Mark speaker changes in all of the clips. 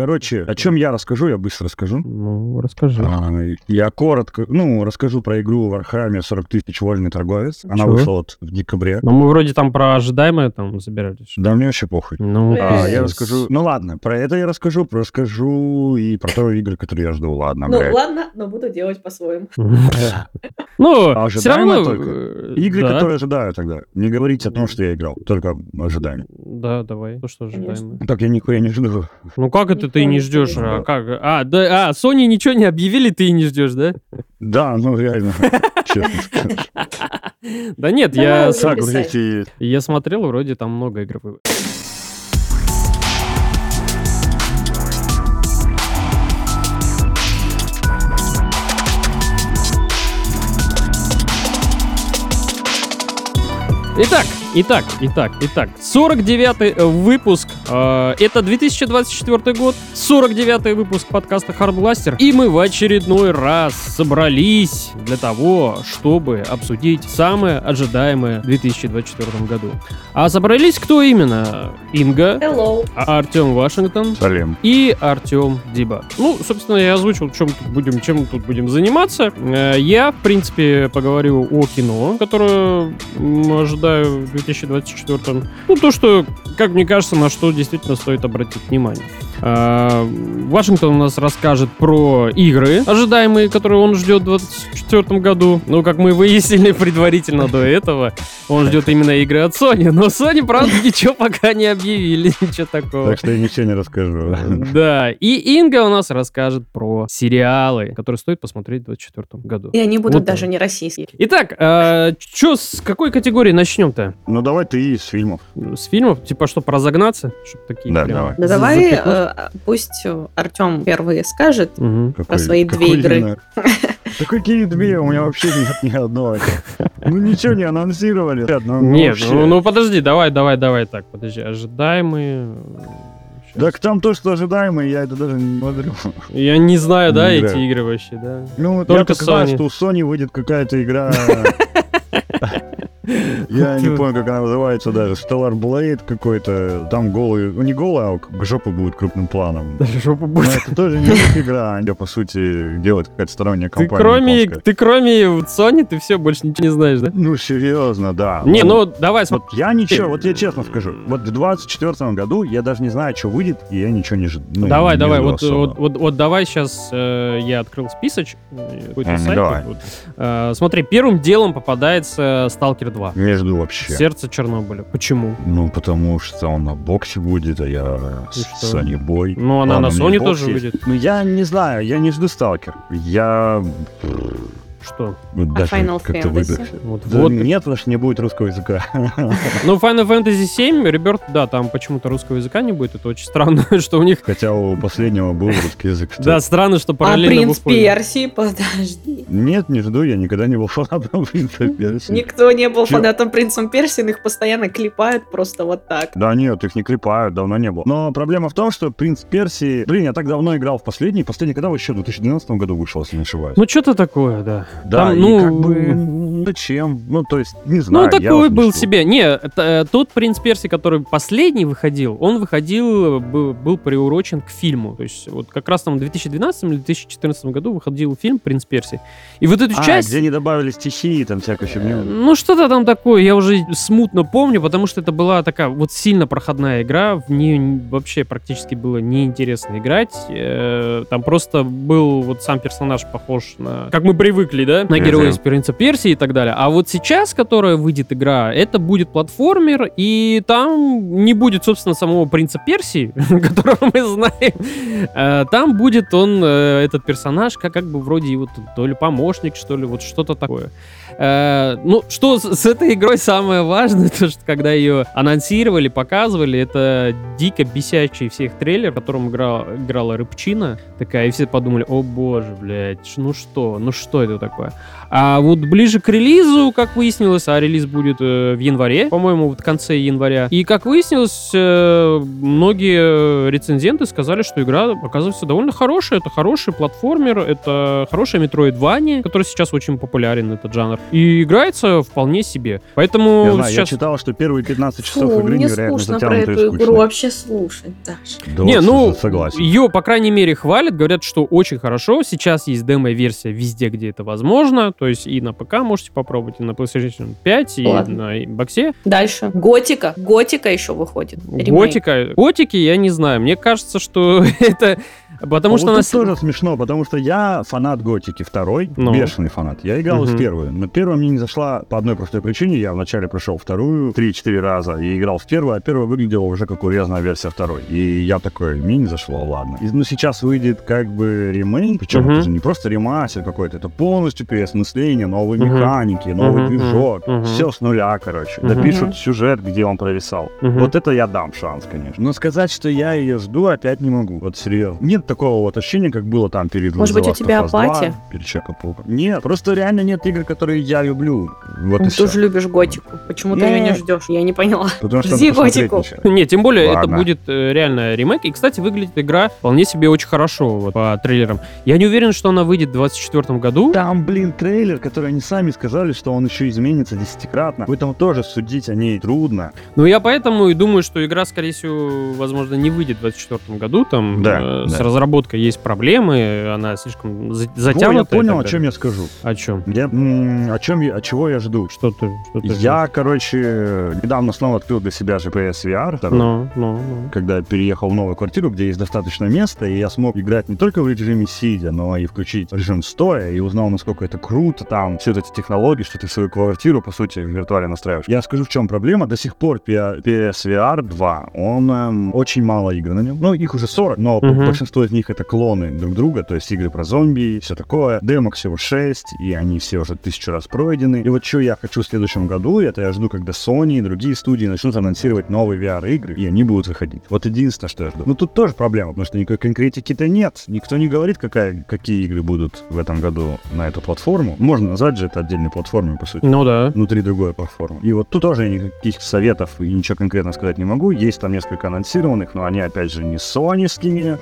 Speaker 1: Короче, о чем я расскажу, я быстро расскажу.
Speaker 2: Ну, расскажи.
Speaker 1: А, Я коротко, ну, расскажу про игру Warhammer 40 тысяч вольный торговец. Она
Speaker 2: Чего?
Speaker 1: вышла вот в декабре.
Speaker 2: Ну, мы вроде там про ожидаемое там забирались.
Speaker 1: Да мне вообще похуй.
Speaker 2: Ну,
Speaker 1: А,
Speaker 2: пиздец.
Speaker 1: я расскажу. Ну ладно, про это я расскажу, про расскажу и про то игры, которые я жду. Ладно,
Speaker 3: Ну
Speaker 1: А, блядь.
Speaker 3: ладно, но буду делать по-своему.
Speaker 1: А,
Speaker 2: Ну, все
Speaker 1: Ожидаемо
Speaker 2: равно...
Speaker 1: А только.
Speaker 2: э,
Speaker 1: Игры,
Speaker 2: да.
Speaker 1: которые ожидаю тогда. Не говорите о том, что я играл, только ожидаем.
Speaker 2: Да, давай. Ну что ожидаемое?
Speaker 1: Так я нихуя не жду.
Speaker 2: Ну как это ты
Speaker 3: Никто
Speaker 2: не
Speaker 3: не
Speaker 2: ждешь?
Speaker 1: ждёт.
Speaker 2: А как? А, да, а, Sony ничего не объявили, ты и не ждешь, да?
Speaker 1: Да, ну реально, честно скажу.
Speaker 2: Да нет,
Speaker 3: Давай
Speaker 2: я
Speaker 3: уже.
Speaker 2: сам-
Speaker 1: Так, подождите,
Speaker 2: я смотрел, вроде там много игр было. Итак, итак, итак, итак, 49-й выпуск, э, это 2024 год, 49-й выпуск подкаста Hardblaster, и мы в очередной раз собрались для того, чтобы обсудить самое ожидаемое в 2024 году. А собрались кто именно? Инга,
Speaker 3: Hello.
Speaker 2: а- Артем Вашингтон
Speaker 1: Салем.
Speaker 2: и Артем Диба. Ну, собственно, я озвучил, чем тут будем, чем тут будем заниматься. Э, Я, в принципе, поговорю о кино, которое м, ожидаю в 2024. Ну, то, что, как мне кажется, на что действительно стоит обратить внимание. А, Вашингтон у нас расскажет про игры, ожидаемые, которые он ждет в 2024 году. Ну, как мы выяснили предварительно до этого, он ждет именно игры от Sony. Но Sony, правда, ничего пока не объявили, ничего такого.
Speaker 1: Так что я ничего не расскажу.
Speaker 2: Да, и Инга у нас расскажет про сериалы, которые стоит посмотреть в 2024 году.
Speaker 3: И они будут
Speaker 2: Вот
Speaker 3: даже
Speaker 2: он.
Speaker 3: не российские.
Speaker 2: Итак, а, чё, с какой категории начнем-то?
Speaker 1: Ну давай ты из фильмов.
Speaker 2: С фильмов? Типа что, про загнаться? Чтоб такие
Speaker 1: Да,
Speaker 2: прям
Speaker 1: давай.
Speaker 3: Да
Speaker 2: за-
Speaker 3: Ну, давай,
Speaker 2: запихнуть?
Speaker 3: э, пусть Артем первый скажет.
Speaker 2: Мгм.
Speaker 1: Какой-
Speaker 3: свои две
Speaker 1: какой
Speaker 3: игры.
Speaker 1: именно? Да какие две? У меня вообще нет ни одной. Ну ничего не анонсировали. Нет, ну, ну,
Speaker 2: Нет,
Speaker 1: вообще.
Speaker 2: ну, ну подожди, давай, давай, давай так, подожди, ожидаемые... э,
Speaker 1: Так там то, что ожидаемое, я это даже не смотрю.
Speaker 2: щас. Я не знаю, да,
Speaker 1: Не
Speaker 2: эти
Speaker 1: играю.
Speaker 2: игры вообще, да.
Speaker 1: Ну,
Speaker 2: Только
Speaker 1: только знаю,
Speaker 2: Sony.
Speaker 1: что у Sony выйдет какая-то игра. Я не помню, как она называется даже. Stellar Blade какой-то. Там голый... Ну, не голый, а к жопу будет крупным планом.
Speaker 2: Даже жопу
Speaker 1: Но
Speaker 2: будет.
Speaker 1: это тоже не их игра. Ее, по сути, делает какая-то сторонняя
Speaker 2: Ты
Speaker 1: компания
Speaker 2: кроме,
Speaker 1: японская.
Speaker 2: ты кроме вот Sony, ты все больше ничего не знаешь, да?
Speaker 1: Ну, серьезно, да.
Speaker 2: Не, ну давай, смотри.
Speaker 1: Вот я ничего, вот я честно скажу, вот в 24 году я даже не знаю, что выйдет, и я ничего не жду. ну,
Speaker 2: давай,
Speaker 1: не
Speaker 2: давай,
Speaker 1: жду
Speaker 2: вот,
Speaker 1: особо.
Speaker 2: вот, вот, вот давай сейчас я открыл списочек. э, какой-то
Speaker 1: Мгм,
Speaker 2: сайт
Speaker 1: давай.
Speaker 2: тут. Э, смотри, первым делом попадается Сталкер 2.
Speaker 1: Не жду вообще.
Speaker 2: Сердце Чернобыля. Почему?
Speaker 1: Ну, потому что он на боксе будет, а я
Speaker 2: И
Speaker 1: с
Speaker 2: что?
Speaker 1: Sony Boy.
Speaker 2: Ну, она
Speaker 1: Ладно,
Speaker 2: на
Speaker 1: у меня
Speaker 2: Sony
Speaker 1: Xbox
Speaker 2: тоже
Speaker 1: есть.
Speaker 2: выйдет.
Speaker 1: Ну, я не знаю, я не жду Сталкер. Я
Speaker 2: Что?
Speaker 1: вот даже
Speaker 3: А Final
Speaker 1: как-то
Speaker 3: Fantasy? А,
Speaker 1: выйду.
Speaker 2: Вот,
Speaker 1: Да
Speaker 2: вот.
Speaker 1: нет, потому что не будет русского языка.
Speaker 2: Ну, Final Fantasy 7, Реберт, да, там почему-то русского языка не будет. Это очень странно, что у них...
Speaker 1: Хотя у последнего был русский язык. что-
Speaker 2: Да, странно, что
Speaker 3: А
Speaker 2: параллельно
Speaker 3: принц
Speaker 2: выходит.
Speaker 3: Персии, подожди.
Speaker 1: Нет, не жду, я никогда не был фанатом принца Персии.
Speaker 3: Никто не был
Speaker 1: Чё?
Speaker 3: фанатом принцем Персии, но их постоянно клепают просто вот так.
Speaker 1: Да нет, их не клепают, давно не было. Но проблема в том, что «Принц Персии...» Блин, я так давно играл в последний. Последний когда вообще в 2012 году вышел, если не ошибаюсь.
Speaker 2: Ну, что-то такое, да.
Speaker 1: да,
Speaker 2: там,
Speaker 1: и
Speaker 2: ну,
Speaker 1: как бы... ну, Зачем? Ну, то есть, не
Speaker 2: Ну,
Speaker 1: знаю.
Speaker 2: он
Speaker 1: я
Speaker 2: такой
Speaker 1: вот не
Speaker 2: был
Speaker 1: жду.
Speaker 2: себе. Не, это, э, тот принц Перси, который последний выходил, он выходил, э, был, был приурочен к фильму. То есть, вот как раз там в 2012 или 2014 году выходил фильм Принц Перси. И вот эту
Speaker 1: А,
Speaker 2: часть.
Speaker 1: где не добавили стихии, там всякую
Speaker 2: э,
Speaker 1: фигню.
Speaker 2: Ну, что-то там такое, я уже смутно помню, потому что это была такая вот сильно проходная игра, в нее вообще практически было неинтересно играть. Э, Там просто был вот сам персонаж похож на... Как мы привыкли, да? На
Speaker 1: Мгм.
Speaker 2: героя из «Принца Персии» и так далее. А вот сейчас, которая выйдет игра, это будет платформер, и там не будет, собственно, самого «Принца Персии», которого мы знаем. Э, Там будет он, э, этот персонаж, как, как бы вроде его т- то ли помощник, что ли, вот что-то такое. Э, ну, что с, с этой игрой самое важное, то, что когда ее анонсировали, показывали, это дико бесячий всех трейлер, в котором играла, играла Рыбчина такая, и все подумали, о боже, блядь, ш- ну что, ну что это такое? А вот ближе к релизу, как выяснилось, а релиз будет э, в январе, по-моему, вот в конце января. И как выяснилось, э, многие рецензенты сказали, что игра оказывается довольно хорошая. Это хороший платформер, это хорошая Metroidvania, который сейчас очень популярен, этот жанр. И играется вполне себе. Поэтому
Speaker 1: Я знаю, я
Speaker 2: сейчас...
Speaker 1: читал, что первые 15 часов
Speaker 3: Фу,
Speaker 1: игры
Speaker 3: мне
Speaker 1: невероятно
Speaker 3: скучно про
Speaker 1: затянутые и
Speaker 3: эту игру
Speaker 1: скучные.
Speaker 3: вообще слушать даже.
Speaker 1: Да,
Speaker 2: Не,
Speaker 1: вот,
Speaker 2: ну,
Speaker 1: согласен.
Speaker 2: Ее, по крайней мере, хвалят, говорят, что очень хорошо. Сейчас есть демо-версия везде, где это возможно. То есть и на ПК можете попробовать, и на PlayStation 5, и
Speaker 3: Ладно.
Speaker 2: на боксе.
Speaker 3: Дальше. Готика. Готика еще выходит. Ремейк.
Speaker 2: Готика. Готики, я не знаю. Мне кажется, что это... Потому
Speaker 1: А
Speaker 2: что
Speaker 1: вот
Speaker 2: она...
Speaker 1: тут тоже смешно, потому что я фанат Готики второй,
Speaker 2: Ну.
Speaker 1: бешеный фанат. Я играл
Speaker 2: Мгм.
Speaker 1: в первую, но первая мне не зашла по одной простой причине. Я вначале прошел вторую 3-4 раза и играл в первую, а первая выглядела уже как урезанная версия второй. И я такой, мне не зашло, ладно. И, ну, сейчас выйдет как бы ремейк, причем
Speaker 2: Мгм.
Speaker 1: это же не просто ремастер какой-то, это полностью переосмысление, новые
Speaker 2: Мгм.
Speaker 1: механики, новый
Speaker 2: Мгм,
Speaker 1: движок,
Speaker 2: мгм, мгм.
Speaker 1: все с нуля, короче.
Speaker 2: Мгм.
Speaker 1: Допишут сюжет, где он провисал.
Speaker 2: Мгм.
Speaker 1: Вот это я дам шанс, конечно. Но сказать, что я ее жду, опять не могу. Вот серьезно. Нет такого вот ощущения, как было там перед
Speaker 3: Может
Speaker 1: The
Speaker 3: быть, у
Speaker 1: Last
Speaker 3: тебя
Speaker 1: of Us 2,
Speaker 3: апатия?
Speaker 1: перед Человеком Пауком. Нет, просто реально нет игр, которые я люблю. Вот и
Speaker 3: Ну,
Speaker 1: все.
Speaker 3: Ты же любишь готику. Почему ты ее
Speaker 1: Не.
Speaker 3: не ждешь? Я не поняла.
Speaker 1: Потому что
Speaker 3: Жди
Speaker 1: надо посмотреть
Speaker 3: котиков.
Speaker 1: ничего.
Speaker 2: Не, тем более это
Speaker 1: Ладно.
Speaker 2: будет э, реально ремейк. И, кстати, выглядит игра вполне себе очень хорошо вот, по трейлерам. Я не уверен, что она выйдет в 2024 году.
Speaker 1: Там, блин, трейлер, который они сами сказали, что он еще изменится десятикратно. Поэтому тоже судить о ней трудно.
Speaker 2: Но я поэтому и думаю, что игра, скорее всего, возможно, не выйдет в 2024 году. Там
Speaker 1: Да,
Speaker 2: э, с
Speaker 1: да.
Speaker 2: разработкой есть проблемы, она слишком за-
Speaker 1: Во,
Speaker 2: затянута.
Speaker 1: я
Speaker 2: и так
Speaker 1: понял, о
Speaker 2: далее.
Speaker 1: чем я скажу.
Speaker 2: О чем?
Speaker 1: Я, м, о чем я, от чего я жду?
Speaker 2: Что ты? Что ты
Speaker 1: Я, короче, недавно снова открыл для себя GPS VR. второй.
Speaker 2: Ну, ну, ну.
Speaker 1: когда я переехал в новую квартиру, где есть достаточно места, и я смог играть не только в режиме сидя, но и включить режим стоя, и узнал, насколько это круто, там, все вот эти технологии, что ты свою квартиру, по сути, виртуально настраиваешь. Я скажу, в чем проблема. До сих пор P- PSVR 2, он эм, очень мало игр на нем. Ну, их уже 40, но
Speaker 2: Мгм.
Speaker 1: большинство из них это клоны друг друга, то есть игры про зомби и все такое. Демок всего 6, и они все уже тысячу раз пройдены. И вот что я хочу в следующем году, это я жду, когда Sony и другие студии начнут анонсировать новые VR-игры, и они будут выходить. Вот единственное, что я жду. Ну, тут тоже проблема, потому что никакой конкретики-то нет. Никто не говорит, какая, какие игры будут в этом году на эту платформу. Можно назвать же это отдельной платформой, по сути
Speaker 2: Ну да.
Speaker 1: внутри другой платформы. И вот тут тоже я никаких советов и ничего конкретно сказать не могу. Есть там несколько анонсированных, но они, опять же, не соневские.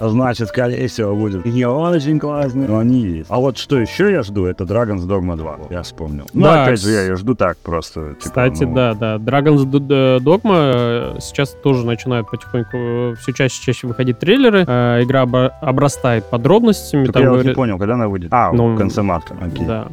Speaker 1: А Значит, скорее всего, будет не очень классные, но они есть. А вот что еще я жду, это Dragon's Dogma 2. Я вспомнил. Ну,
Speaker 2: Да,
Speaker 1: опять же,
Speaker 2: с-
Speaker 1: я ее жду так просто. типа,
Speaker 2: Кстати,
Speaker 1: ну,
Speaker 2: да, да. Dragon's D- D- Dogma э, сейчас тоже начинают потихоньку все чаще и чаще выходить трейлеры. Э, Игра обра- обрастает подробностями.
Speaker 1: только
Speaker 2: там
Speaker 1: я вот не
Speaker 2: говорят-
Speaker 1: понял, когда она выйдет. А,
Speaker 2: Ну,
Speaker 1: в конце марта. Окей.
Speaker 2: Да.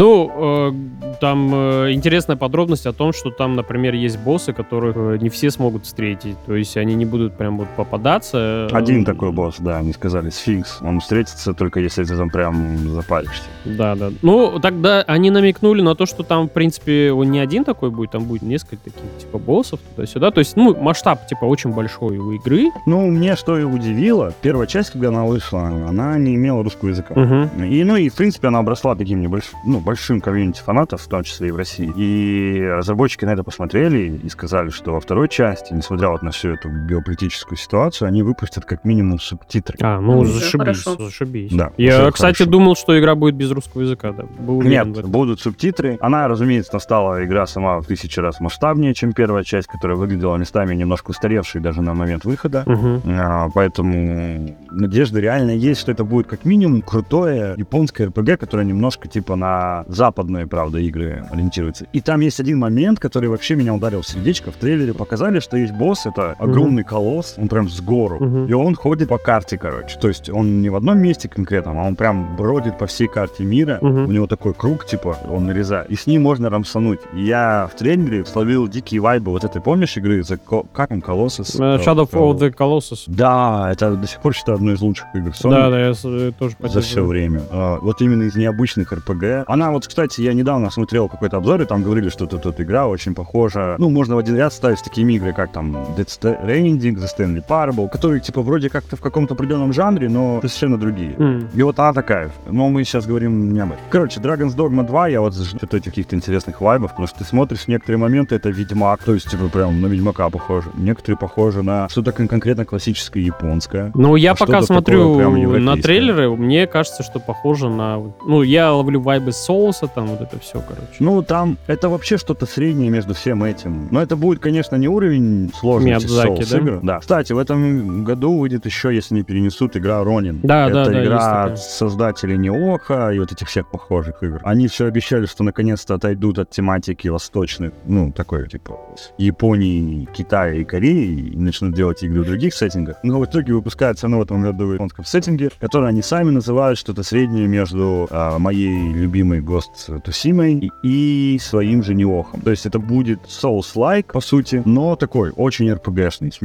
Speaker 2: Ну, э, там э, интересная подробность о том, что там, например, есть боссы, которых э, не все смогут встретить. То есть они не будут прям вот попадаться.
Speaker 1: Один такой босс, да, они сказали, сфинкс. Он встретится только если ты там прям запалишься.
Speaker 2: Да, да. Ну, тогда они намекнули на то, что там, в принципе, он не один такой будет, там будет несколько таких, типа, боссов туда-сюда. То есть, ну, масштаб, типа, очень большой у игры.
Speaker 1: Ну, мне что и удивило, первая часть, когда она вышла, она не имела русского языка.
Speaker 2: Мгм.
Speaker 1: И, ну и, в принципе, она обросла таким небольшим, ну, большим комьюнити фанатов, в том числе и в России. И разработчики на это посмотрели и сказали, что во второй части, несмотря вот на всю эту геополитическую ситуацию, они выпустят как минимум субтитры.
Speaker 2: А, ну,
Speaker 3: Уже
Speaker 2: зашибись,
Speaker 3: хорошо.
Speaker 2: зашибись.
Speaker 1: Да,
Speaker 2: Я,
Speaker 1: уже
Speaker 2: кстати,
Speaker 1: хорошо.
Speaker 2: думал, что игра будет без русского языка, да. Был уверен в
Speaker 1: Нет,
Speaker 2: этом.
Speaker 1: будут субтитры. Она, разумеется, стала игра сама в тысячу раз масштабнее, чем первая часть, которая выглядела местами немножко устаревшей даже на момент выхода.
Speaker 2: Мгм.
Speaker 1: А, Поэтому надежда реально есть, что это будет как минимум крутое японское РПГ, которое немножко типа на западные, правда, игры ориентируется. И там есть один момент, который вообще меня ударил в сердечко. В трейлере показали, что есть босс, это огромный колосс, он прям с гору.
Speaker 2: Мгм.
Speaker 1: И он ходит по карте, короче. То есть он не в одном месте конкретном, а он прям бродит по всей карте мира.
Speaker 2: Мгм.
Speaker 1: У него такой круг, типа, он нарезает. И с ним можно рамсануть. И Я в трейлере словил дикие вайбы вот этой, помнишь, игры? The Co- Как он, Колоссус?
Speaker 2: Э, Shadow of the Colossus.
Speaker 1: Да, это до сих пор считаю одной из лучших игр Sony.
Speaker 2: Да, да, я с- э, тоже
Speaker 1: За все
Speaker 2: поддерживаю.
Speaker 1: время. А, Вот именно из необычных РПГ. Она вот, кстати, я недавно смотрел какой-то обзор, и там говорили, что тут, тут игра очень похожа. Ну, можно в один ряд ставить с такими игры, как там Dead Stranding, The Stanley Parable, которые, типа, вроде как-то в каком-то определенном жанре, но совершенно другие.
Speaker 2: М.
Speaker 1: И вот она такая. Но мы сейчас говорим не об этом. Короче, Dragon's Dogma 2, я вот жду от этих каких-то интересных вайбов, потому что ты смотришь в некоторые моменты, это Ведьмак, то есть, типа, прям на Ведьмака похоже. Некоторые похожи на что-то кон- конкретно классическое японское.
Speaker 2: Ну, я
Speaker 1: А что
Speaker 2: пока
Speaker 1: что-то
Speaker 2: смотрю
Speaker 1: такое прям
Speaker 2: на
Speaker 1: европейское.
Speaker 2: трейлеры, мне кажется, что похоже на... вот- Ну, я ловлю вайбы соуса, там вот это все, короче.
Speaker 1: Ну, там это вообще что-то среднее между всем этим. Но это будет, конечно, не уровень сложности
Speaker 2: Миядзаки,
Speaker 1: Souls
Speaker 2: да?
Speaker 1: игр. Да. Кстати, в этом году выйдет еще, если не перенесут, игра Ронин.
Speaker 2: Да,
Speaker 1: это
Speaker 2: да, да, есть
Speaker 1: игра
Speaker 2: такая.
Speaker 1: создателей Неока и вот этих всех похожих игр. Они все обещали, что наконец-то отойдут от тематики восточной, ну, такой, типа, Японии, Китая и Кореи, и начнут делать игры в других сеттингах. Но в итоге выпускается оно в этом году в японском сеттинге, который они сами называют что-то среднее между а, моей любимой Ghost Тусимой и, и своим же Неохом. То есть это будет Souls-like, по сути, но такой очень RPG-шный, с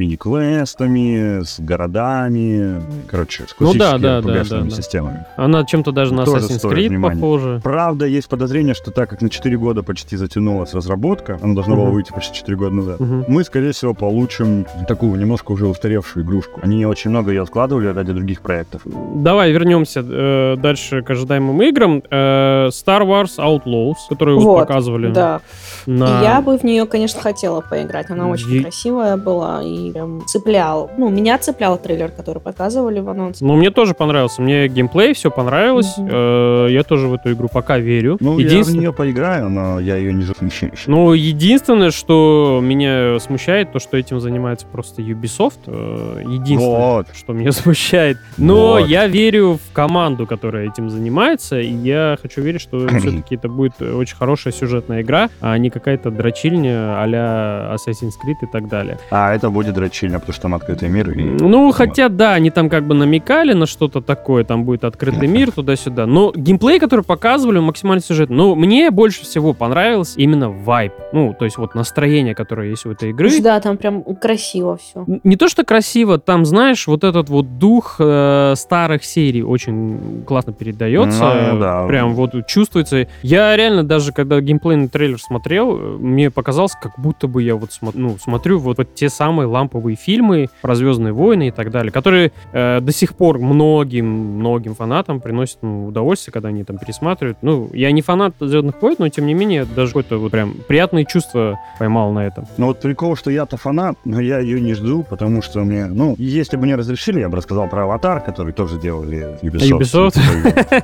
Speaker 1: мини-квестами, с городами, короче, с
Speaker 2: Ну да,
Speaker 1: классическими
Speaker 2: да, да,
Speaker 1: RPG-шными
Speaker 2: да, да.
Speaker 1: системами.
Speaker 2: Она чем-то даже на
Speaker 1: Тоже
Speaker 2: Assassin's
Speaker 1: стоит
Speaker 2: Creed
Speaker 1: внимания.
Speaker 2: похожа.
Speaker 1: Правда, есть подозрение, что так как на 4 года почти затянулась разработка, она должна была
Speaker 2: Мгм.
Speaker 1: выйти почти 4 года назад,
Speaker 2: Мгм.
Speaker 1: мы, скорее всего, получим такую немножко уже устаревшую игрушку. Они очень много ее откладывали ради других проектов.
Speaker 2: Давай вернемся э, дальше к ожидаемым играм. Э, Star Wars Outlaws, которую вот
Speaker 3: Вот,
Speaker 2: показывали
Speaker 3: Да.
Speaker 2: на...
Speaker 3: И Я бы в нее, конечно, хотела поиграть. Она очень
Speaker 2: А. Е-
Speaker 3: красивая была и прям цеплял. Ну, меня цеплял трейлер, который показывали в анонсе.
Speaker 2: Ну, мне тоже понравился. Мне геймплей, все понравилось.
Speaker 3: Мгм.
Speaker 2: Э, я тоже в эту игру пока верю.
Speaker 1: Ну,
Speaker 2: Единствен-
Speaker 1: я в нее поиграю, но я ее не запущу.
Speaker 2: Ну, единственное, что меня смущает, то, что этим занимается просто Ubisoft. Э, Единственное,
Speaker 1: Вот.
Speaker 2: что меня смущает. Но
Speaker 1: Вот.
Speaker 2: я верю в команду, которая этим занимается, и я хочу верить, что все-таки это будет э, очень хорошая сюжетная игра, а не какая-то дрочильня а-ля Assassin's Creed и так далее.
Speaker 1: А это будет дрочильно, потому что там открытый мир. и-
Speaker 2: Ну, хотя, да, они там как бы намекали на что-то такое, там будет открытый мир туда-сюда. Но геймплей, который показывали, он максимально сюжет. Но мне больше всего понравился именно вайп. Ну, то есть вот настроение, которое есть у этой игры.
Speaker 3: Да, там прям красиво все.
Speaker 2: Н- Не то, что красиво, там, знаешь, вот этот вот дух э, старых серий очень классно передается.
Speaker 1: Ну, да.
Speaker 2: Прям вот чувствуется. Я реально даже, когда геймплейный трейлер смотрел, э, мне показалось, как будто бы я вот смо- ну, смотрю вот, вот те самые ламповые фильмы про «Звездные войны» и так далее, которые э, до сих пор многим-многим фанатам приносят ну, удовольствие, когда они там пересматривают. Ну, я не фанат «Звездных войн», но, тем не менее, даже какое-то вот прям приятное чувство поймал на этом.
Speaker 1: Но Ну, вот прикол, что я-то фанат, но я ее не жду, потому что мне... Ну, если бы мне разрешили, я бы рассказал про «Аватар», который тоже делали Ubisoft. Типа,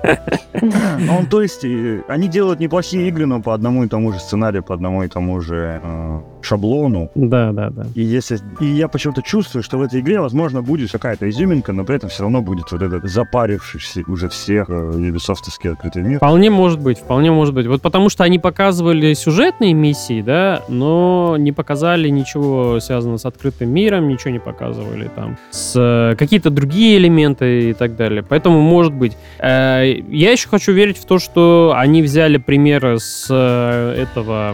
Speaker 1: Ну, то есть, э, они делают неплохие игры, но по одному и тому же сценарию, по одному и тому же э, шаблону.
Speaker 2: Да, да, да.
Speaker 1: И, если, и я почему-то чувствую, что в этой игре, возможно, будет какая-то изюминка, но при этом все равно будет вот этот запарившийся уже всех э, юбисофтовский открытый мир.
Speaker 2: Вполне может быть, вполне может быть. Вот потому что они показывали сюжетные миссии, да, но не показали ничего связанного с открытым миром, ничего не показывали там, с э, какие-то другие элементы и так далее. Поэтому может быть. Э, я еще хочу верить в то, что они взяли примеры с э, этого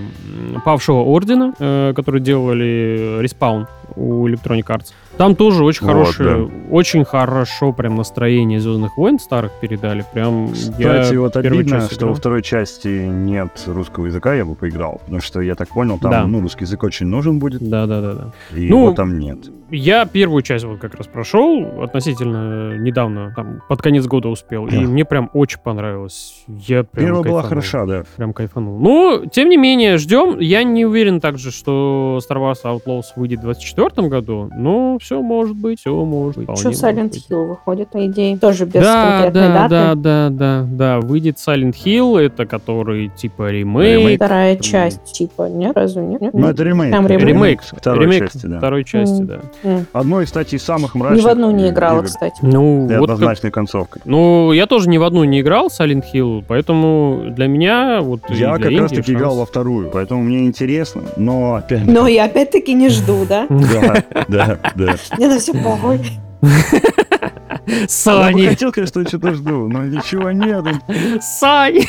Speaker 2: м, павшего ордена, э, который делали респаун у Electronic Arts. Там тоже очень
Speaker 1: Вот,
Speaker 2: хорошее, очень хорошо прям настроение Звездных войн старых передали. Прям я-
Speaker 1: Кстати, вот
Speaker 2: первую
Speaker 1: обидно,
Speaker 2: часть
Speaker 1: что
Speaker 2: играл.
Speaker 1: во второй части нет русского языка, я бы поиграл. Потому что, я так понял, там
Speaker 2: Да.
Speaker 1: ну, русский язык очень нужен будет,
Speaker 2: Да, да, да, да.
Speaker 1: и
Speaker 2: Ну,
Speaker 1: его там нет.
Speaker 2: Я первую часть вот как раз прошел относительно э, недавно, там, под конец года успел, и мне прям очень понравилось. Я прям
Speaker 1: Первая была
Speaker 2: кайфанул.
Speaker 1: хороша, да.
Speaker 2: Прям кайфанул. Ну, тем не менее, ждем. Я не уверен также, что Star Wars Outlaws выйдет в 2024 году, но все может быть, все может быть.
Speaker 3: Еще
Speaker 2: вполне может
Speaker 3: Silent
Speaker 2: быть.
Speaker 3: Hill выходит, по идее. Тоже без
Speaker 2: Да,
Speaker 3: конкретной
Speaker 2: да,
Speaker 3: даты.
Speaker 2: да, да, да, да. Выйдет Silent Hill, это который типа ремейк.
Speaker 1: Ремейк.
Speaker 3: Вторая
Speaker 2: Там-
Speaker 3: часть, типа, нет, разве нет? Нет?
Speaker 1: Ну, это ремейк.
Speaker 3: Там ремейк.
Speaker 1: Второй
Speaker 2: ремейк
Speaker 1: части, да.
Speaker 2: второй части,
Speaker 3: Мгм.
Speaker 2: да.
Speaker 3: М.
Speaker 1: Одной, кстати, из самых мрачных.
Speaker 3: Ни в одну не
Speaker 1: игр
Speaker 3: играла, кстати.
Speaker 1: И
Speaker 2: Ну, вот как
Speaker 1: однозначной концовкой.
Speaker 2: Ну, я тоже ни в одну не играл Silent Hill, поэтому для меня вот и
Speaker 1: Я
Speaker 2: для
Speaker 1: как
Speaker 2: Индии
Speaker 1: раз таки
Speaker 2: шанс.
Speaker 1: играл во вторую, поэтому мне интересно, но опять...
Speaker 3: Но я опять-таки не жду, да?
Speaker 1: Да, да, да.
Speaker 3: Мне на все похуй.
Speaker 1: Я бы
Speaker 2: Сани,
Speaker 1: хотел, конечно, что-то жду, но ничего нет.
Speaker 2: Сань,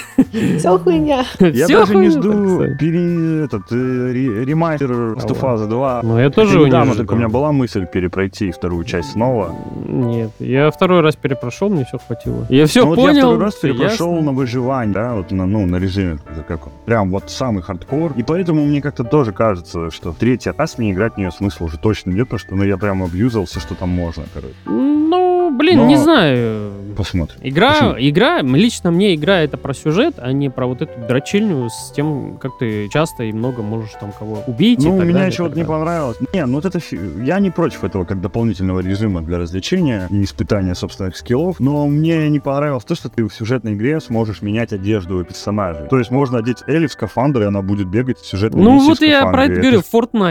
Speaker 3: Все хуйня.
Speaker 1: Я
Speaker 2: Всё
Speaker 1: даже не
Speaker 2: хуйня,
Speaker 1: жду
Speaker 2: так сказать.
Speaker 1: пере- этот, э, ре- ремастер Last of Us 2.
Speaker 2: Ну, я тоже
Speaker 1: Хотя
Speaker 2: его не
Speaker 1: недавно
Speaker 2: жду.
Speaker 1: только у меня была мысль перепройти вторую часть снова.
Speaker 2: Нет, я второй раз перепрошел, мне все хватило. Я все
Speaker 1: Ну, вот
Speaker 2: понял.
Speaker 1: я второй раз
Speaker 2: всё
Speaker 1: перепрошел
Speaker 2: ясно.
Speaker 1: на выживание, да, вот на, ну, на режиме, это как он, прям вот самый хардкор. И поэтому мне как-то тоже кажется, что в третий раз мне играть в нее смысла уже точно нет, потому что ну, я прям обьюзался, что там можно, короче.
Speaker 2: Ну, блин,
Speaker 1: Но-
Speaker 2: не знаю.
Speaker 1: Посмотрим.
Speaker 2: Игра,
Speaker 1: Почему?
Speaker 2: игра, м, лично мне игра это про сюжет, а не про вот эту дрочильню с тем, как ты часто и много можешь там кого убить. и
Speaker 1: Ну,
Speaker 2: так
Speaker 1: меня
Speaker 2: далее,
Speaker 1: еще
Speaker 2: и
Speaker 1: вот
Speaker 2: так
Speaker 1: не
Speaker 2: далее.
Speaker 1: понравилось. Не, ну вот это... фи- Я не против этого как дополнительного режима для развлечения и испытания собственных скиллов, но мне не понравилось то, что ты в сюжетной игре сможешь менять одежду и персонажей. То есть можно одеть Элли в скафандр, и она будет бегать в сюжетной
Speaker 2: Ну
Speaker 1: миссии в
Speaker 2: вот я про это
Speaker 1: скафандре.
Speaker 2: говорю,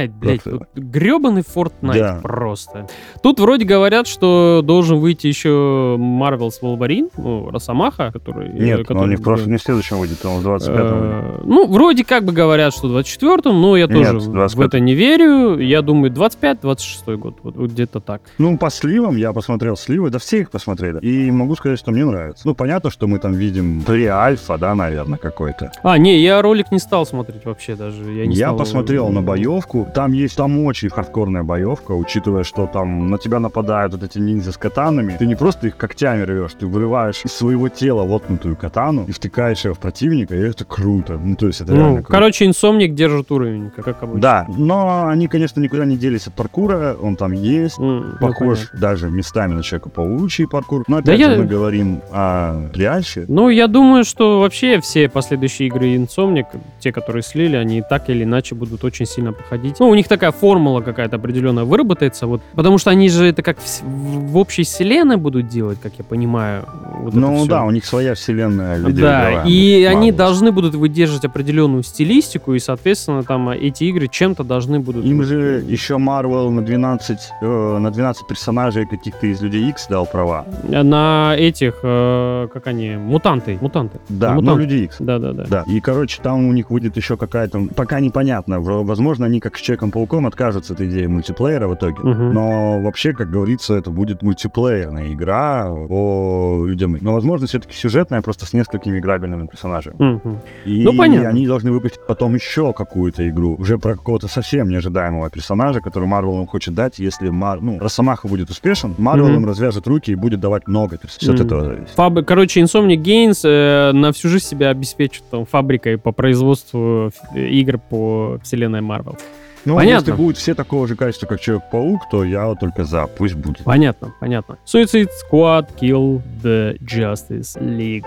Speaker 2: Fortnite, блядь,
Speaker 1: Как-то-
Speaker 2: вот гребаный Fortnite
Speaker 1: Да.
Speaker 2: просто. Тут вроде говорят, что должен выйти еще Marvel's Wolverine, ну, Росомаха, который...
Speaker 1: Нет, но
Speaker 2: Э, который
Speaker 1: он не в прошлом, не в следующем выйдет, он в 25-м выйдет.
Speaker 2: Э, Ну, вроде как бы говорят, что 24-м, но я
Speaker 1: Нет,
Speaker 2: тоже в
Speaker 1: 25-м.
Speaker 2: это не верю. Я думаю, 25-26 год, вот, вот где-то так.
Speaker 1: Ну, по сливам я посмотрел сливы, да все их посмотрели. И могу сказать, что мне нравится. Ну, понятно, что мы там видим альфа, да, наверное, какой-то.
Speaker 2: А, не, я ролик не стал смотреть вообще даже. Я, не
Speaker 1: Я
Speaker 2: стал-
Speaker 1: посмотрел на боевку. Там есть там очень хардкорная боевка, учитывая, что там на тебя нападают вот эти ниндзя с катанами. Ты не просто их когтями рвешь, ты вырываешь из своего тела лопнутую катану и втыкаешь ее в противника, и это круто. Ну, то есть это реально
Speaker 2: Ну,
Speaker 1: круто.
Speaker 2: короче, инсомник держит уровень, как, как обычно.
Speaker 1: Да, но они, конечно, никуда не делись от паркура, он там есть.
Speaker 2: М, ну,
Speaker 1: Похож
Speaker 2: понятно.
Speaker 1: даже местами на человека паучий паркур. Но опять
Speaker 2: Да
Speaker 1: же
Speaker 2: я-
Speaker 1: мы говорим о реальше.
Speaker 2: Ну, я думаю, что вообще все последующие игры Инсомник, те, которые слили, они так или иначе будут очень сильно походить. Ну, у них такая формула какая-то определенная выработается, вот, потому что они же это как вс- в, в общей вселенной будут делать, как я понимаю. вот это
Speaker 1: Ну
Speaker 2: всё.
Speaker 1: да, у них своя вселенная
Speaker 2: Да,
Speaker 1: видеоигровая.
Speaker 2: и они
Speaker 1: Marvel's.
Speaker 2: должны будут выдерживать определенную стилистику, и, соответственно, там э, эти игры чем-то должны будут...
Speaker 1: Им
Speaker 2: вот,
Speaker 1: же
Speaker 2: э,
Speaker 1: еще Марвел на 12, э, на 12 персонажей каких-то из Людей Икс дал права.
Speaker 2: э, На этих, э, как они, мутанты, мутанты.
Speaker 1: Да, ну,
Speaker 2: мутанты.
Speaker 1: Люди Икс.
Speaker 2: Да-да-да.
Speaker 1: Да. И, короче, там у них будет еще какая-то... Пока непонятно. В- Возможно, они как с Человеком-пауком откажутся от идеи мультиплеера в итоге.
Speaker 2: Мгм.
Speaker 1: Но вообще, как говорится, это будет мультиплеерная игра по людям. Но, возможно, все-таки сюжетная, просто с несколькими играбельными персонажами.
Speaker 2: Мгм.
Speaker 1: И
Speaker 2: Ну, понятно.
Speaker 1: они должны выпустить потом еще какую-то игру, уже про какого-то совсем неожидаемого персонажа, который Марвел им хочет дать, если Мар... ну, Росомаха будет успешен, Марвел
Speaker 2: Мгм.
Speaker 1: им развяжет руки и будет давать много перс- Всё
Speaker 2: Мгм.
Speaker 1: от этого зависит.
Speaker 2: Фаб- Короче, Insomniac Games э, на всю жизнь себя обеспечит там, фабрикой по производству ф- игр по вселенной Marvel.
Speaker 1: Ну,
Speaker 2: Понятно.
Speaker 1: если будут все такого же качества, как Человек-паук, то я вот только за, пусть будет.
Speaker 2: Понятно, понятно. Suicide Squad Kill the Justice League.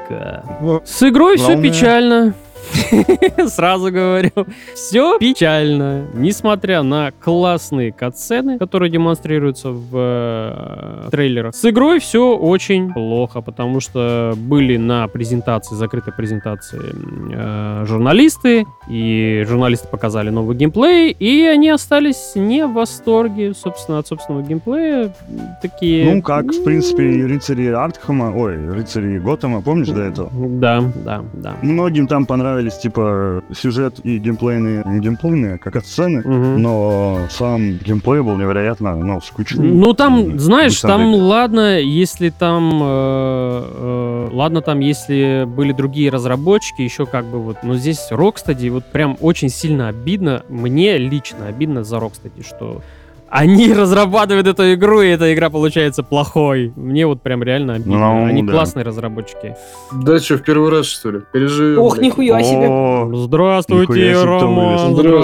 Speaker 2: С игрой все
Speaker 1: Главное-
Speaker 2: печально. Сразу говорю. Все печально. Несмотря на классные катсцены, которые демонстрируются в э, трейлерах. С игрой все очень плохо, потому что были на презентации, закрытой презентации м, э, журналисты, и журналисты показали новый геймплей, и они остались не в восторге, собственно, от собственного геймплея. М, Такие...
Speaker 1: Ну, как, в
Speaker 2: «М,
Speaker 1: принципе, и рыцари Артхема, ой, рыцари Готэма, помнишь до этого?
Speaker 2: Да, да, да.
Speaker 1: Многим там понравились, типа, сюжет и геймплейные, не геймплейные, а как от сцены,
Speaker 2: Мгм.
Speaker 1: но сам геймплей был невероятно, ну, скучный.
Speaker 2: Ну там,
Speaker 1: И
Speaker 2: знаешь,
Speaker 1: на самом
Speaker 2: там
Speaker 1: деле-
Speaker 2: ладно, если там, э, э, ладно, там, если были другие разработчики, еще как бы вот, но здесь Rocksteady вот прям очень сильно обидно, мне лично обидно за Rocksteady, что они разрабатывают эту игру, и эта игра получается плохой. Мне вот прям реально обидно.
Speaker 1: Ну,
Speaker 2: они
Speaker 1: да.
Speaker 2: классные разработчики.
Speaker 4: Да что, в первый раз, что ли? Переживем.
Speaker 3: Ох, нихуя себе.
Speaker 1: О,
Speaker 2: Здравствуйте,
Speaker 1: Нихуя себе, кто
Speaker 2: Роман.
Speaker 1: вылез.
Speaker 2: Здравствуйте,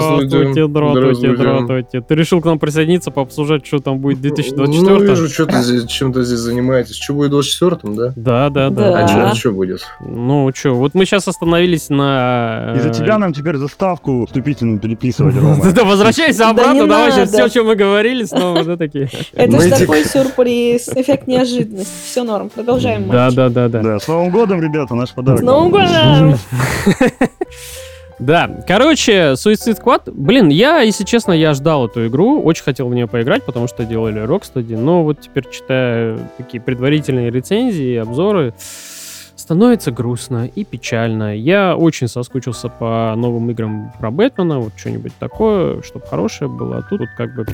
Speaker 2: здравствуйте,
Speaker 4: Здравствуйте, здравствуйте.
Speaker 2: здравствуйте. Ты решил к нам присоединиться, пообсуждать, что там будет в 2024?
Speaker 4: Ну, вижу, что ты здесь, чем-то здесь занимаетесь. Что будет в 24 да?
Speaker 2: Да, да, да.
Speaker 3: Да.
Speaker 4: А
Speaker 3: чё-
Speaker 4: что, будет?
Speaker 2: Ну, что, вот мы сейчас остановились на... э,
Speaker 1: Из-за тебя нам теперь заставку вступительную переписывать, Рома.
Speaker 2: Да возвращайся
Speaker 3: Да
Speaker 2: обратно,
Speaker 3: не
Speaker 2: давай сейчас
Speaker 3: надо.
Speaker 2: все, о чем мы говорили, снова, да, такие.
Speaker 3: Это же
Speaker 4: Мэтик.
Speaker 1: типа
Speaker 3: такой сюрприз, эффект неожиданности. Все норм, продолжаем.
Speaker 2: Да,
Speaker 3: матч.
Speaker 2: да, да, да.
Speaker 1: Да, с Новым годом, ребята, наш подарок.
Speaker 3: С Новым годом!
Speaker 2: Да, короче, Suicide Squad, блин, я, если честно, я ждал эту игру, очень хотел в нее поиграть, потому что делали Rocksteady, но вот теперь читая такие предварительные рецензии и обзоры, становится грустно и печально. Я очень соскучился по новым играм про Бэтмена, вот что-нибудь такое, чтобы хорошее было, а тут вот как бы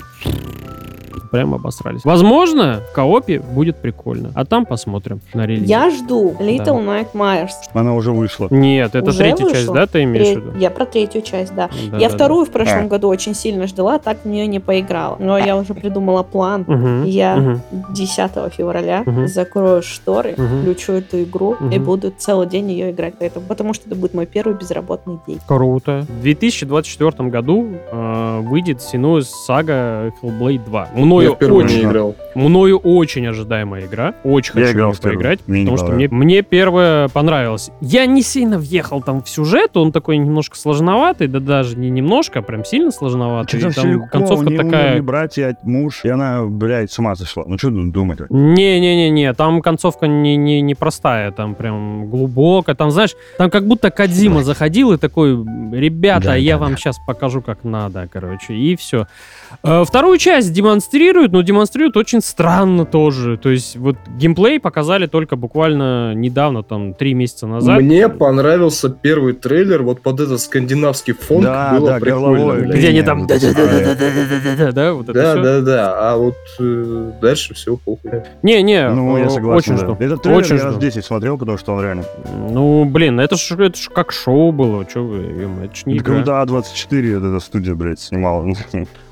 Speaker 2: прям обосрались. Возможно, в коопе будет прикольно, а там посмотрим на релиз.
Speaker 3: Я жду Little Nightmares.
Speaker 1: Она уже вышла.
Speaker 2: Нет, это
Speaker 3: Уже
Speaker 2: третья часть,
Speaker 3: вышла?
Speaker 2: да, ты имеешь в виду?
Speaker 3: Я про третью часть, да.
Speaker 2: Да, да, да.
Speaker 3: я вторую в прошлом
Speaker 1: А.
Speaker 3: году очень сильно ждала, так в нее не поиграла. Но я уже придумала план.
Speaker 2: Мгм,
Speaker 3: Я-
Speaker 2: мгм.
Speaker 3: 10 февраля
Speaker 2: Мгм.
Speaker 3: закрою шторы,
Speaker 2: Мгм.
Speaker 3: включу эту игру и
Speaker 2: Мгм.
Speaker 3: буду целый день ее играть. Поэтому, потому что это будет мой первый безработный день.
Speaker 2: Круто. В 2024 году э, выйдет Синуэс Сага Hellblade 2. У
Speaker 4: Я
Speaker 2: мною
Speaker 4: в первую
Speaker 2: очень
Speaker 4: не играл.
Speaker 2: мною очень ожидаемая игра. Очень
Speaker 1: Я
Speaker 2: хочу в
Speaker 1: играл
Speaker 2: неё
Speaker 1: в первую.
Speaker 2: поиграть,
Speaker 1: Мне не
Speaker 2: потому что мне,
Speaker 1: понравилось.
Speaker 2: мне первая понравилась. Я не сильно въехал там в сюжет, он такой немножко сложноватый, да даже не немножко, а прям сильно сложноватый.
Speaker 1: Чё
Speaker 2: И
Speaker 1: там
Speaker 2: Там,
Speaker 1: всё легко,
Speaker 2: концовка
Speaker 1: у неё умерли
Speaker 2: такая...
Speaker 1: братья, а муж, и она, блядь, с ума сошла. Ну что думать?
Speaker 2: Не-не-не-не, там концовка не, не, не простая, там прям глубокая. Там, знаешь, там как будто Кадзима заходил и такой, ребята,
Speaker 1: Да,
Speaker 2: я
Speaker 1: да,
Speaker 2: вам сейчас покажу, как надо, короче, и все. Вторую часть демонстрируют, но демонстрируют очень странно тоже. То есть вот геймплей показали только буквально недавно, там, три месяца назад.
Speaker 4: Мне понравился первый трейлер, вот под этот скандинавский фон
Speaker 1: Да,
Speaker 4: было
Speaker 1: да,
Speaker 4: прикольно.
Speaker 1: горловое.
Speaker 4: блядь.
Speaker 2: Где они там...
Speaker 1: Вот это
Speaker 2: да-да-да-да-да-да-да-да, да, вот это
Speaker 4: Да,
Speaker 2: всё.
Speaker 4: да, да, а вот э, дальше все похуй.
Speaker 2: Не-не,
Speaker 1: Ну, я
Speaker 2: э,
Speaker 1: согласен.
Speaker 2: очень
Speaker 1: да.
Speaker 2: жду.
Speaker 1: Этот трейлер
Speaker 2: Очень
Speaker 1: я раз
Speaker 2: жду.
Speaker 1: 10 смотрел, потому что он реально...
Speaker 2: Ну, блин, это ж, это ж как шоу было, чё вы, ё-моё, это ж не игра.
Speaker 1: Когда 24 эта студия, блядь, снимала. Ну,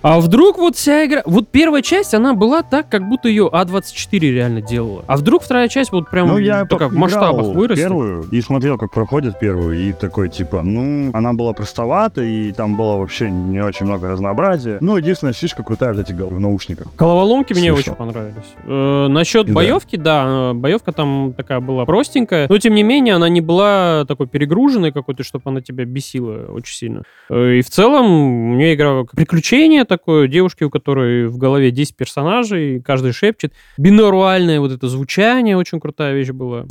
Speaker 2: А вдруг вот вся игра... Вот первая часть, она была так, как будто ее А24 реально делала. А вдруг вторая часть вот прям
Speaker 1: Ну, я
Speaker 2: такая в
Speaker 1: поиграл
Speaker 2: масштабах
Speaker 1: в
Speaker 2: вырастет?
Speaker 1: первую и смотрел, как проходит первую, и такой, типа, ну, она была простовата, и там было вообще не очень много разнообразия. Ну, единственная фишка крутая вот эти гол- в наушниках.
Speaker 2: Головоломки мне
Speaker 1: Слышал.
Speaker 2: очень понравились. Э, насчет
Speaker 1: Да.
Speaker 2: боевки, да, э, боевка там такая была простенькая, но тем не менее она не была такой перегруженной какой-то, чтобы она тебя бесила очень сильно. Э, и в целом мне игра как приключение такое, девушки, у которой в голове 10 персонажей, и каждый шепчет. Бинаруальное вот это звучание, очень крутая вещь была.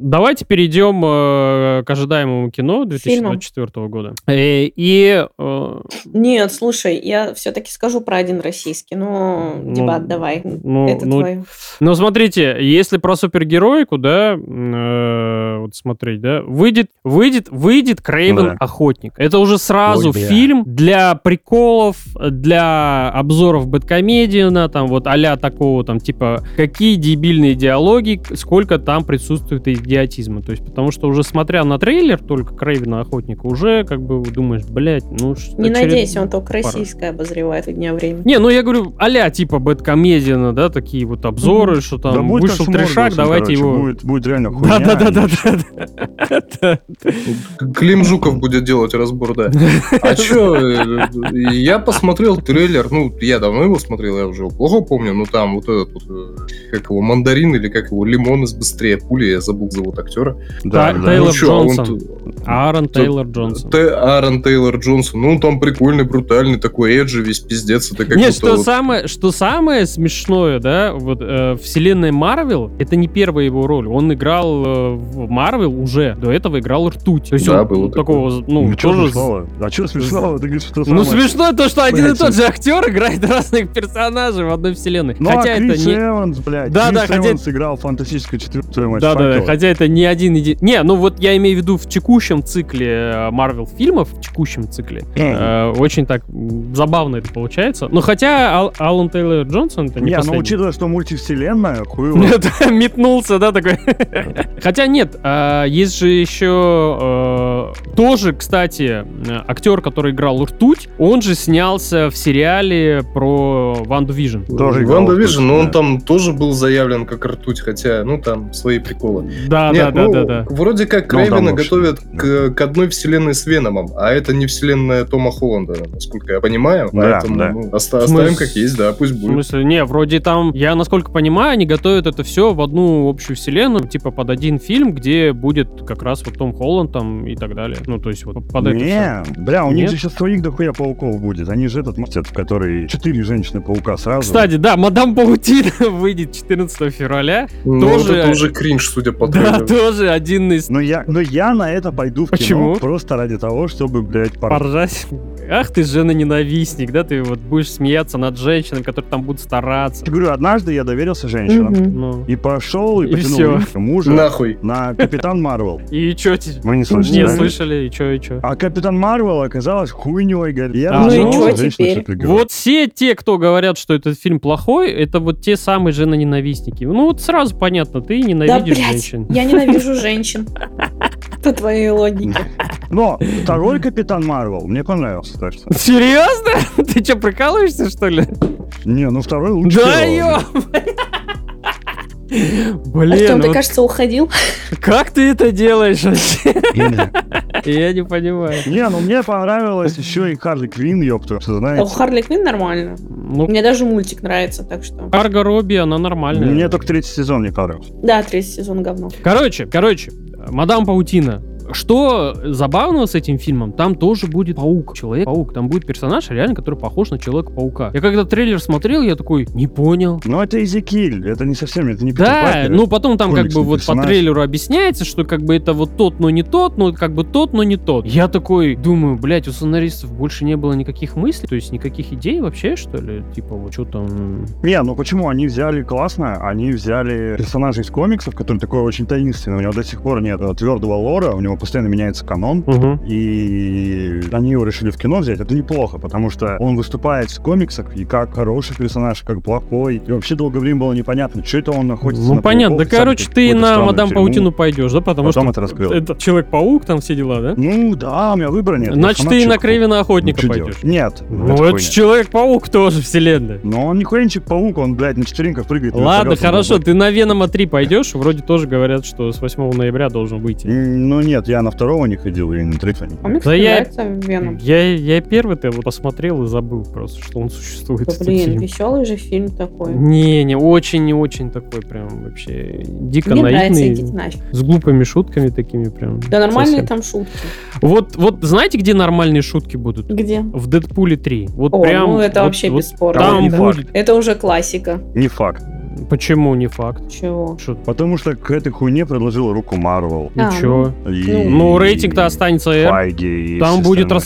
Speaker 2: Давайте перейдем э, к ожидаемому кино 2024 года. Э, И, э,
Speaker 3: Нет, слушай, я все-таки скажу про один российский, но
Speaker 2: Ну,
Speaker 3: дебат давай.
Speaker 2: ну,
Speaker 3: Это
Speaker 2: ну,
Speaker 3: твой.
Speaker 2: Ну, смотрите, если про супергероику, да, э, вот смотреть, да, выйдет, выйдет, выйдет Крейвен
Speaker 1: Да.
Speaker 2: Охотник. Это уже сразу
Speaker 1: Ой, бля.
Speaker 2: фильм для приколов, для обзоров Бэткомедиана, там вот а такого, там типа, какие дебильные диалоги, сколько там присутствует идиотизма. То есть, потому что уже смотря на трейлер только Крейвена Охотника, уже как бы думаешь, блядь, ну что
Speaker 3: Не
Speaker 2: очеред-
Speaker 3: надейся, он только
Speaker 2: пара.
Speaker 3: российское обозревает в дня времени.
Speaker 2: не, ну я говорю, а-ля типа Бэткомедиана, да, такие вот обзоры,
Speaker 1: Мгм.
Speaker 2: что там
Speaker 1: Ну, Да будет как
Speaker 2: вышел
Speaker 1: с Моргансом,
Speaker 2: трешак, давайте
Speaker 1: короче,
Speaker 2: его...
Speaker 1: Будет, будет реально хуйня.
Speaker 2: Да, да, да, да, да, да.
Speaker 4: Клим Жуков будет делать разбор, да. А чё, э, я посмотрел трейлер, ну, я давно его смотрел, я уже его плохо помню, но там вот этот, вот, э, как его, мандарин или как его, лимон из «Быстрее пули», я забыл зовут актера.
Speaker 1: Да,
Speaker 2: Та-
Speaker 1: да.
Speaker 2: Тейлор
Speaker 4: Ну чё, он
Speaker 2: Джонсон.
Speaker 4: т-
Speaker 2: Аарон Тейлор Джонсон.
Speaker 4: Т. Аарон Тейлор Джонсон, ну, он там прикольный, брутальный, такой эджи, весь пиздец, это как
Speaker 2: Не,
Speaker 4: будто
Speaker 2: что
Speaker 4: вот-
Speaker 2: самое, что самое смешное, да, вот э, вселенная Марвел, это не первая его роль. Он играл э, в Марвел уже, до этого играл Ртуть. То есть
Speaker 4: Да,
Speaker 2: он
Speaker 4: было
Speaker 2: такого, ну,
Speaker 1: Ну, чё
Speaker 2: тоже...
Speaker 1: смешного? А что смешного? Ты говоришь, что
Speaker 2: Ну,
Speaker 1: самое-
Speaker 2: смешно то, что один и
Speaker 4: Блядь,
Speaker 2: тот же актер играет разных персонажей в одной вселенной.
Speaker 1: Ну,
Speaker 2: Хотя
Speaker 1: а
Speaker 2: это
Speaker 1: Крис
Speaker 2: не...
Speaker 1: Эванс, блядь.
Speaker 2: Да, да,
Speaker 1: Крис
Speaker 2: хотя-
Speaker 1: Эванс играл фантастическую четвертую матч
Speaker 2: Да, да, хотя это не один еди- Не, ну вот я имею в виду в текущем цикле Марвел фильмов, в текущем цикле. э, очень так м, забавно это получается. Ну хотя Ал- Алан Тейлор Джонсон это не
Speaker 1: Не, ну,
Speaker 2: последний.
Speaker 1: учитывая, что мультивселенная, хуево.
Speaker 2: Нет, метнулся, да, такой. Хотя нет, а, есть же еще э, тоже, кстати, э, актер, который играл Ртуть, он же снялся в сериале про Ванду Вижн.
Speaker 1: Тоже играл
Speaker 4: Ванда
Speaker 1: в
Speaker 4: Вижн, но
Speaker 1: да.
Speaker 4: он там тоже был заявлен как ртуть, хотя, ну, там свои приколы.
Speaker 2: Да, да,
Speaker 4: Нет,
Speaker 2: А, да,
Speaker 4: ну,
Speaker 2: да, да.
Speaker 4: Вроде как
Speaker 1: Ну, там
Speaker 4: Крейвена
Speaker 1: вообще,
Speaker 4: готовят
Speaker 1: да.
Speaker 4: к, к одной вселенной с Веномом, а это не вселенная Тома Холланда, насколько я понимаю.
Speaker 1: Да,
Speaker 4: поэтому
Speaker 1: да.
Speaker 4: ну, оста-
Speaker 2: В
Speaker 4: оставим
Speaker 2: смысле?
Speaker 4: как есть, да, пусть
Speaker 2: В
Speaker 4: будет.
Speaker 2: смысле, не, вроде там, я насколько понимаю, они готовят это все в одну общую вселенную, типа под один фильм, где будет как раз вот Том Холланд там и так далее. Ну, то есть вот под это всё.
Speaker 1: Не, бля, у них
Speaker 2: Нет?
Speaker 1: же сейчас своих дохуя пауков будет. Они же этот мастер, в который четыре женщины-паука сразу.
Speaker 2: Кстати, да, «Мадам Паутина» выйдет 14 февраля.
Speaker 4: Ну,
Speaker 2: Тоже-
Speaker 4: вот это уже кринж, судя по
Speaker 2: Да,
Speaker 4: трейлеру.
Speaker 2: тоже один из...
Speaker 1: Но я, но я на это пойду в
Speaker 2: Почему?
Speaker 1: кино просто ради того, чтобы, блядь, пар...
Speaker 2: Поржать. Ах ты, жена-ненавистник, да? Ты вот будешь смеяться над женщинами, которые там будут стараться.
Speaker 1: Я говорю, однажды я доверился женщинам.
Speaker 3: Мгм.
Speaker 2: Ну.
Speaker 1: И пошел, и,
Speaker 2: И
Speaker 1: потянул
Speaker 2: всё.
Speaker 1: их мужа
Speaker 4: Нахуй.
Speaker 1: на Капитан Марвел.
Speaker 2: И чё тебе?
Speaker 1: Мы не слышали.
Speaker 2: Не
Speaker 1: да?
Speaker 2: слышали, и чё, и чё?
Speaker 1: А Капитан Марвел оказалась хуйней, говорит. Я
Speaker 2: А,
Speaker 1: даже
Speaker 2: ну
Speaker 1: знал,
Speaker 2: и чё
Speaker 1: что женщины
Speaker 3: теперь?
Speaker 1: что-то говорят.
Speaker 2: Вот все те, кто говорят, что этот фильм плохой, это вот те самые женоненавистники. Ну вот сразу понятно, ты
Speaker 3: Да,
Speaker 2: ненавидишь
Speaker 3: блядь,
Speaker 2: женщин.
Speaker 3: я ненавижу женщин. По твоей логике.
Speaker 1: Но второй Капитан Марвел мне понравился, так что.
Speaker 2: Серьезно? Ты что, прикалываешься, что ли?
Speaker 1: Не, ну второй лучше.
Speaker 2: Да,
Speaker 1: первого.
Speaker 2: ё! Блин,
Speaker 3: Артем, ты,
Speaker 2: вот
Speaker 3: кажется, уходил.
Speaker 2: как ты это делаешь вообще?
Speaker 1: Или-
Speaker 2: Я не понимаю.
Speaker 1: Не, ну мне понравилось еще и Харли Квин, ёпта, что
Speaker 3: У
Speaker 1: знаете.
Speaker 3: Харли Квинн нормально.
Speaker 2: Ну,
Speaker 3: Мне даже мультик нравится, так что...
Speaker 2: Карго Робби, она нормальная.
Speaker 1: Мне только третий сезон не понравился.
Speaker 3: Да, третий сезон говно.
Speaker 2: Короче, короче, Мадам Паутина. Что забавного с этим фильмом, там тоже будет паук, человек-паук. Там будет персонаж, реально, который похож на человека-паука. Я когда трейлер смотрел, я такой, не понял.
Speaker 1: Но это Изикиль, это не совсем, это не Питер
Speaker 2: Да,
Speaker 1: Паркер,
Speaker 2: ну потом там как бы
Speaker 1: Типа комиксный
Speaker 2: вот по
Speaker 1: персонаж.
Speaker 2: трейлеру объясняется, что как бы это вот тот, но не тот, но как бы тот, но не тот. Я такой думаю, блядь, у сценаристов больше не было никаких мыслей, то есть никаких идей вообще, что ли? Типа, вот что там...
Speaker 1: Не, ну почему? Они взяли классно, они взяли персонажа из комиксов, который такой очень таинственный, у него до сих пор нет э, твердого лора, у него постоянно меняется канон, и они его решили в кино взять, это неплохо, потому что он выступает в комиксах и как хороший персонаж, как плохой. И вообще долгое время было непонятно, что это он находится
Speaker 2: Ну
Speaker 1: на
Speaker 2: понятно, да
Speaker 1: пауков,
Speaker 2: короче,
Speaker 1: сам
Speaker 2: ты
Speaker 1: какой-то
Speaker 2: на
Speaker 1: странную
Speaker 2: Мадам
Speaker 1: тюрьму.
Speaker 2: Паутину пойдешь, да? Потому
Speaker 1: Потом
Speaker 2: что
Speaker 1: это раскрыл.
Speaker 2: это Человек-паук, там все дела, да?
Speaker 1: Ну да, у меня выбора нет.
Speaker 2: Значит,
Speaker 1: Я
Speaker 2: ты и на
Speaker 1: фанат Человека-паука.
Speaker 2: Крейвена
Speaker 1: Ну,
Speaker 2: Охотника
Speaker 1: чё
Speaker 2: пойдешь.
Speaker 1: делать? Нет.
Speaker 2: Ну, это же Человек-паук тоже вселенная.
Speaker 1: Но он не Хуенчик-паук, он, блядь, на четвереньках прыгает. на
Speaker 2: Ладно,
Speaker 1: вертолёте
Speaker 2: хорошо,
Speaker 1: назад.
Speaker 2: ты на Венома 3 пойдешь, вроде тоже говорят, что с 8 ноября должен выйти.
Speaker 1: М, Ну нет, я на второго не ходил и на третьего не
Speaker 3: А
Speaker 1: ходил.
Speaker 3: мне,
Speaker 2: Да
Speaker 3: кстати,
Speaker 2: я-
Speaker 3: нравится Веном.
Speaker 2: Я, я первый-то его посмотрел и забыл просто, что он существует.
Speaker 3: Да,
Speaker 2: этот
Speaker 3: блин,
Speaker 2: фильм.
Speaker 3: веселый же фильм такой.
Speaker 2: Не, не, очень не очень такой прям вообще дико
Speaker 3: Мне нравится,
Speaker 2: наивный.
Speaker 3: идите нафиг.
Speaker 2: С глупыми шутками такими прям.
Speaker 3: Да нормальные
Speaker 2: совсем.
Speaker 3: там шутки.
Speaker 2: Вот, вот знаете, где нормальные шутки будут?
Speaker 3: Где?
Speaker 2: В Дэдпуле 3. Вот
Speaker 3: О,
Speaker 2: прям.
Speaker 3: ну это
Speaker 2: вот-
Speaker 3: вообще
Speaker 2: вот
Speaker 3: бесспорно.
Speaker 1: там
Speaker 2: Там
Speaker 1: не факт.
Speaker 2: будет.
Speaker 3: Это уже классика.
Speaker 1: Не факт.
Speaker 2: Почему не факт?
Speaker 3: Чего?
Speaker 2: Что?
Speaker 1: Потому что к этой хуйне предложил руку Марвел.
Speaker 3: А,
Speaker 2: Ничего.
Speaker 1: И-
Speaker 2: Ну, рейтинг-то останется R.
Speaker 1: Файги и
Speaker 2: Там
Speaker 1: все
Speaker 2: будет
Speaker 1: остальное.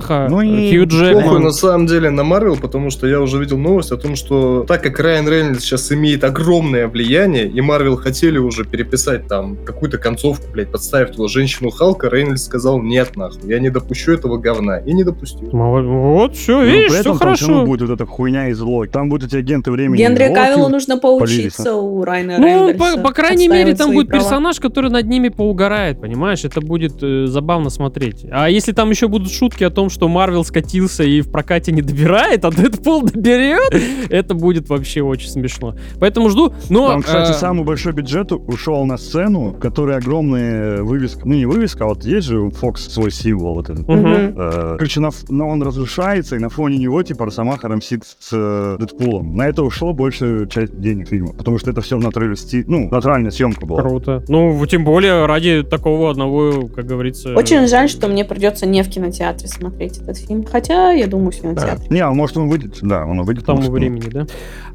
Speaker 2: Росомаха,
Speaker 1: Ну и
Speaker 2: Хью
Speaker 4: Похуй
Speaker 2: Джекман.
Speaker 4: на самом деле на Марвел, потому что я уже видел новость о том, что так как Райан Рейнольдс сейчас имеет огромное влияние, и Марвел хотели уже переписать там какую-то концовку, блядь, подставив туда женщину Халка, Рейнольдс сказал, нет, нахуй, я не допущу этого говна. И не допустил.
Speaker 2: Мало- Вот, все,
Speaker 1: Но
Speaker 2: видишь,
Speaker 1: при
Speaker 2: все
Speaker 1: этом Ну, там всё равно
Speaker 2: хорошо.
Speaker 1: будет вот эта хуйня из Локи. Там будут эти агенты времени.
Speaker 3: Генри ну,
Speaker 1: Локи.
Speaker 3: Кавиллу нужно
Speaker 1: Полиса.
Speaker 3: поучиться у Райана
Speaker 2: Ну,
Speaker 3: Рейнольдса,
Speaker 2: по, по крайней мере,
Speaker 3: отстаивать
Speaker 2: там
Speaker 3: э, свои
Speaker 2: будет
Speaker 3: права.
Speaker 2: персонаж, который над ними поугорает, понимаешь? Это будет э, забавно смотреть. А если там еще будут шутки о том, что Марвел скатился и в прокате не добирает, а Дэдпул доберет, это будет вообще очень смешно. Поэтому жду. Но,
Speaker 1: Там, кстати,
Speaker 2: э,
Speaker 1: самый большой бюджет ушел на сцену, в которой огромная вывеска. Ну, не вывеска, а вот есть же у Fox свой символ вот этот.
Speaker 2: мгм.
Speaker 3: Мгм.
Speaker 1: Э, Короче, на, ф- но он разрушается, и на фоне него, типа, Росомаха рамсит с э, Дэдпулом. На это ушло большая часть денег фильма, потому что это все в натуральности, ну, натуральная съемка была.
Speaker 2: Круто. Ну, тем более, ради такого одного, как говорится...
Speaker 3: Очень жаль, что мне придется не в кинотеатре смотреть этот фильм. Хотя, я думаю, в кинотеатре.
Speaker 1: Не, а может он выйдет, да, он выйдет.
Speaker 2: к тому
Speaker 1: может, ну,
Speaker 2: времени, да?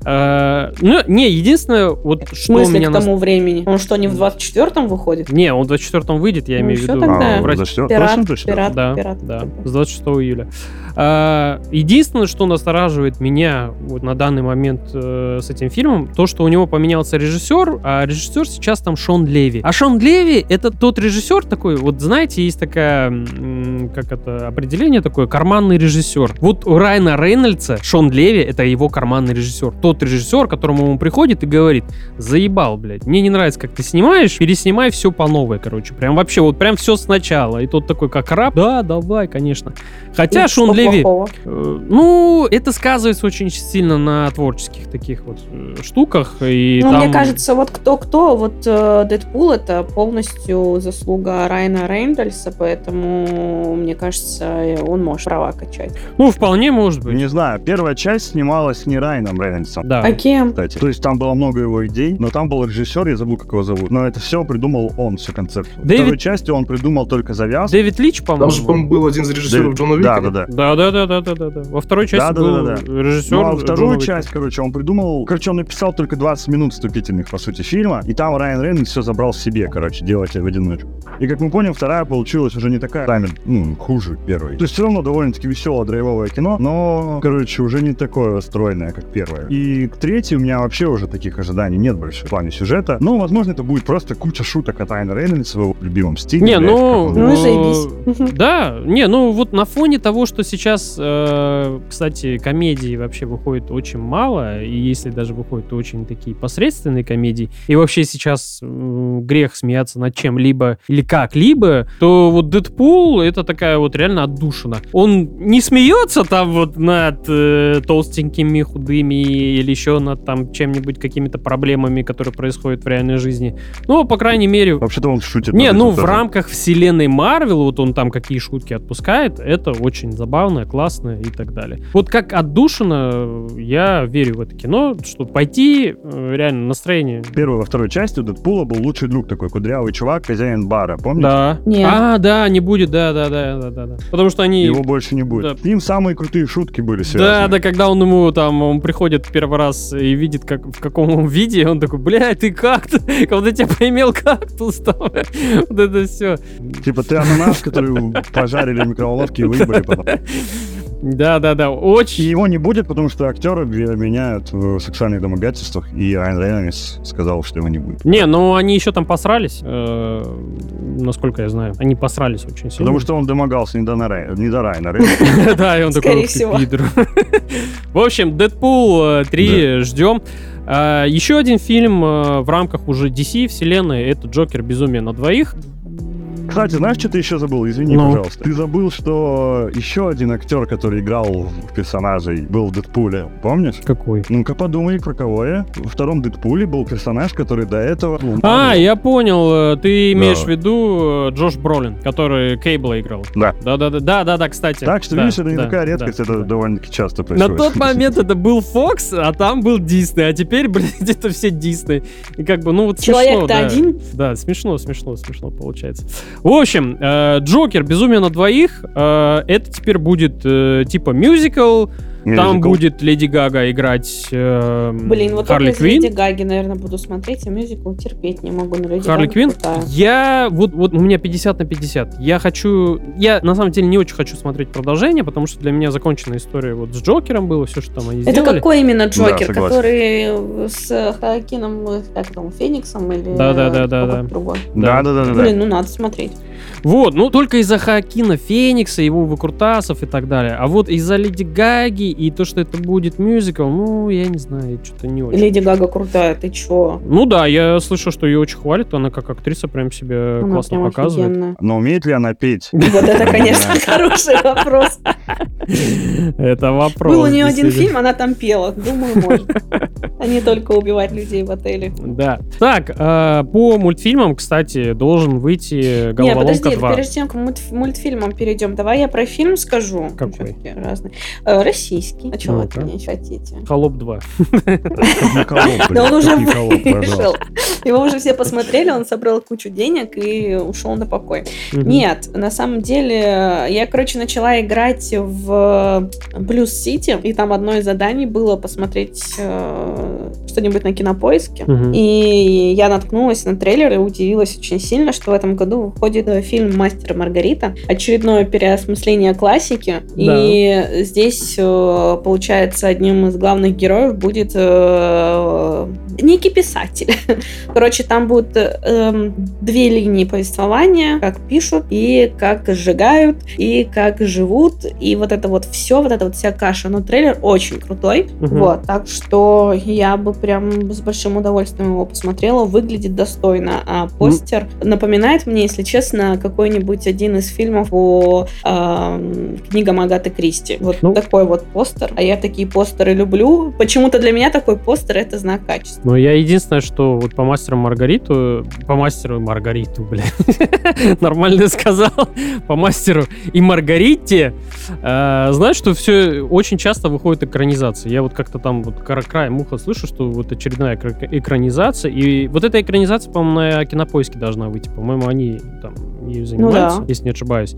Speaker 2: Э, ну, не, единственное, вот
Speaker 3: В
Speaker 2: что
Speaker 3: смысле,
Speaker 2: меня...
Speaker 3: к
Speaker 2: нас-
Speaker 3: тому времени? Он что, не в 24-м выходит?
Speaker 2: Не, он в 24-м выйдет, я
Speaker 3: Ну,
Speaker 2: имею в
Speaker 3: всё
Speaker 2: виду.
Speaker 3: тогда.
Speaker 1: а,
Speaker 3: Да.
Speaker 1: он
Speaker 2: врать-
Speaker 1: за четвёртый?
Speaker 3: Пират,
Speaker 1: Точно, точно?
Speaker 3: пират.
Speaker 2: Да,
Speaker 3: пират,
Speaker 2: да,
Speaker 3: пират.
Speaker 2: с 26 июля. А, единственное, что настораживает меня вот на данный момент э, с этим фильмом, то, что у него поменялся режиссер, а режиссер сейчас там Шон Леви. А Шон Леви это тот режиссер такой, вот знаете, есть такая, м, как это определение такое, карманный режиссер. Вот у Райана Рейнольдса Шон Леви это его карманный режиссер. Тот режиссер, к которому он приходит и говорит, заебал, блядь. Мне не нравится, как ты снимаешь, переснимай все по новой, короче. Прям вообще, вот прям все сначала. И тот такой, как раб, да, давай, конечно. Хотя
Speaker 3: Ну,
Speaker 2: Шон
Speaker 3: что
Speaker 2: Леви,
Speaker 3: плохого?
Speaker 2: э, ну, это сказывается очень сильно на творческих таких вот э, штуках. И
Speaker 3: ну,
Speaker 2: там-
Speaker 3: мне кажется, вот кто-кто, вот э, Дэдпул это полностью заслуга Райана Рейндальса, поэтому, мне кажется, он может права качать.
Speaker 2: Ну, вполне может быть.
Speaker 1: Не знаю, первая часть снималась не Райаном Рейнольдсом.
Speaker 2: Да.
Speaker 3: А кем?
Speaker 1: Кстати. То есть там было много его идей, но там был режиссер, я забыл, как его зовут. Но это все придумал он, всю концепцию.
Speaker 2: Дэвид-
Speaker 1: Вторую часть он придумал только завязку.
Speaker 2: Дэвид Лич,
Speaker 4: Там же, по-моему,
Speaker 2: по-моему.
Speaker 4: был один из режиссеров
Speaker 1: Дэвид-
Speaker 4: Джона
Speaker 1: Да,
Speaker 4: Вика.
Speaker 1: да, да.
Speaker 2: Да, да, да, да, да, да, да. Во второй части был
Speaker 1: Да-да-да-да.
Speaker 2: режиссер.
Speaker 1: Ну, а вторую
Speaker 2: Джона Уика.
Speaker 1: часть, короче, он придумал... Короче, он написал только 20 минут вступительных, по сути, фильма, и там Райан Рейнольдс все забрал себе, короче, делать в одиночку. И, как мы поняли, вторая получилась уже не такая, сами, ну, хуже первой. То есть все равно довольно-таки веселое, драйвовое кино, но, короче, уже не такое стройное, как первое. И к третьей у меня вообще уже таких ожиданий нет больше в плане сюжета. Но, возможно, это будет просто куча шуток от Райана Рейнольдса в его любимом стиле.
Speaker 2: Не,
Speaker 1: блядь,
Speaker 2: ну,
Speaker 1: как он
Speaker 3: Ну и
Speaker 2: э,
Speaker 3: заебись.
Speaker 2: Да, не, ну вот на фоне того, что сейчас, э, кстати, комедии вообще выходит очень мало, и если даже выходит, то очень такие посредственные комедии, и вообще сейчас м, грех смеяться над чем-либо или как-либо, то вот Дэдпул это такая вот реально отдушина. Он не смеется там вот над э, толстенькими, худыми или еще над там чем-нибудь, какими-то проблемами, которые происходят в реальной жизни. Но, по крайней мере,
Speaker 1: Вообще-то он шутит.
Speaker 2: ну, не,
Speaker 1: над
Speaker 2: ну
Speaker 1: этим
Speaker 2: в
Speaker 1: тоже.
Speaker 2: рамках вселенной Марвел, вот он там какие шутки отпускает, это очень забавно, классно и так далее. Вот как отдушина, э, я верю в это кино, что пойти, э, реально, настроение...
Speaker 1: Первой во второй части у Дэдпула был лучший друг такой кудрявый чувак, хозяин бара, помнишь?
Speaker 2: Да.
Speaker 3: Нет.
Speaker 2: А, да, не будет, да, да, да, да, да, да. Потому что они...
Speaker 1: Его больше не будет. С ним самые крутые шутки были
Speaker 2: Да,
Speaker 1: связаны.
Speaker 2: да, когда он ему там, он приходит первый раз и видит, как, в каком он виде, он такой, блядь, ты кактус, когда тебя поимел кактус там, вот это все.
Speaker 1: Типа ты ананас, который пожарили в микроволновке и выебали потом.
Speaker 2: Да, да, да,
Speaker 1: И
Speaker 2: очень.
Speaker 1: его не будет, потому что актеры ве- меняют в сексуальных домогательствах, и Райан Рейнольдс сказал, что его не будет.
Speaker 2: Не, ну они еще там посрались, э, насколько я знаю. Они посрались очень сильно.
Speaker 1: Потому что он домогался не до, Нарай- не до Райана Рейнольдса.
Speaker 2: Да, и он такой, «Ух
Speaker 3: Скорее
Speaker 2: ты,
Speaker 3: всего.
Speaker 2: пидор». В общем, Дэдпул э, 3 ждем. А, Еще один фильм а, в рамках уже DC вселенной, это Джокер Безумие на двоих.
Speaker 1: Кстати, знаешь, что ты еще забыл? Извини,
Speaker 2: Ну.
Speaker 1: пожалуйста. Ты забыл, что еще один актер, который играл в персонажей, был в Дэдпуле. Помнишь?
Speaker 2: Какой?
Speaker 1: Ну-ка подумай, про кого я. Во втором Дэдпуле был персонаж, который до этого...
Speaker 2: А, я понял. э,
Speaker 1: Да.
Speaker 2: Ты имеешь в виду э, Джош Бролин, который Кейбла играл.
Speaker 1: Да.
Speaker 2: Да, да, да, да, да, да, кстати.
Speaker 1: Так что,
Speaker 2: Да,
Speaker 1: видишь, это не
Speaker 2: да,
Speaker 1: такая
Speaker 2: да,
Speaker 1: редкость, это
Speaker 2: да.
Speaker 1: довольно-таки часто
Speaker 2: На
Speaker 1: происходит.
Speaker 2: тот момент это был Фокс, а там был Дисней, а теперь, блядь, это все Дисней. И как бы, ну вот смешно,
Speaker 3: Человек-то
Speaker 2: да.
Speaker 3: один.
Speaker 2: Да, смешно, смешно, смешно получается. В общем, э, Джокер, Безумие на двоих, э, это теперь будет э, типа мюзикл, там
Speaker 1: Мюзикл.
Speaker 2: будет Леди Гага играть э,
Speaker 3: Блин, вот
Speaker 2: Харли
Speaker 3: только из
Speaker 2: Квинн.
Speaker 3: Леди Гаги, наверное, буду смотреть, а мюзикл терпеть не могу. Но Леди
Speaker 2: Харли
Speaker 3: Гага
Speaker 2: Квинн?
Speaker 3: крутая.
Speaker 2: Я вот, вот у меня 50 на 50. Я хочу... Я на самом деле не очень хочу смотреть продолжение, потому что для меня закончена история вот с Джокером было, все, что там они
Speaker 3: Это
Speaker 2: сделали.
Speaker 3: какой именно Джокер,
Speaker 1: согласен.
Speaker 3: который с Хоакином, э, как там, Фениксом или
Speaker 2: Да-да-да-да-да.
Speaker 3: какого-то другого?
Speaker 1: Да, да, да, да.
Speaker 3: Блин, ну надо смотреть.
Speaker 2: Вот, ну только из-за Хакина Феникса, его выкрутасов и так далее. А вот из-за Леди Гаги и то, что это будет мюзикл, ну, я не знаю, что-то не очень.
Speaker 3: Леди Гага крутая, ты чё?
Speaker 2: Ну да, я слышал, что ее очень хвалят, она как актриса прям себя
Speaker 3: Она
Speaker 2: Э, классно
Speaker 3: Ну, прям
Speaker 2: показывает.
Speaker 3: офигенная.
Speaker 1: Но умеет ли она петь?
Speaker 3: Вот это, конечно, хороший вопрос.
Speaker 2: Это вопрос.
Speaker 3: Был у нее один
Speaker 2: действительно.
Speaker 3: фильм, она там пела. Думаю, может. А не только убивать людей в отеле.
Speaker 2: Да. Так, э, по мультфильмам, кстати, должен выйти
Speaker 3: Не,
Speaker 2: «Головоломка
Speaker 3: подожди,
Speaker 2: 2».
Speaker 3: прежде чем к мультф- мультфильмам перейдем, давай я про фильм скажу.
Speaker 2: Какой?
Speaker 3: Всё-таки разный. Э, Российский. А чего вы от
Speaker 2: Ну-ка.
Speaker 3: меня ещё хотите?
Speaker 2: «Холоп 2».
Speaker 3: Да он уже вышел. Его уже все посмотрели, он собрал кучу денег и ушел на покой.
Speaker 2: Мгм.
Speaker 3: Нет, на самом деле, э, я, короче, начала играть в Блюз Сити, и там одно из заданий было посмотреть э, что-нибудь на кинопоиске.
Speaker 2: Мгм.
Speaker 3: И я наткнулась на трейлер и удивилась очень сильно, что в этом году выходит э, фильм «Мастер и Маргарита». Очередное переосмысление классики. И здесь, э, получается, одним из главных героев будет э, некий писатель. Короче, там будут э, эм, две линии повествования, как пишут, и как сжигают, и как живут, и вот это вот все, вот эта вот вся каша. Но трейлер очень крутой,
Speaker 2: Мгм.
Speaker 3: вот, так что я бы прям с большим удовольствием его посмотрела, выглядит достойно, а постер напоминает мне, если честно, какой-нибудь один из фильмов по эм, книгам Агаты Кристи. Вот
Speaker 2: Ну.
Speaker 3: такой вот постер, а я такие постеры люблю. Почему-то для меня такой постер это знак качества.
Speaker 2: Ну, я единственное, что вот по мастеру Маргариту... По мастеру и Маргариту, блин. Нормально сказал. По мастеру и Маргарите. э, Знаешь, что все очень часто выходит экранизация. Я вот как-то там вот кра- краем уха слышу, что вот очередная экра- экранизация. И вот эта экранизация, по-моему, на кинопоиске должна выйти. По-моему, они там ею занимаются,
Speaker 3: Ну да.
Speaker 2: если не ошибаюсь.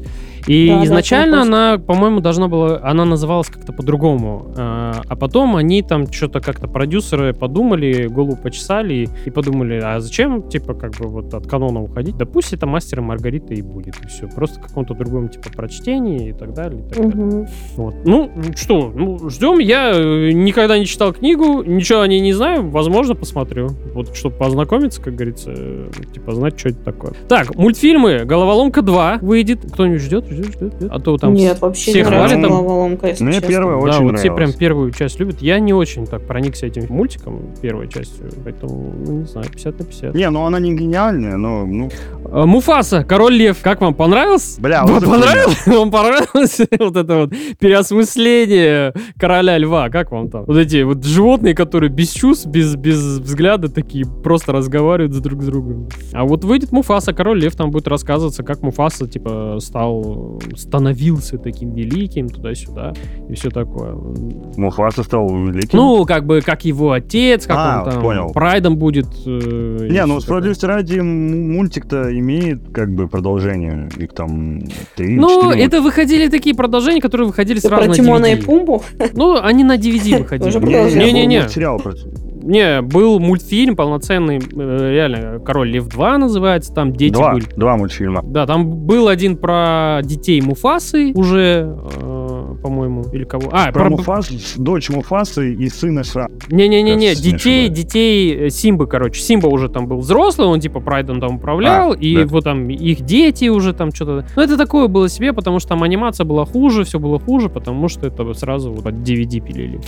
Speaker 2: И
Speaker 3: Да, да,
Speaker 2: изначально
Speaker 3: «Кинопоиск».
Speaker 2: она, по-моему, должна была, она называлась как-то по-другому, а а потом они там что-то как-то продюсеры подумали, голову почесали и, и подумали, а зачем, типа, как бы вот от канона уходить? Да пусть это мастер и Маргарита и будет, и все, просто в каком-то другом, типа, прочтении и так далее. и так далее. Вот. Ну, что, ну, ждем. Я э, никогда не читал книгу, ничего о ней не знаю, возможно, посмотрю. Вот, чтобы познакомиться, как говорится, э, типа, знать, что это такое. Так, мультфильмы Головоломка 2 выйдет. Кто-нибудь ждет? Ждет, ждет, ждет. А то там
Speaker 3: Нет, вообще
Speaker 2: все
Speaker 3: не нравится
Speaker 1: хвалят там?
Speaker 3: головоломка, если
Speaker 1: Мне
Speaker 3: честно.
Speaker 1: первая
Speaker 2: да,
Speaker 1: очень
Speaker 2: вот все прям
Speaker 1: нравилась.
Speaker 2: первую часть любят. Я не очень так проникся этим мультиком, первой частью, поэтому, ну, не знаю, 50 на 50.
Speaker 1: Не, ну она не гениальная, но, ну,
Speaker 2: А, Муфаса, Король Лев, как вам, понравился?
Speaker 1: бля,
Speaker 2: Вам
Speaker 1: вот это
Speaker 2: понравилось? Вам понравилось вот это вот переосмысление короля льва? Как вам там? Вот эти вот животные, которые без чувств, без, без взгляда такие просто разговаривают с друг с другом. А вот выйдет Муфаса, король лев, там будет рассказываться, как Муфаса, типа, стал, становился таким великим туда-сюда и все такое.
Speaker 1: хуйня. Муфаса стал великим.
Speaker 2: Ну, как бы, как его отец, как
Speaker 1: А,
Speaker 2: он там
Speaker 1: понял.
Speaker 2: прайдом будет. э, и
Speaker 1: не, ну
Speaker 2: всё такое.
Speaker 1: справедливости ради м- мультик-то имеет как бы продолжение. Их там три,
Speaker 2: Ну,
Speaker 1: четыре
Speaker 2: это выходили такие продолжения, которые выходили
Speaker 3: Ты
Speaker 2: сразу на
Speaker 3: Ну, про мультика. Про Тимона и
Speaker 2: DVD.
Speaker 3: Пумбу?
Speaker 2: Ну, они на DVD выходили.
Speaker 3: Тоже
Speaker 1: Не, не,
Speaker 2: Не-не-не.
Speaker 1: не. Сериал просто.
Speaker 2: Не, был мультфильм полноценный, э, реально, «Король Лев 2» называется, там дети
Speaker 1: Два,
Speaker 2: были.
Speaker 1: два мультфильма.
Speaker 2: Да, там был один про детей Муфасы уже, э, по-моему, или кого. А,
Speaker 1: Про
Speaker 2: про...
Speaker 1: Муфас, дочь Муфасы и сына Ша.
Speaker 2: Не-не-не-не,
Speaker 1: Кажется, не
Speaker 2: детей,
Speaker 1: ошибаюсь.
Speaker 2: детей э, Симбы, короче. Симба уже там был взрослый, он типа прайдом там управлял,
Speaker 1: А,
Speaker 2: и
Speaker 1: да.
Speaker 2: вот там их дети уже там что-то... Ну, это такое было себе, потому что там анимация была хуже, все было хуже, потому что это вот сразу вот под DVD пилили.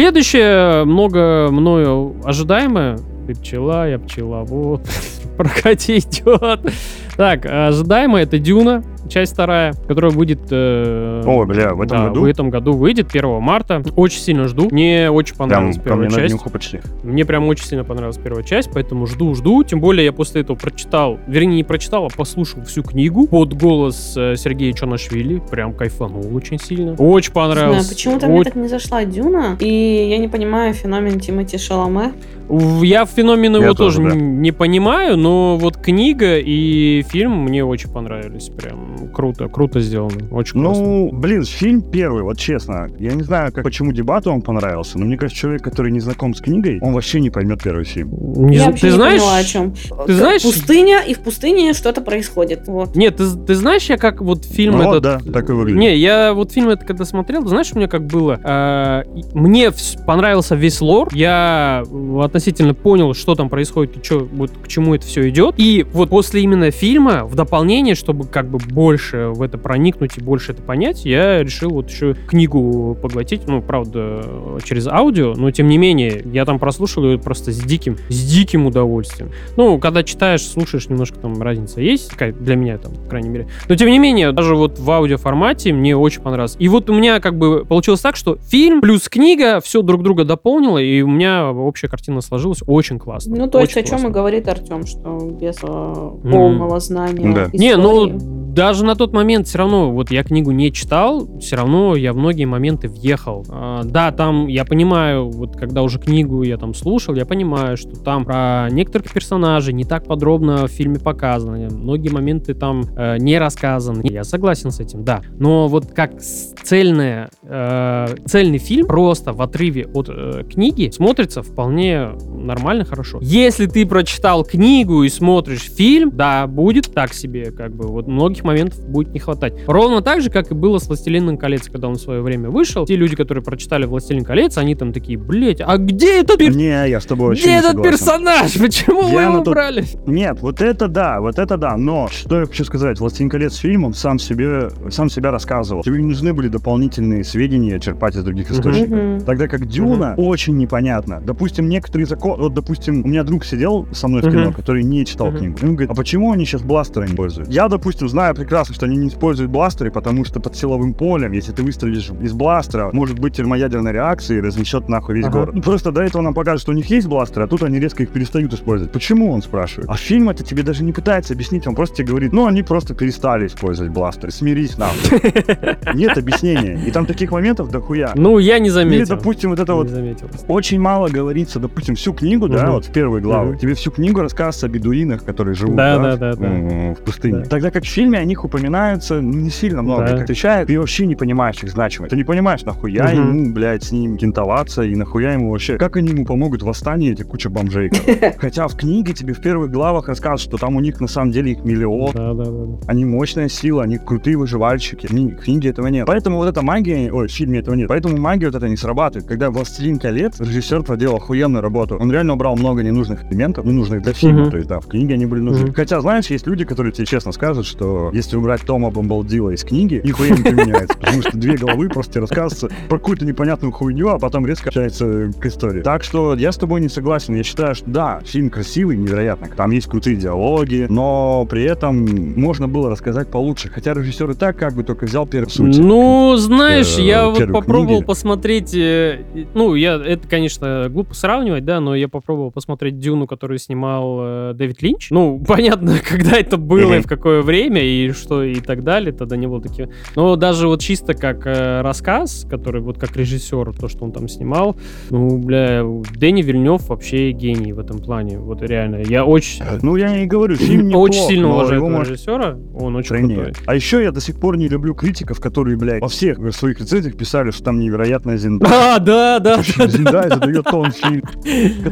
Speaker 2: Следующее, много мною ожидаемое, ты пчела, я пчеловод, прокати идет. Так, ожидаемое это Дюна, часть вторая, которая будет... э,
Speaker 1: О, бля, в этом
Speaker 2: да,
Speaker 1: году?
Speaker 2: В этом году выйдет, 1 марта. Очень сильно жду. Мне очень
Speaker 1: Прям
Speaker 2: понравилась
Speaker 1: ко мне
Speaker 2: первая
Speaker 1: на
Speaker 2: часть.
Speaker 1: днюху почти.
Speaker 2: Мне прям очень сильно понравилась первая часть, поэтому жду-жду. Тем более я после этого прочитал, вернее не прочитал, а послушал всю книгу под голос э, Сергея Чонашвили. Прям кайфанул очень сильно. Очень
Speaker 3: Знаю,
Speaker 2: понравилось.
Speaker 3: почему-то мне
Speaker 2: Очень-
Speaker 3: так не зашла Дюна, и я не понимаю феномен Тимати Шаломе.
Speaker 2: В- Я феномен
Speaker 1: Я
Speaker 2: его тоже,
Speaker 1: тоже, да.
Speaker 2: н- не понимаю, но вот книга и фильм мне очень понравились. Прям круто, круто сделано. Очень классно.
Speaker 1: Ну, блин, фильм первый, вот честно. Я не знаю, как, почему дебату он понравился, но мне кажется, человек, который не знаком с книгой, он вообще не поймет первый фильм.
Speaker 2: Не
Speaker 3: я
Speaker 2: зн-
Speaker 3: вообще
Speaker 2: ты
Speaker 3: не
Speaker 2: знаешь,
Speaker 3: поняла, о чем.
Speaker 2: ты знаешь-
Speaker 3: Пустыня, и в пустыне что-то происходит. Вот.
Speaker 2: Нет, ты, ты знаешь, я как вот фильм
Speaker 1: Ну вот,
Speaker 2: этот...
Speaker 1: да, так и выглядит.
Speaker 2: Не, я вот фильм этот когда смотрел, ты знаешь, у меня как было? А, и- мне вс- понравился весь лор, я э, относительно понял, что там происходит и чё, вот, к чему это все идет. И вот после именно фильма, в дополнение, чтобы как бы больше в это проникнуть и больше это понять, я решил вот еще книгу поглотить, ну, правда, э, через аудио, но тем не менее, я там прослушал ее просто с диким, с диким удовольствием. Ну, когда читаешь, слушаешь, немножко там разница есть, такая для меня там, по крайней мере. Но тем не менее, даже вот в аудиоформате мне очень понравилось. И вот у меня как бы получилось так, что фильм плюс книга все друг друга дополнило, и у меня общая картина сложилась очень классно.
Speaker 3: Ну, то есть,
Speaker 2: Очень
Speaker 3: о чем
Speaker 2: классно.
Speaker 3: и говорит Артем, что без э, полного знания.
Speaker 1: Да.
Speaker 2: Не, ну
Speaker 3: истории.
Speaker 2: даже на тот момент все равно, вот я книгу не читал, все равно я в многие моменты въехал. А, да, там я понимаю, вот когда уже книгу я там слушал, я понимаю, что там про некоторых персонажей не так подробно в фильме показано, многие моменты там э, не рассказаны. Я согласен с этим, да. Но вот как с- цельная, э, цельный фильм просто в отрыве от э, книги смотрится вполне нормально, хорошо. Если ты прочитал книгу и смотришь фильм, да, будет так себе, как бы, вот многих моментов будет не хватать. Ровно так же, как и было с «Властелином колец», когда он в свое время вышел. Те люди, которые прочитали «Властелин колец», они там такие, блядь, а где этот пер-
Speaker 1: Не, я с тобой вообще
Speaker 2: Где
Speaker 1: не
Speaker 2: этот
Speaker 1: согласен.
Speaker 2: персонаж? Почему
Speaker 1: Я
Speaker 2: вы
Speaker 1: на
Speaker 2: его
Speaker 1: тот-
Speaker 2: брали?
Speaker 1: Нет, вот это да, вот это да, но что я хочу сказать, «Властелин колец» фильм, он сам себе, сам себя рассказывал. Тебе не нужны были дополнительные сведения черпать из других
Speaker 2: Мгм.
Speaker 1: источников.
Speaker 3: Мгм.
Speaker 1: Тогда как Дюна очень непонятно. Допустим, некоторые законы... Вот, допустим, у меня друг сидел со мной в
Speaker 2: Мгм.
Speaker 1: кино, который не читал
Speaker 2: Мгм.
Speaker 1: книгу. И он говорит, а почему они сейчас бластеры не пользуют? Я, допустим, знаю прекрасно, что они не используют бластеры, потому что под силовым полем, если ты выстрелишь из бластера, может быть термоядерная реакция и разнесет нахуй весь
Speaker 2: Ага.
Speaker 1: город. Ну, Просто до этого нам покажут, что у них есть бластеры, а тут они резко их перестают использовать. Почему, он спрашивает. А фильм это тебе даже не пытается объяснить, он просто тебе говорит, ну, они просто перестали использовать бластеры, смирись нам. Нет объяснения. И там таких моментов дохуя.
Speaker 2: Ну, я
Speaker 1: А.
Speaker 2: не
Speaker 1: Или,
Speaker 2: заметил.
Speaker 1: допустим, вот это
Speaker 2: Не
Speaker 1: вот
Speaker 2: заметил.
Speaker 1: очень мало говорится, допустим, всю книгу, да,
Speaker 2: Мгм.
Speaker 1: вот в первой главы,
Speaker 2: Мгм.
Speaker 1: тебе всю книгу рассказывается о бедуинах, которые живут,
Speaker 2: Да,
Speaker 1: да,
Speaker 2: да, да, да.
Speaker 1: м, в пустыне.
Speaker 2: Да.
Speaker 1: Тогда как в фильме о них упоминаются ну, не сильно много,
Speaker 2: Да.
Speaker 1: их отвечает, ты вообще не понимаешь их значимость. Ты не понимаешь, нахуя
Speaker 2: Мгм.
Speaker 1: ему, блядь, с ним кентоваться и нахуя ему вообще, как они ему помогут в восстании эти куча бомжей. короче. Хотя в книге тебе в первых главах рассказывают, что там у них на самом деле их миллион,
Speaker 2: Да, да, да.
Speaker 1: они мощная сила, они крутые выживальщики. В книге- в книге этого нет. Поэтому вот эта магия ой, в фильме этого нет. Поэтому магия вот это не срабатывает. Когда «Властелин колец» режиссер проделал охуенную работу. Он реально убрал много ненужных элементов, ненужных для фильма.
Speaker 2: Мгм.
Speaker 1: То есть, да, в книге они были нужны.
Speaker 2: Мгм.
Speaker 1: Хотя, знаешь, есть люди, которые тебе честно скажут, что если убрать Тома Бомбалдила из книги, нихуя не поменяется. Потому что две головы просто тебе рассказываются про какую-то непонятную хуйню, а потом резко общается к истории. Так что я с тобой не согласен. Я считаю, что да, фильм красивый, невероятно. Там есть крутые диалоги, но при этом можно было рассказать получше. Хотя режиссер и так как бы только взял первую суть.
Speaker 2: Ну, знаешь,
Speaker 1: э,
Speaker 2: я вот
Speaker 1: первой
Speaker 2: попробовал
Speaker 1: книги.
Speaker 2: посмотреть, э, и- ну, я, это, конечно, глупо сравнивать, да, но я попробовал посмотреть Дюну, которую снимал э, Дэвид Линч. Ну, понятно, когда это было и
Speaker 1: Мгм.
Speaker 2: в какое время, и что, и так далее, тогда не было таких. Но даже вот чисто как э, рассказ, который вот как режиссер, то, что он там снимал, ну, бля, Дэнни Вильнев вообще гений в этом плане, вот реально. Я очень...
Speaker 1: Ну, я и говорю, фильм не
Speaker 2: очень сильно уважаю
Speaker 1: уважаю
Speaker 2: этого режиссера, он
Speaker 1: Да
Speaker 2: очень Ну, крутой.
Speaker 1: нет. А еще я до сих пор не люблю критиков, которые, блядь, во всех э, своих рецензиях писали, что там невероятная Зинда.
Speaker 2: А, да, да, да, да.
Speaker 1: Зинда задает тон фильм.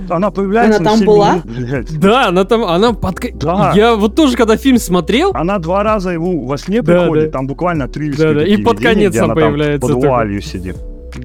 Speaker 1: Она появляется
Speaker 3: Она
Speaker 1: на
Speaker 3: там
Speaker 1: семь
Speaker 3: была?
Speaker 1: минут, блядь.
Speaker 2: Да, она там, она подка...
Speaker 1: Да.
Speaker 2: Я вот тоже, когда фильм смотрел,
Speaker 1: Она два раза ему во сне
Speaker 2: Да,
Speaker 1: приходит,
Speaker 2: да.
Speaker 1: там буквально три
Speaker 2: Да, да, и
Speaker 1: такие
Speaker 2: под
Speaker 1: видения,
Speaker 2: конец
Speaker 1: где
Speaker 2: там
Speaker 1: она там
Speaker 2: появляется
Speaker 1: Под
Speaker 2: такой.
Speaker 1: вуалью сидит.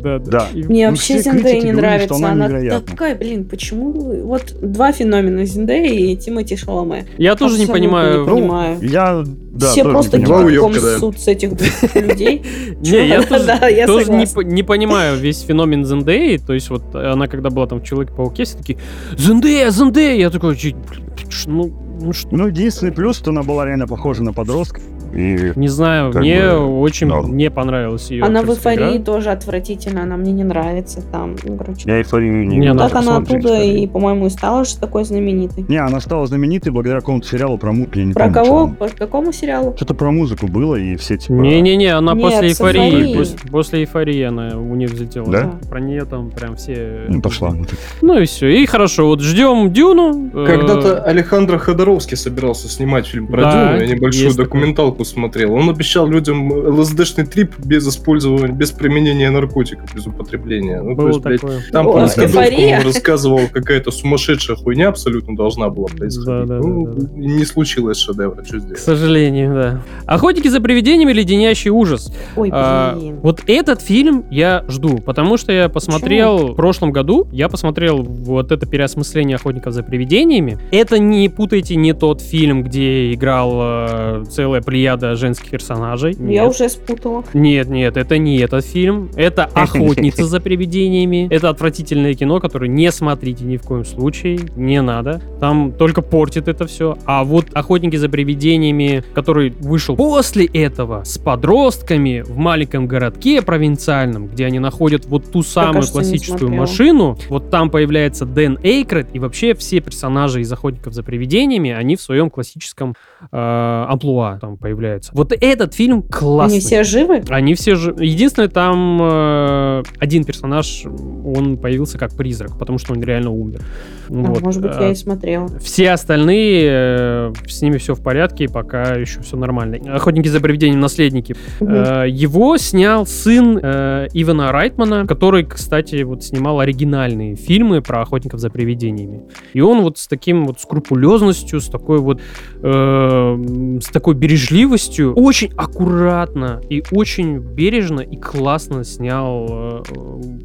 Speaker 2: да,
Speaker 1: Да.
Speaker 2: И-
Speaker 3: Мне
Speaker 1: Ну,
Speaker 3: вообще
Speaker 1: все
Speaker 3: Зиндея
Speaker 1: критики говорили,
Speaker 3: не нравится.
Speaker 1: что она
Speaker 3: Она,
Speaker 1: невероятна.
Speaker 3: такая, блин, почему... вы- Вот два феномена Зиндея и Тимати Шаломе.
Speaker 2: Я тоже не
Speaker 3: Абсолютно
Speaker 2: понимаю.
Speaker 1: Ну,
Speaker 3: понимаю.
Speaker 1: Я, да,
Speaker 3: Все
Speaker 1: тоже не
Speaker 3: просто
Speaker 1: понимаю.
Speaker 4: Два уёбка,
Speaker 3: кипком
Speaker 4: да.
Speaker 3: ссут с этих двух людей.
Speaker 2: Не, я тоже,
Speaker 3: Да, я
Speaker 2: тоже не,
Speaker 3: согласна.
Speaker 2: по- не понимаю весь феномен Зендеи. То есть вот она когда была там в Человеке-пауке, все такие «Зендея, Зендея!» Я такой «Чё, чё, ну, ну что?
Speaker 1: Ну, единственный плюс, что она была реально похожа на подростка. И
Speaker 2: Не знаю,
Speaker 1: Как
Speaker 2: мне
Speaker 1: бы,
Speaker 2: очень
Speaker 1: норм.
Speaker 2: не понравилась ее
Speaker 3: Она в эйфории тоже отвратительно, она мне не нравится там. Ну, короче,
Speaker 1: я эйфорию
Speaker 2: Не,
Speaker 1: люблю.
Speaker 2: надо
Speaker 3: так она
Speaker 1: посмотреть,
Speaker 3: оттуда
Speaker 1: эйфорию.
Speaker 3: и, по-моему, и стала же такой знаменитой.
Speaker 1: Не, она стала знаменитой благодаря какому-то сериалу про музыку. я не
Speaker 3: Про
Speaker 1: помню, что
Speaker 3: кого?
Speaker 1: там.
Speaker 3: По какому сериалу?
Speaker 1: Что-то про музыку было, и все типа...
Speaker 2: Не-не-не, она
Speaker 3: Нет,
Speaker 2: после
Speaker 3: с
Speaker 2: эйфории,
Speaker 1: эйфорией.
Speaker 2: пос- после, эйфории она у нее взлетела.
Speaker 1: Да?
Speaker 2: Про нее там прям все...
Speaker 1: Ну, Пошла.
Speaker 2: Ну и все. И хорошо, вот ждем Дюну. э,
Speaker 4: Когда-то Алехандро Ходоровский собирался снимать фильм про
Speaker 2: Да,
Speaker 4: Дюну, я небольшую
Speaker 2: есть такое.
Speaker 4: документалку смотрел. Он обещал людям ЛСДшный трип без использования, без применения наркотиков, без употребления. Ну, то
Speaker 2: было
Speaker 4: есть, блядь,
Speaker 2: такое.
Speaker 4: там
Speaker 3: О,
Speaker 4: по раскадровкам
Speaker 3: эйфория.
Speaker 4: он рассказывал, какая-то сумасшедшая хуйня абсолютно должна была происходить.
Speaker 2: Да, да,
Speaker 4: ну,
Speaker 2: да, да,
Speaker 4: не случилось шедевра, что
Speaker 2: К
Speaker 4: здесь.
Speaker 2: сожалению, да. Охотники за привидениями леденящий ужас.
Speaker 3: Ой,
Speaker 2: А,
Speaker 3: блин.
Speaker 2: вот этот фильм я жду, потому что я посмотрел в прошлом году, я посмотрел вот это переосмысление охотников за привидениями. Это не путайте не тот фильм, где играл э, целая плеяда женских персонажей.
Speaker 3: Я
Speaker 2: Нет.
Speaker 3: уже спутала.
Speaker 2: Нет, нет, это не этот фильм. Это «Охотница за привидениями». Это отвратительное кино, которое не смотрите ни в коем случае. Не надо. Там только портит это все. А вот «Охотники за привидениями», который вышел после этого, с подростками в маленьком городке провинциальном, где они находят вот ту самую
Speaker 3: кажется, не
Speaker 2: классическую
Speaker 3: смотрела.
Speaker 2: машину. Вот там появляется Дэн Эйкрет, и вообще все персонажи из «Охотников за привидениями», они в своем классическом э, амплуа там появляются. Вот этот фильм классный.
Speaker 3: Они все живы?
Speaker 2: Они все же... Единственное, там э, один персонаж, он появился как призрак, потому что он реально умер.
Speaker 3: А,
Speaker 2: Ну Вот.
Speaker 3: Может быть, я и смотрела.
Speaker 2: А Все остальные, э, с ними все в порядке, и пока еще все нормально. «Охотники за привидением. Наследники».
Speaker 3: Мгм.
Speaker 2: Э, его снял сын э, Ивана Райтмана, который, кстати, вот снимал оригинальные фильмы про охотников за привидениями. И он вот с таким вот скрупулезностью, с такой вот э, с такой бережливостью, очень аккуратно и очень бережно и классно снял э,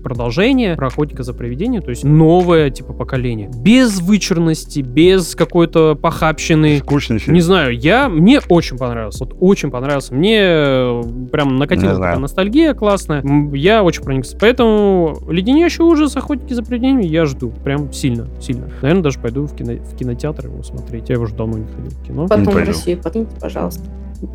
Speaker 2: продолжение про охотника за привидениями, то есть новое типа поколение. Без вычурности, без какой-то похабщины.
Speaker 1: Скучный фильм.
Speaker 2: Не знаю, я мне очень понравился, вот очень понравился. Мне э, прям накатила
Speaker 1: Не
Speaker 2: такая
Speaker 1: знаю.
Speaker 2: ностальгия классная. М, Я очень проникся. Поэтому леденящий ужас, охотники за привидениями я жду. Прям сильно, сильно. Наверное, даже пойду в, кино- в кинотеатр его смотреть. Я уже давно не ходил в кино.
Speaker 3: Потом
Speaker 1: не
Speaker 3: в
Speaker 1: пойду.
Speaker 3: Россию подкиньте, пожалуйста.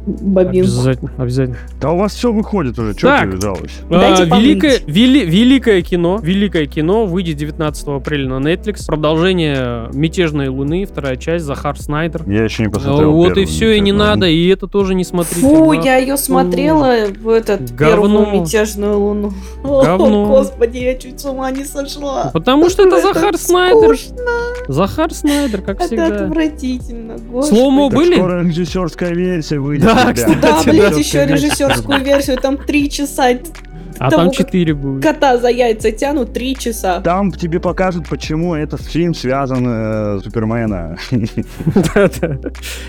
Speaker 3: Бобинку.
Speaker 2: Обязательно, обязательно.
Speaker 1: Да у вас все выходит уже, что
Speaker 2: Так.
Speaker 1: ты жалуешься?
Speaker 3: Дайте
Speaker 2: А,
Speaker 3: помыть.
Speaker 2: великое, вели- великое кино, великое кино выйдет 19 апреля на Netflix. Продолжение «Мятежной луны», вторая часть, Захар Снайдер.
Speaker 1: Я еще не
Speaker 2: А,
Speaker 1: посмотрел.
Speaker 2: вот
Speaker 1: первую,
Speaker 2: и все, и не
Speaker 1: ничего.
Speaker 2: надо, и это тоже не смотрите.
Speaker 3: Фу,
Speaker 2: нахуй.
Speaker 3: я ее смотрела в этот
Speaker 2: Говно.
Speaker 3: первую мятежную луну.
Speaker 2: Говно.
Speaker 3: О, господи, я чуть с ума не сошла.
Speaker 2: Потому что это
Speaker 3: Как
Speaker 2: Захар Снайдер.
Speaker 3: Скучно,
Speaker 2: Захар Снайдер, как
Speaker 3: это
Speaker 2: всегда.
Speaker 3: отвратительно. господи.
Speaker 2: Слоумо
Speaker 1: Так
Speaker 2: были?
Speaker 1: скоро режиссерская версия выйдет.
Speaker 2: Да,
Speaker 1: ребят.
Speaker 2: кстати,
Speaker 3: Да,
Speaker 2: Кстати,
Speaker 3: блядь,
Speaker 1: да.
Speaker 3: еще режиссерскую версию, там три часа
Speaker 2: А
Speaker 3: того,
Speaker 2: там
Speaker 3: как
Speaker 2: 4 будет.
Speaker 3: кота за яйца тянут, три часа.
Speaker 1: Там тебе покажут, почему этот фильм связан э, Супермена.
Speaker 2: Да-да.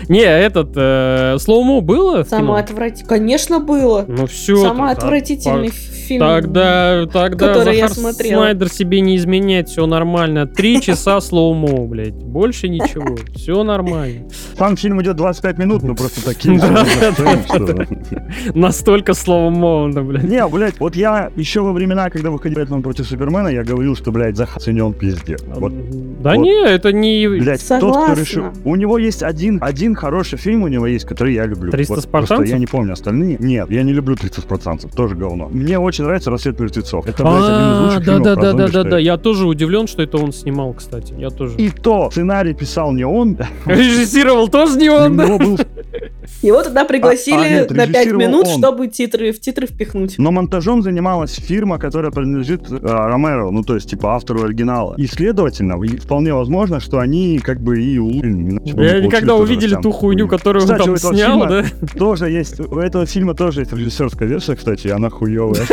Speaker 2: Не, этот э, Слоумо было? в кино?
Speaker 3: Самое отвратительное. Конечно, было.
Speaker 2: Ну все.
Speaker 3: Самый отвратительный ф- фильм.
Speaker 2: Тогда, тогда
Speaker 3: который я
Speaker 2: Захар
Speaker 3: смотрела.
Speaker 2: Снайдер себе не изменяет, все нормально. Три часа слоумо, блядь. Больше ничего. Все нормально.
Speaker 1: Сам фильм идет 25 минут, ну просто такие.
Speaker 2: Да,
Speaker 1: сцены, что-
Speaker 2: Настолько слоумовно, блядь.
Speaker 1: Не, блядь, вот я еще во времена, когда выходил Бэтмен против Супермена, я говорил, что, блядь, Захар силен пиздец. Вот
Speaker 2: Да
Speaker 1: вот.
Speaker 2: не, это не...
Speaker 1: Блять, тот,
Speaker 3: Согласна.
Speaker 1: кто решил. У него есть один, один хороший фильм у него есть, который я люблю.
Speaker 2: 300
Speaker 1: Вот
Speaker 2: спартанцев?
Speaker 1: просто Я не помню остальные. Нет, я не люблю 300 спартанцев, тоже говно. Мне очень нравится «Рассвет мертвецов». Это, блядь, один из
Speaker 2: А,
Speaker 1: лучших
Speaker 2: да,
Speaker 1: фильмов
Speaker 2: да,
Speaker 1: про
Speaker 2: да,
Speaker 1: зомби,
Speaker 2: да, да,
Speaker 1: что
Speaker 2: да.
Speaker 1: я-
Speaker 2: Я тоже удивлен, что это он снимал, кстати. Я тоже.
Speaker 1: И то сценарий писал не он,
Speaker 2: Режиссировал тоже не
Speaker 1: у
Speaker 2: он. да?
Speaker 1: него был...
Speaker 3: Его туда пригласили
Speaker 1: А, а, нет,
Speaker 3: на 5
Speaker 1: режиссировал
Speaker 3: минут,
Speaker 1: он.
Speaker 3: чтобы титры в титры впихнуть.
Speaker 1: Но монтажом занималась фирма, которая принадлежит э, Ромеро, ну то есть типа автору оригинала. И следовательно, и вполне возможно, что они как бы и улучшили.
Speaker 2: Я когда увидели ту хуйню, которую он
Speaker 1: Кстати,
Speaker 2: там
Speaker 1: у этого
Speaker 2: снял,
Speaker 1: фильма-
Speaker 2: да?
Speaker 1: Тоже есть, у этого фильма тоже есть режиссерская версия, кстати, и она хуевая.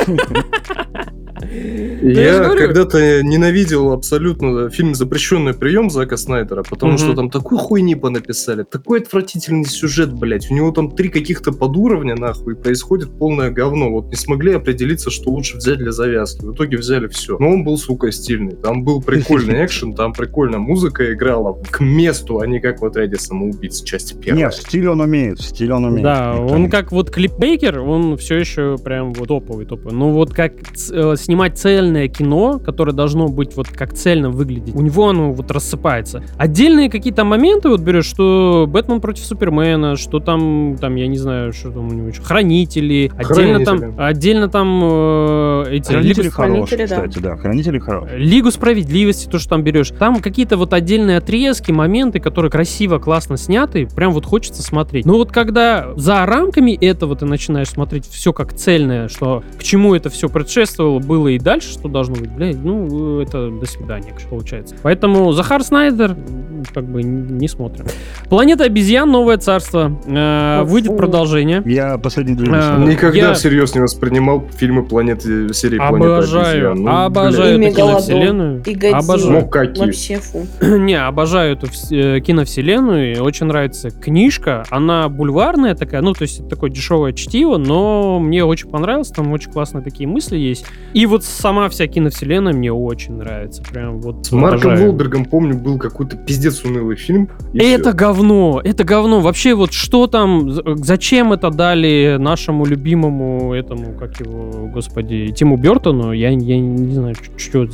Speaker 2: я же
Speaker 4: я
Speaker 2: говорю.
Speaker 4: когда-то ненавидел абсолютно фильм «Запрещенный прием» Зака Снайдера, потому
Speaker 2: Мгм.
Speaker 4: что там такой хуйни понаписали, такой отвратительный сюжет, блядь. У него там три каких-то подуровня, нахуй, и происходит полное говно. Вот не смогли определиться, что лучше взять для завязки. В итоге взяли все. Но он был, сука, стильный. Там был прикольный экшен, там прикольная музыка играла к месту, а не как в отряде самоубийц, часть первая.
Speaker 1: Нет, стиль он умеет, стиль он умеет.
Speaker 2: Да,
Speaker 1: Никто
Speaker 2: он
Speaker 1: не-
Speaker 2: как вот клипмейкер, он все еще прям вот топовый, топовый. Но вот как ц- э, снимать цельное кино, которое должно быть вот как цельно выглядеть, у него оно вот рассыпается. Отдельные какие-то моменты вот берешь, что Бэтмен против Супермена, что там, там, я не знаю, что там у него еще, Хранители, отдельно там,
Speaker 4: Хранители.
Speaker 2: отдельно там э, эти...
Speaker 1: Хранители
Speaker 2: Лигу-
Speaker 1: хорошие,
Speaker 3: Хранители, да.
Speaker 1: кстати, да, хранители хорошие.
Speaker 2: Лигу справедливости, то, что там берешь. Там какие-то вот отдельные отрезки, моменты, которые красиво, классно сняты, прям вот хочется смотреть. Но вот когда за рамками этого ты начинаешь смотреть все как цельное, что к чему это все предшествовало, было и дальше, что должно быть, блядь, ну, э, это до свидания, конечно, получается. Поэтому Захар Снайдер м, как бы н- не смотрим. Планета обезьян, новое царство. Э,
Speaker 3: О,
Speaker 2: Выйдет
Speaker 3: фу.
Speaker 4: продолжение.
Speaker 1: Я последний две не
Speaker 2: А,
Speaker 1: смотрел.
Speaker 4: Никогда
Speaker 2: Я-
Speaker 4: всерьез не воспринимал фильмы планеты серии «Планета
Speaker 2: Обожаю,
Speaker 4: обезьян». Ну,
Speaker 2: обожаю
Speaker 3: блядь.
Speaker 2: эту киновселенную.
Speaker 3: И Годзилла.
Speaker 4: блядь.
Speaker 2: Обожаю.
Speaker 4: Ну какие?
Speaker 3: Вообще фу.
Speaker 2: Не, обожаю эту вс- э, киновселенную, и очень нравится книжка. Она бульварная такая, ну, то есть это такое дешевое чтиво, но мне очень понравилось, там очень классные такие мысли есть. И вот сама вся киновселенная мне очень нравится, прям вот
Speaker 4: С Марком
Speaker 2: обожаю.
Speaker 4: Волбергом, помню, был какой-то пиздец унылый фильм. и
Speaker 2: Это говно, это говно. Вообще вот что там, з- зачем это дали нашему любимому этому, как его, господи, Тиму Бертону? Я, я не знаю, что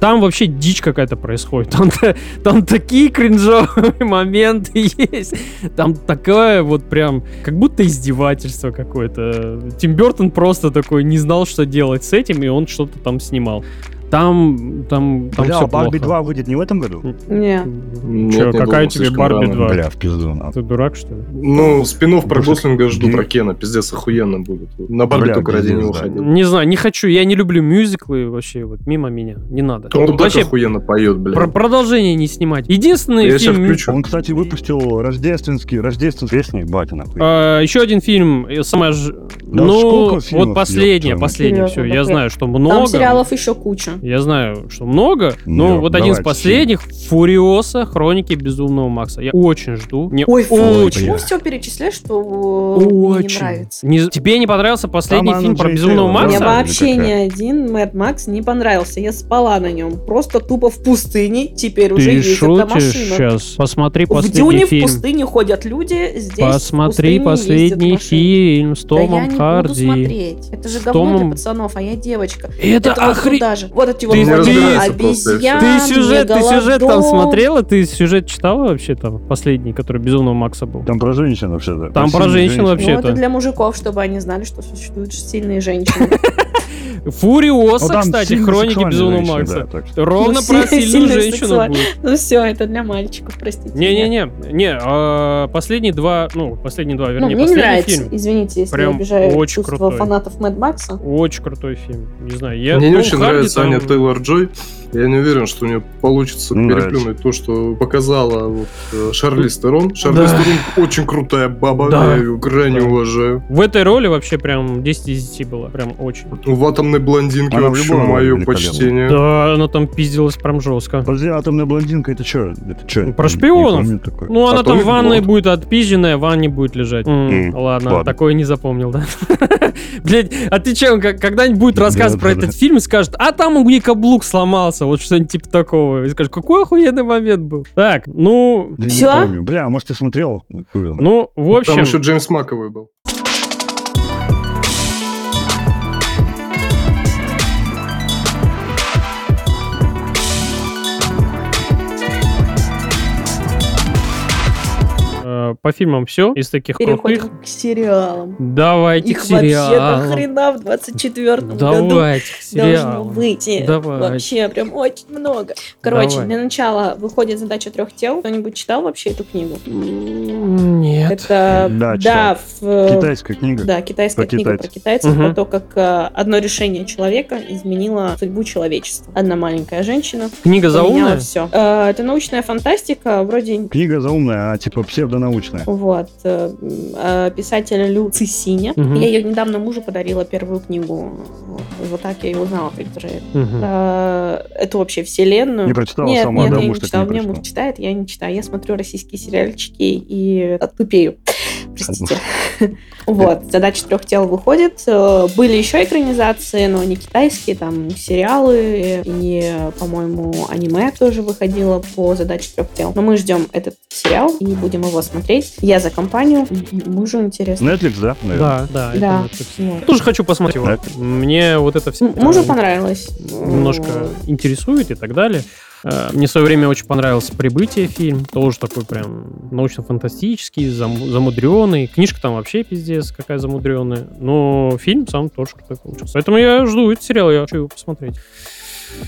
Speaker 2: Там вообще дичь какая-то происходит. Там, та- там такие кринжовые моменты есть. Там такое вот прям, как будто издевательство какое-то. Тим Бертон просто такой не знал, что делать с этим, и он что-то там снимал. Там, там, там
Speaker 1: Бля, а
Speaker 2: все
Speaker 1: Барби
Speaker 2: плохо.
Speaker 1: 2 выйдет не в этом году?
Speaker 3: Не.
Speaker 1: Ну,
Speaker 4: Нет,
Speaker 2: Чё,
Speaker 4: я думал,
Speaker 2: какая тебе
Speaker 4: слишком
Speaker 2: Барби
Speaker 4: рано.
Speaker 2: 2?
Speaker 1: Бля, в пизду надо.
Speaker 2: Ты дурак, что ли?
Speaker 4: Ну, спин про
Speaker 1: Боже,
Speaker 4: Гослинга жду
Speaker 1: гей.
Speaker 4: про Кена, пиздец охуенно будет. На Барби
Speaker 1: Бля,
Speaker 4: только ради
Speaker 1: пиздец,
Speaker 4: него
Speaker 1: да.
Speaker 4: ходил.
Speaker 2: Не знаю, не хочу, я не люблю мюзиклы вообще, вот мимо меня, не надо.
Speaker 4: Он А так
Speaker 2: вообще
Speaker 4: охуенно поет, блядь.
Speaker 2: про- продолжение не снимать. Единственный
Speaker 4: Я сейчас
Speaker 2: фильм...
Speaker 4: включу.
Speaker 1: Он, кстати, выпустил рождественский, рождественский песни Батина.
Speaker 2: А, еще один фильм, э, самое ж...
Speaker 1: сколько
Speaker 2: ну,
Speaker 1: фильмов,
Speaker 2: вот последнее,
Speaker 1: ёпта.
Speaker 2: последнее, все,
Speaker 3: Серьезно,
Speaker 2: я
Speaker 3: так я-
Speaker 2: знаю, что
Speaker 3: Там
Speaker 2: много.
Speaker 3: сериалов еще куча.
Speaker 2: Я знаю, что много, но
Speaker 1: Ну,
Speaker 2: вот один из
Speaker 1: давайте.
Speaker 2: последних Фуриоса, Хроники Безумного Макса. Я очень жду. Мне
Speaker 3: Ой, фу,
Speaker 2: очень,
Speaker 3: почему все перечисляешь, что э, мне не
Speaker 2: очень.
Speaker 3: нравится?
Speaker 2: Не- тебе не понравился последний
Speaker 1: Там
Speaker 2: фильм про
Speaker 1: Анджей
Speaker 2: Безумного
Speaker 1: Тейлор, да?
Speaker 2: Макса?
Speaker 3: Мне
Speaker 1: Макса?
Speaker 3: вообще
Speaker 1: Или
Speaker 3: ни
Speaker 1: какая?
Speaker 3: один Мэд Макс не понравился. Я спала на нем. Просто тупо в пустыне. Теперь уже
Speaker 2: Ты
Speaker 3: ездит на
Speaker 2: шутишь
Speaker 3: машинах.
Speaker 2: сейчас? Посмотри
Speaker 3: В
Speaker 2: последний
Speaker 3: Дюне в
Speaker 2: фильм.
Speaker 3: пустыне ходят люди, здесь
Speaker 2: Посмотри
Speaker 3: в пустыне
Speaker 2: последний
Speaker 3: ездят машины.
Speaker 2: фильм с
Speaker 3: Да я
Speaker 2: Томом
Speaker 3: не буду
Speaker 2: Харди.
Speaker 3: смотреть. Это же
Speaker 2: С
Speaker 3: говно
Speaker 2: Томом-
Speaker 3: для пацанов, а я девочка.
Speaker 2: Это
Speaker 3: Это вот
Speaker 2: охрен...
Speaker 3: туда же. Вот эти вот
Speaker 2: Ты-
Speaker 3: вот
Speaker 2: ты-
Speaker 3: эти
Speaker 4: просто и всё.
Speaker 2: Ты
Speaker 3: обезьяны,
Speaker 2: сюжет, ты сюжет там
Speaker 3: мегалодон.
Speaker 2: смотрела? Ты сюжет читала вообще там? Последний, который Безумного Макса был.
Speaker 1: Там про женщин вообще-то.
Speaker 2: Там про женщин
Speaker 3: Ну,
Speaker 2: вообще.
Speaker 3: это
Speaker 2: это.
Speaker 3: для мужиков, чтобы они знали, что существуют сильные женщины.
Speaker 1: Ну,
Speaker 2: Фуриоса,
Speaker 1: там
Speaker 2: кстати,
Speaker 1: сильно
Speaker 2: хроники
Speaker 1: сексуальные
Speaker 2: Безумного
Speaker 1: женщины,
Speaker 2: Макса.
Speaker 1: да, так что-
Speaker 2: Ровно
Speaker 3: Ну,
Speaker 2: про
Speaker 3: си-
Speaker 2: сильную
Speaker 3: сильно
Speaker 2: женщину
Speaker 3: сексуаль-
Speaker 2: будет.
Speaker 3: Ну все, это для мальчиков, простите. меня.
Speaker 2: Не-не-не, не, а, последние два, ну, последние два,
Speaker 3: Ну,
Speaker 2: вернее,
Speaker 3: мне не
Speaker 2: последний
Speaker 3: нравится,
Speaker 2: фильм.
Speaker 3: извините, если
Speaker 2: Прям
Speaker 3: я обижаю
Speaker 2: очень
Speaker 3: чувства
Speaker 2: крутой.
Speaker 3: фанатов Мэд Макса.
Speaker 2: Очень крутой фильм. Не знаю, я
Speaker 4: Мне не
Speaker 2: Том
Speaker 4: очень
Speaker 2: Харди
Speaker 4: нравится
Speaker 2: там-
Speaker 4: Аня Тейлор Джой. Я не уверен, что у нее получится
Speaker 1: Ну, да,
Speaker 4: переплюнуть то, что показала вот, э, Шарлиз Терон. Шарлиз
Speaker 2: Да.
Speaker 4: Терон очень крутая баба,
Speaker 2: Да.
Speaker 4: я ее крайне
Speaker 2: Да.
Speaker 4: уважаю.
Speaker 2: В этой роли вообще прям 10 из 10 было. Прям очень.
Speaker 4: В атомной блондинке
Speaker 1: Она в
Speaker 4: вообще
Speaker 1: любом
Speaker 4: мое
Speaker 1: роде великолепна.
Speaker 4: почтение.
Speaker 2: Да, она там пиздилась прям жестко.
Speaker 1: Подожди, атомная блондинка, это что? Это что?
Speaker 2: Про шпионов.
Speaker 1: такое.
Speaker 2: Ну, она
Speaker 4: А
Speaker 2: там
Speaker 4: то
Speaker 2: в
Speaker 4: и
Speaker 2: ванной
Speaker 4: вот.
Speaker 2: будет отпизженная, в ванне будет лежать. М,
Speaker 1: М,
Speaker 2: ладно,
Speaker 1: ладно.
Speaker 2: такое не запомнил, да? а Блять, отвечаем, как- когда-нибудь будет
Speaker 1: Да,
Speaker 2: рассказ
Speaker 1: да,
Speaker 2: про
Speaker 1: да.
Speaker 2: этот фильм и скажет, а там у нее каблук сломался, вот что-нибудь типа такого. И скажет, какой охуенный момент был. Так, ну,
Speaker 1: Да не
Speaker 3: Всё?
Speaker 1: помню. Бля, может, ты смотрел? Хуй знает.
Speaker 2: ну, в
Speaker 4: Там
Speaker 2: общем...
Speaker 4: еще Джеймс Маковый был.
Speaker 2: Э, по фильмам все из таких крутых.
Speaker 3: Переходим к сериалам.
Speaker 2: Давайте
Speaker 3: Их
Speaker 2: к
Speaker 3: вообще до
Speaker 2: сериалам.
Speaker 3: хрена в 24-м году
Speaker 2: Давайте к
Speaker 3: должно
Speaker 2: сериалам.
Speaker 3: выйти.
Speaker 2: Давай.
Speaker 3: Вообще, прям очень много. Короче,
Speaker 2: Давай.
Speaker 3: для начала выходит задача трех тел. Кто-нибудь читал вообще эту книгу?
Speaker 2: М, Нет.
Speaker 3: Это
Speaker 1: Да,
Speaker 3: да, в-
Speaker 1: Китайская книга.
Speaker 3: Да, китайская
Speaker 1: Про
Speaker 3: книга
Speaker 1: китайцев.
Speaker 3: про китайцев,
Speaker 2: Мгм.
Speaker 3: про то, как э, одно решение человека изменило судьбу человечества. Одна маленькая женщина
Speaker 2: Книга
Speaker 3: поменяла
Speaker 2: заумная?
Speaker 3: все. это научная фантастика, вроде
Speaker 1: Книга заумная, а типа псевдонаучная.
Speaker 3: вот, э, м, э, писателя Лю Цисиня.
Speaker 2: Мгм.
Speaker 3: Я ее недавно мужу подарила первую книгу. Вот так я и узнала про Израиль.
Speaker 2: Мгм.
Speaker 3: Э, эту вообще вселенную.
Speaker 1: Не прочитала
Speaker 3: Нет,
Speaker 1: сама,
Speaker 3: нет,
Speaker 1: да,
Speaker 3: я не
Speaker 1: муж так
Speaker 3: читала.
Speaker 1: не
Speaker 3: Мне муж
Speaker 1: прочитал.
Speaker 3: читает, я не читаю. Я смотрю российские сериальчики и тупею. Простите. Вот, задача трех тел выходит. Э, Были еще экранизации, но не китайские, там сериалы э, и, по-моему, аниме тоже выходило по задаче трех тел. Но мы ждем этот сериал и будем его смотреть. Я за компанию, М- м- мужу интересно.
Speaker 1: Netflix, да? наверное?
Speaker 2: Да, Ну, да. это
Speaker 3: Да.
Speaker 2: Netflix.
Speaker 3: Вот.
Speaker 2: Тоже хочу посмотреть его.
Speaker 1: Так.
Speaker 2: Мне вот это все...
Speaker 3: М- Мужу понравилось.
Speaker 2: Немножко интересует и так далее. Э, Мне в свое время очень понравился «Прибытие» фильм. Тоже такой прям научно-фантастический, зам- замудренный. Книжка там вообще пиздец какая замудренная. Но фильм сам тоже крутой получился. Поэтому я жду этот сериал, я хочу его посмотреть.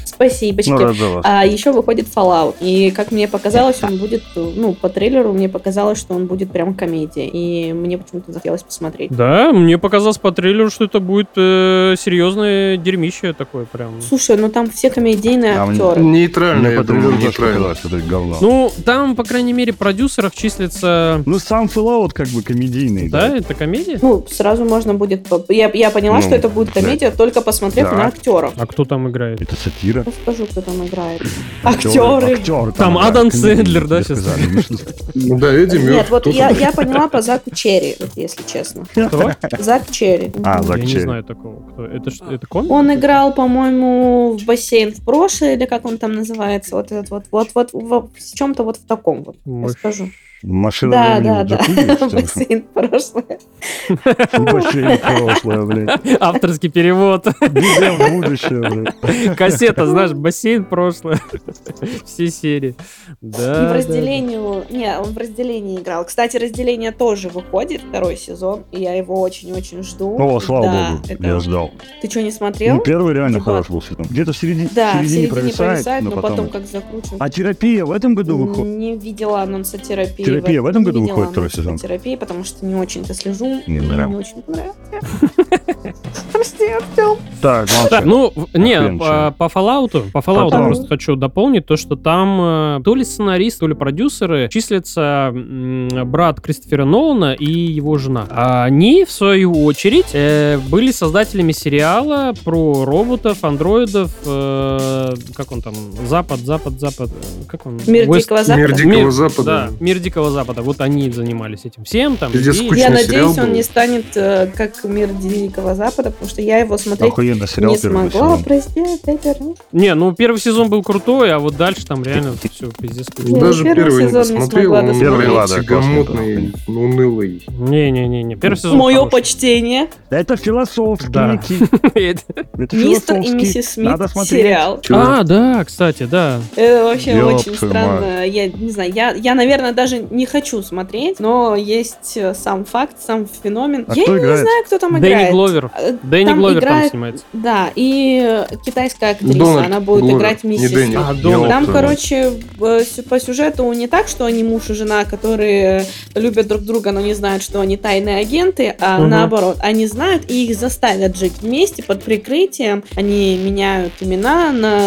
Speaker 3: Спасибо.
Speaker 1: Ну, рад за вас.
Speaker 3: А еще выходит Fallout. И как мне показалось, он будет, ну, по трейлеру мне показалось, что он будет прям комедией. И мне почему-то захотелось посмотреть.
Speaker 2: Да, мне показалось по трейлеру, что это будет э, серьезное дерьмище такое прям.
Speaker 3: Слушай, ну там все комедийные
Speaker 1: А мне-
Speaker 3: актеры.
Speaker 4: Нейтрально,
Speaker 1: Мне
Speaker 4: я
Speaker 1: по
Speaker 4: думаю,
Speaker 1: трейлеру тоже
Speaker 4: нейтрально.
Speaker 1: показалось, что это говно.
Speaker 2: Ну, там, по крайней мере, продюсерах числится...
Speaker 1: Ну, сам Fallout как бы комедийный.
Speaker 2: Да, это комедия?
Speaker 3: Ну, сразу можно будет... по- Я, я поняла,
Speaker 1: Ну,
Speaker 3: что это будет
Speaker 1: да.
Speaker 3: комедия, только посмотрев
Speaker 1: Да.
Speaker 3: на актеров.
Speaker 2: А кто там играет?
Speaker 1: Это сатира.
Speaker 3: Расскажу, кто там играет. Актеры.
Speaker 1: Актер,
Speaker 2: Там
Speaker 1: играет
Speaker 2: Адам
Speaker 1: комедийный,
Speaker 2: Сэндлер, да,
Speaker 1: тебе
Speaker 2: сейчас?
Speaker 1: сказали. Ну, что-
Speaker 4: Ну Да, Эдди
Speaker 3: Нет,
Speaker 4: Мёрфи,
Speaker 3: вот
Speaker 4: кто-то
Speaker 3: я,
Speaker 4: был.
Speaker 3: я поняла по Заку Черри, вот если честно.
Speaker 2: Кто?
Speaker 3: Зак Черри.
Speaker 1: А, Зак
Speaker 2: Я не
Speaker 1: Черри.
Speaker 2: знаю такого. Кто? Это, ж- это комик?
Speaker 3: Он играл, по-моему, в бассейн в прошлое, или как он там называется, вот этот вот, вот, вот, в, в чем-то вот в таком вот,
Speaker 2: Мощь.
Speaker 3: расскажу.
Speaker 1: Машина
Speaker 3: Да,
Speaker 1: времени в
Speaker 3: да, да,
Speaker 1: джакузи, что ли?
Speaker 3: бассейн в прошлое.
Speaker 1: Бассейн прошлое, блядь.
Speaker 2: Авторский перевод.
Speaker 1: Где в будущее, блядь.
Speaker 2: Кассета, знаешь, бассейн прошлое. Все серии. Да.
Speaker 3: в разделении, его- не, он в разделении играл. Кстати, разделение тоже выходит, второй сезон, и я его очень-очень жду.
Speaker 1: О, слава
Speaker 3: Да,
Speaker 1: богу,
Speaker 3: это-
Speaker 1: я ждал.
Speaker 3: Ты что, не
Speaker 1: Ну,
Speaker 3: смотрел?
Speaker 1: первый реально
Speaker 3: Типа-
Speaker 1: хорош был фильм. Где-то в середине,
Speaker 3: Да,
Speaker 1: в середине провисает,
Speaker 3: но, потом,
Speaker 1: потом...
Speaker 3: как закручивается.
Speaker 1: А терапия в этом году выходит?
Speaker 3: Не видела анонса терапии.
Speaker 1: Терапия в этом году
Speaker 3: не видела
Speaker 1: выходит второй
Speaker 3: анонса
Speaker 1: сезон?
Speaker 3: Терапии, потому что не очень-то слежу.
Speaker 1: Не
Speaker 3: и
Speaker 1: нравится.
Speaker 3: Мне очень понравилось. Прости, Артем.
Speaker 1: Так, молчи.
Speaker 2: Так, ну, в- не,
Speaker 1: Охрен
Speaker 2: по, по Fallout, по Fallout
Speaker 1: Потом.
Speaker 2: просто хочу дополнить то, что там э, то ли сценарист, то ли продюсеры числятся м, брат Кристофера Нолана и его жена. А Они, в свою очередь, э, были создателями сериала про роботов, андроидов, э, как он там, Запад, Запад, Запад, э, как он?
Speaker 3: Мир
Speaker 2: West-
Speaker 3: Дикого
Speaker 4: Мир
Speaker 3: Запада.
Speaker 4: Дикого
Speaker 2: Мир-
Speaker 4: Запада.
Speaker 2: Да, мир Дикого Запада. Вот они занимались этим всем там.
Speaker 4: Пиздец,
Speaker 2: и-
Speaker 4: скучно.
Speaker 3: Я
Speaker 4: Скучный
Speaker 3: надеюсь,
Speaker 4: сериал
Speaker 3: он
Speaker 4: был.
Speaker 3: не станет э, как мир Дикого Запада, потому что я его смотреть
Speaker 1: Охуенно сериал
Speaker 3: не
Speaker 1: первый
Speaker 3: смогла.
Speaker 1: сезон.
Speaker 3: Прости, опять вернусь.
Speaker 2: Не, ну первый сезон был крутой, а вот дальше там реально все пиздец скучно.
Speaker 3: Я
Speaker 4: Даже
Speaker 3: первый
Speaker 4: первый не
Speaker 3: сезон не
Speaker 4: посмотрел,
Speaker 3: смогла
Speaker 4: он
Speaker 3: досмотреть.
Speaker 1: Первый,
Speaker 4: блядь,
Speaker 1: ладно,
Speaker 4: тягомотный, ну, унылый.
Speaker 2: Не-не-не, первый сезон
Speaker 3: Мое
Speaker 2: хороший.
Speaker 3: почтение.
Speaker 1: Да это
Speaker 2: Да.
Speaker 1: философский. Ники. Это
Speaker 3: Мистер и
Speaker 1: философский.
Speaker 3: миссис Смит
Speaker 1: Надо смотреть.
Speaker 3: сериал.
Speaker 2: А, да, кстати, да.
Speaker 3: Это вообще
Speaker 1: Ёб
Speaker 3: очень
Speaker 1: твою
Speaker 3: странно. Я не знаю, я, я, наверное, даже не хочу смотреть, но есть э, сам факт, сам феномен.
Speaker 1: А
Speaker 3: я
Speaker 1: кто
Speaker 3: не
Speaker 1: играет?
Speaker 3: знаю, кто там
Speaker 2: Дэнни
Speaker 3: играет.
Speaker 2: Гловер.
Speaker 3: Э,
Speaker 2: Дэнни
Speaker 3: там
Speaker 2: Гловер там
Speaker 3: играет-
Speaker 2: снимается.
Speaker 3: Да, и китайская актриса,
Speaker 4: Дональд
Speaker 3: она будет
Speaker 4: Гловер,
Speaker 3: играть
Speaker 4: не
Speaker 3: миссис.
Speaker 4: Дэнни.
Speaker 2: А,
Speaker 4: Ёпта.
Speaker 2: Дональд.
Speaker 3: Там, короче, э, сю- по сюжету не так, что они муж и жена, которые любят друг друга, но не знают, что они тайные агенты, а
Speaker 2: Мгм.
Speaker 3: наоборот, они знают и их заставят жить вместе под прикрытием. Они меняют имена на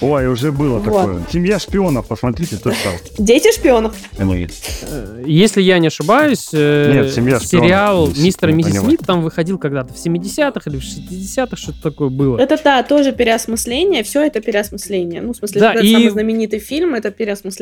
Speaker 1: Ой, уже было
Speaker 3: Вот.
Speaker 1: такое. Семья шпионов, посмотрите, тот там.
Speaker 3: дети шпионов.
Speaker 1: Эмили.
Speaker 2: Э, Если я не ошибаюсь, э,
Speaker 1: Нет, «Семья шпионов».
Speaker 2: сериал
Speaker 1: Мисс-
Speaker 2: «Мистер и
Speaker 1: не
Speaker 2: миссис
Speaker 1: понимаю.
Speaker 2: Смит» там выходил когда-то в 70-х или в 60-х, что-то такое было.
Speaker 3: Это да, тоже переосмысление, все это переосмысление. Ну, в смысле,
Speaker 2: Да,
Speaker 3: вот этот
Speaker 2: и-
Speaker 3: самый знаменитый фильм это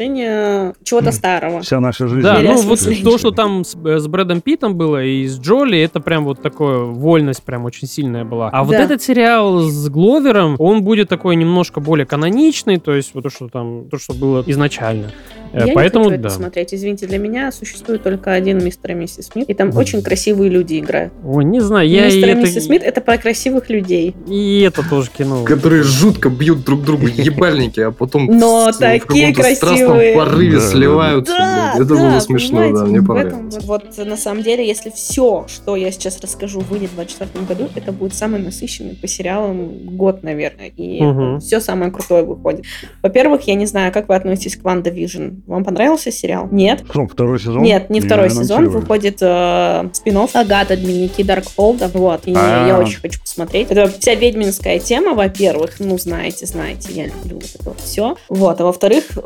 Speaker 3: переосмысление чего-то
Speaker 1: М.
Speaker 3: старого.
Speaker 1: Вся наша жизнь.
Speaker 2: Да, ну вот
Speaker 3: Переосмысление.
Speaker 2: то, что там с, э, с Брэдом Питтом было и с Джоли, это прям вот такое, вольность прям очень сильная была. А вот
Speaker 3: Да.
Speaker 2: этот сериал с Гловером, он будет такой немножко более каноничный, то есть вот то, что там, то, что было изначально. Э,
Speaker 3: Я
Speaker 2: Поэтому,
Speaker 3: не хочу
Speaker 2: да.
Speaker 3: это смотреть. Извините, для меня существует только один мистер и миссис Смит, и там очень красивые люди играют.
Speaker 2: Ой, не знаю, я и
Speaker 3: мистер и
Speaker 2: это-
Speaker 3: миссис Смит это про красивых людей.
Speaker 2: И это тоже кино.
Speaker 4: Которые жутко бьют друг другу ебальники, а потом
Speaker 3: Но
Speaker 4: в
Speaker 3: такие
Speaker 4: каком-то страстном
Speaker 3: красивые.
Speaker 4: порыве
Speaker 1: Да, да, да.
Speaker 4: сливаются.
Speaker 3: Да,
Speaker 4: блядь. Это
Speaker 3: да,
Speaker 4: было смешно, да,
Speaker 3: понимаете,
Speaker 4: мне
Speaker 3: в
Speaker 4: понравилось.
Speaker 3: этом Вот, вот, на самом деле, если все, что я сейчас расскажу, выйдет в 2024 году, это будет самый насыщенный по сериалам год, наверное. И
Speaker 2: Мгм.
Speaker 3: все самое крутое выходит. Во-первых, я не знаю, как вы относитесь к Ванда Вижн. Вам понравился сериал? Нет?
Speaker 1: Что, второй сезон?
Speaker 3: ну. Нет, не второй сезон.
Speaker 1: анонсировали.
Speaker 3: Выходит э, спин-офф «Агата. Дневники Даркфолда». Вот, и
Speaker 1: А.
Speaker 3: я очень хочу посмотреть. Это вся ведьминская тема, во-первых. Ну, знаете, знаете, я люблю вот это вот все. Вот, а во-вторых, э,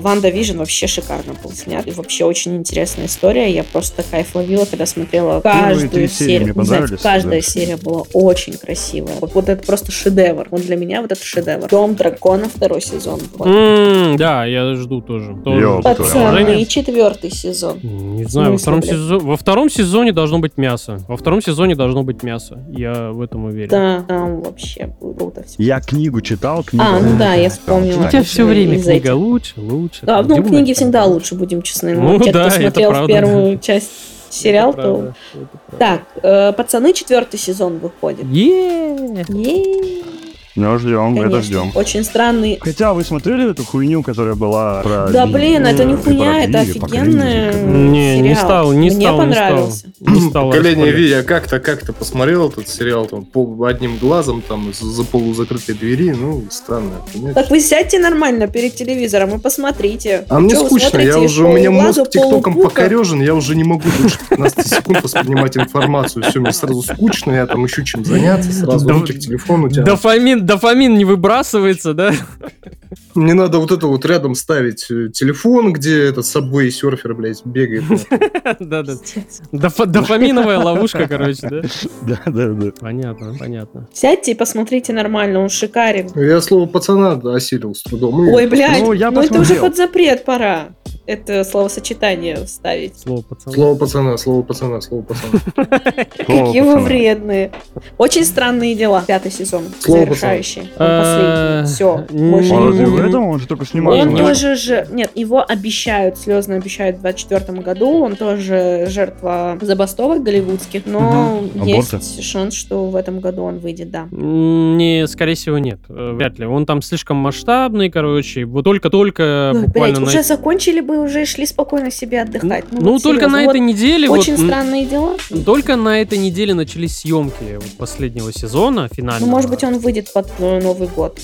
Speaker 3: «Ванда Вижн» вообще шикарно был снят. И вообще очень интересная история. Я просто кайф ловила, когда смотрела
Speaker 1: Первые три
Speaker 3: каждую
Speaker 1: серии мне
Speaker 3: серию. Не знаю,
Speaker 1: понравились,
Speaker 3: каждая
Speaker 1: дальше.
Speaker 3: серия была очень красивая. Вот, вот это просто шедевр. Вот для меня вот это шедевр. «Дом дракона» второй сезон. Вот.
Speaker 2: М, Да, я жду тоже. Тоже
Speaker 1: Ёпта.
Speaker 2: жду такое
Speaker 3: Пацаны,
Speaker 2: положение.
Speaker 3: и четвертый сезон.
Speaker 2: Не знаю, во
Speaker 3: смысле,
Speaker 2: втором,
Speaker 3: блядь?
Speaker 2: сезо- во втором сезоне должно быть мясо. Во втором сезоне должно быть мясо. Я в этом уверен.
Speaker 3: Да, там вообще круто все.
Speaker 1: Я книгу читал, книгу.
Speaker 3: А, ну да, я
Speaker 2: У
Speaker 3: вспомнила.
Speaker 2: тебя все время
Speaker 3: Из-за
Speaker 2: книга
Speaker 3: этих.
Speaker 2: лучше, лучше.
Speaker 3: Да,
Speaker 2: там
Speaker 3: ну
Speaker 2: дюна,
Speaker 3: книги
Speaker 2: там.
Speaker 3: всегда лучше, будем честны. Ну,
Speaker 2: Ну
Speaker 3: те,
Speaker 2: да,
Speaker 3: кто
Speaker 2: это
Speaker 3: смотрел
Speaker 2: правда.
Speaker 3: первую часть сериал,
Speaker 2: Это
Speaker 3: то...
Speaker 2: правда, это правда.
Speaker 3: Так, э, пацаны, четвертый сезон выходит.
Speaker 2: Е-е-е.
Speaker 3: Е-е-е,
Speaker 1: Ну, ждем,
Speaker 3: конечно.
Speaker 1: это ждем.
Speaker 3: Очень странный...
Speaker 1: Хотя вы смотрели эту хуйню, которая была про...
Speaker 3: Да
Speaker 1: Ви-
Speaker 3: блин, это не
Speaker 1: про
Speaker 3: хуйня, это
Speaker 1: Ви, про
Speaker 3: офигенный
Speaker 1: Гриндельвальда?
Speaker 2: Не, не
Speaker 3: сериал.
Speaker 2: стал, не
Speaker 3: Мне
Speaker 2: стал, не стал.
Speaker 3: понравился.
Speaker 2: Не стал
Speaker 4: Ну, Поколение
Speaker 2: распалять.
Speaker 4: Ви, я как-то как-то посмотрел этот сериал там пол- одним глазом там за, за полузакрытой двери, ну странно. понимаете?
Speaker 3: Так вы сядьте нормально перед телевизором и посмотрите.
Speaker 4: А мне
Speaker 3: Чё вы
Speaker 4: скучно, я
Speaker 3: смотрите
Speaker 4: уже, у меня
Speaker 3: «Шоу-глаза»,
Speaker 4: мозг тиктоком
Speaker 3: «Полупука»?
Speaker 4: покорежен, я уже не могу дольше 15 секунд воспринимать информацию, все, мне сразу скучно, я там ищу чем заняться, сразу
Speaker 2: Да-
Speaker 4: руки к телефону тяну.
Speaker 2: Дофамин, дофамин не выбрасывается, да?
Speaker 4: Мне надо вот это вот рядом ставить э, телефон, где этот собой серфер, блядь, бегает.
Speaker 2: Да, да.
Speaker 3: Пиздец.
Speaker 2: Дофа- Дофаминовая ловушка, короче, да?
Speaker 1: Да, да, да.
Speaker 2: Понятно, понятно.
Speaker 3: Сядьте и посмотрите нормально, он шикарен.
Speaker 4: Я слово пацана осилил с трудом. И
Speaker 3: Ой, блядь,
Speaker 1: Ну,
Speaker 3: ну,
Speaker 1: я
Speaker 3: это уже
Speaker 1: посмотрел.
Speaker 3: под запрет пора. Это словосочетание вставить.
Speaker 2: Слово пацана.
Speaker 4: Слово пацана, слово пацана, слово пацана.
Speaker 1: Слово
Speaker 3: Какие вы
Speaker 1: пацана.
Speaker 3: вредные. Очень странные дела. Пятый сезон,
Speaker 4: Слово
Speaker 3: завершающий.
Speaker 2: Э,
Speaker 3: Он Все,
Speaker 2: м,
Speaker 3: больше
Speaker 1: Он
Speaker 3: не
Speaker 1: разве в
Speaker 3: будет.
Speaker 1: этом? Он же только снимал.
Speaker 3: Он
Speaker 1: немножко.
Speaker 3: тоже же... Нет, его обещают, слезно обещают в 24 году. Он тоже жертва забастовок голливудских, но
Speaker 1: Мгм.
Speaker 3: есть
Speaker 1: Аборты.
Speaker 3: шанс, что в этом году он выйдет, да.
Speaker 2: М, Не, скорее всего, нет. Э, Вряд ли. Он там слишком масштабный, короче. Вот только-только
Speaker 3: Ой,
Speaker 2: буквально
Speaker 3: Ну, блядь,
Speaker 2: на...
Speaker 3: уже закончили бы, уже шли спокойно себе отдыхать.
Speaker 2: Ну,
Speaker 3: вот
Speaker 2: только на
Speaker 3: серьезно,
Speaker 2: этой неделе...
Speaker 3: вот
Speaker 2: вот,
Speaker 3: Очень
Speaker 2: м,
Speaker 3: странные дела.
Speaker 2: Только на этой неделе начались съемки вот последнего сезона,
Speaker 3: Ну,
Speaker 2: финального.
Speaker 3: может быть, он выйдет под э, Новый год.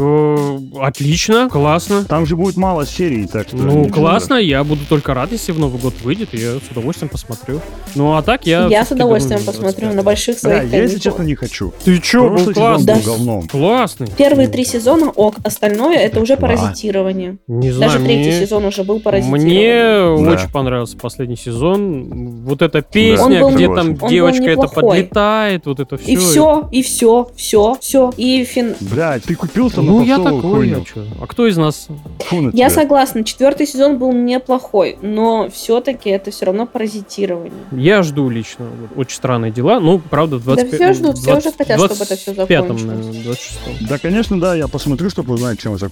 Speaker 2: Э, Отлично, классно.
Speaker 1: Там же будет мало серий, так что...
Speaker 2: Ну,
Speaker 1: ничего.
Speaker 2: классно, я буду только рад, если в Новый год выйдет, и я с удовольствием посмотрю. Ну, а так я...
Speaker 3: Я, с
Speaker 2: всё-таки
Speaker 3: удовольствием
Speaker 2: думаю,
Speaker 3: посмотрю
Speaker 2: 25.
Speaker 3: на больших
Speaker 1: Да,
Speaker 3: своих
Speaker 1: я, если
Speaker 3: каникулах.
Speaker 1: честно, не хочу.
Speaker 2: Ты чё, был
Speaker 1: Прошлый сезон
Speaker 2: классный.
Speaker 3: Да.
Speaker 1: был говном.
Speaker 2: Классный. Ну,
Speaker 3: Первые три сезона ок, остальное это уже
Speaker 1: Да.
Speaker 3: паразитирование.
Speaker 2: Не знаю,
Speaker 3: Даже
Speaker 2: мне-
Speaker 3: третий сезон уже был
Speaker 2: Мне
Speaker 3: паразитирование.
Speaker 2: очень понравился последний сезон. Вот эта песня,
Speaker 3: Он был-
Speaker 2: где
Speaker 1: Он
Speaker 2: там
Speaker 3: был
Speaker 2: девочка это
Speaker 3: неплохой.
Speaker 2: подлетает, вот это все.
Speaker 3: И все, и все, все, все. И фин...
Speaker 1: Блядь, ты купился на
Speaker 2: Ну, я
Speaker 1: попсовую
Speaker 2: такой,
Speaker 1: хуйню.
Speaker 2: я чё. А кто из нас?
Speaker 1: Фу на тебя.
Speaker 3: Я согласна, четвертый сезон был неплохой, но все-таки это все равно паразитирование.
Speaker 2: Я жду лично. Вот Очень странные дела. Ну, правда, в 25...
Speaker 3: все ждут, все уже хотят, чтобы это всё
Speaker 2: 25-м,
Speaker 3: закончилось.
Speaker 2: наверное, 26-м.
Speaker 1: Да, конечно, да, я посмотрю, чтобы узнать, чем это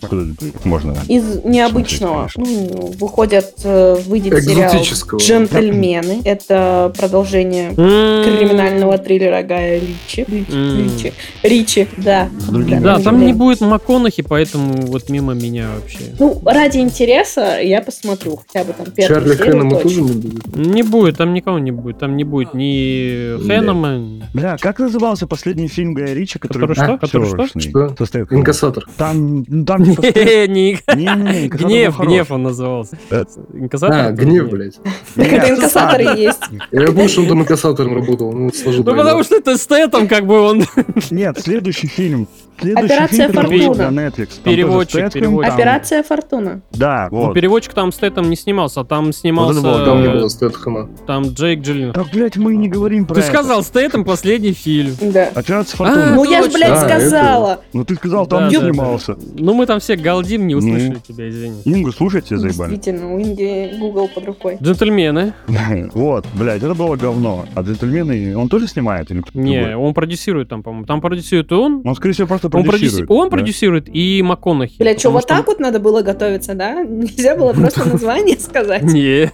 Speaker 1: можно.
Speaker 3: Из необычного ну, выходят, э, выйдет сериал
Speaker 4: Экзотического.
Speaker 3: «Джентльмены». Это продолжение
Speaker 2: М-м.
Speaker 3: М-м-м. криминального триллера Гая Ричи. Ричи,
Speaker 2: М.
Speaker 3: Ричи, Ричи, да.
Speaker 1: С другими
Speaker 2: Да, там не
Speaker 3: Джентльмены.
Speaker 2: будет МакКонахи, поэтому вот мимо меня вообще.
Speaker 3: Ну, ради интереса я посмотрю хотя бы там первую
Speaker 4: Чарли
Speaker 3: серию
Speaker 4: Хэна мы
Speaker 3: точно.
Speaker 4: тоже не будем.
Speaker 2: Не будет, там никого не будет. Там не будет ни Хэнома.
Speaker 1: Бля, как назывался последний фильм Гая Ричи, который...
Speaker 2: Который что?
Speaker 1: А,
Speaker 2: Который что?
Speaker 1: всеобщий,
Speaker 4: Что?
Speaker 1: состоит-
Speaker 4: Инкассатор.
Speaker 1: Там, ну, там не состоит-
Speaker 2: Не,
Speaker 1: Не-не-не, инкассатор был
Speaker 2: Гнев,
Speaker 1: хорош.
Speaker 2: гнев он назывался.
Speaker 1: Э.
Speaker 2: Инкассатор?
Speaker 4: А,
Speaker 2: это
Speaker 4: гнев, блядь.
Speaker 3: Так это
Speaker 1: Нет,
Speaker 3: инкассатор
Speaker 1: а,
Speaker 3: и есть.
Speaker 4: Я думал, что он там инкассатором работал. Ну, вот сложу
Speaker 2: Ну потому что это Стэтом, как бы он
Speaker 1: Нет, следующий фильм. Следующий
Speaker 3: «Операция
Speaker 1: фильм, который выйдет
Speaker 3: Фортуна».
Speaker 1: на Netflix. Там
Speaker 2: Переводчик,
Speaker 1: тоже Стэтхэм,
Speaker 2: переводчик.
Speaker 1: там-
Speaker 3: Операция Фортуна.
Speaker 1: Да,
Speaker 2: Ну,
Speaker 1: вот.
Speaker 2: переводчик там Стэтом не снимался, а там снимался
Speaker 1: это было
Speaker 4: Там не
Speaker 1: Э,
Speaker 4: было Стэтхэма.
Speaker 2: там Джейк Джилленхол.
Speaker 1: Да, блядь, мы не говорим про
Speaker 2: Ты
Speaker 1: это.
Speaker 2: сказал Стэтом последний фильм.
Speaker 3: Да.
Speaker 1: Операция Фортуна.
Speaker 2: А,
Speaker 3: Ну я ж,
Speaker 2: точно.
Speaker 3: блядь,
Speaker 4: А,
Speaker 3: сказала.
Speaker 1: Ну ты сказал, там
Speaker 2: Да,
Speaker 1: не
Speaker 2: да, да.
Speaker 1: снимался.
Speaker 2: Ну мы там все галдим, не
Speaker 1: Ну.
Speaker 2: услышали тебя, извини.
Speaker 1: Ингу, слушай, тебя заебали.
Speaker 3: Действительно, у Индии Google под рукой.
Speaker 2: Джентльмены.
Speaker 1: Вот, блядь, это было говно. А джентльмены, он тоже снимает или кто-то другой? Ну,
Speaker 2: Не, он продюсирует там, по-моему. Там продюсирует он.
Speaker 1: Он, скорее всего, просто
Speaker 2: Он, продюси-
Speaker 1: продюсирует.
Speaker 2: он
Speaker 1: да?
Speaker 2: продюсирует и МакКонахи.
Speaker 3: Бля, что,
Speaker 2: потому
Speaker 3: вот так вот надо было готовиться, да? Нельзя было просто название сказать.
Speaker 2: Нет.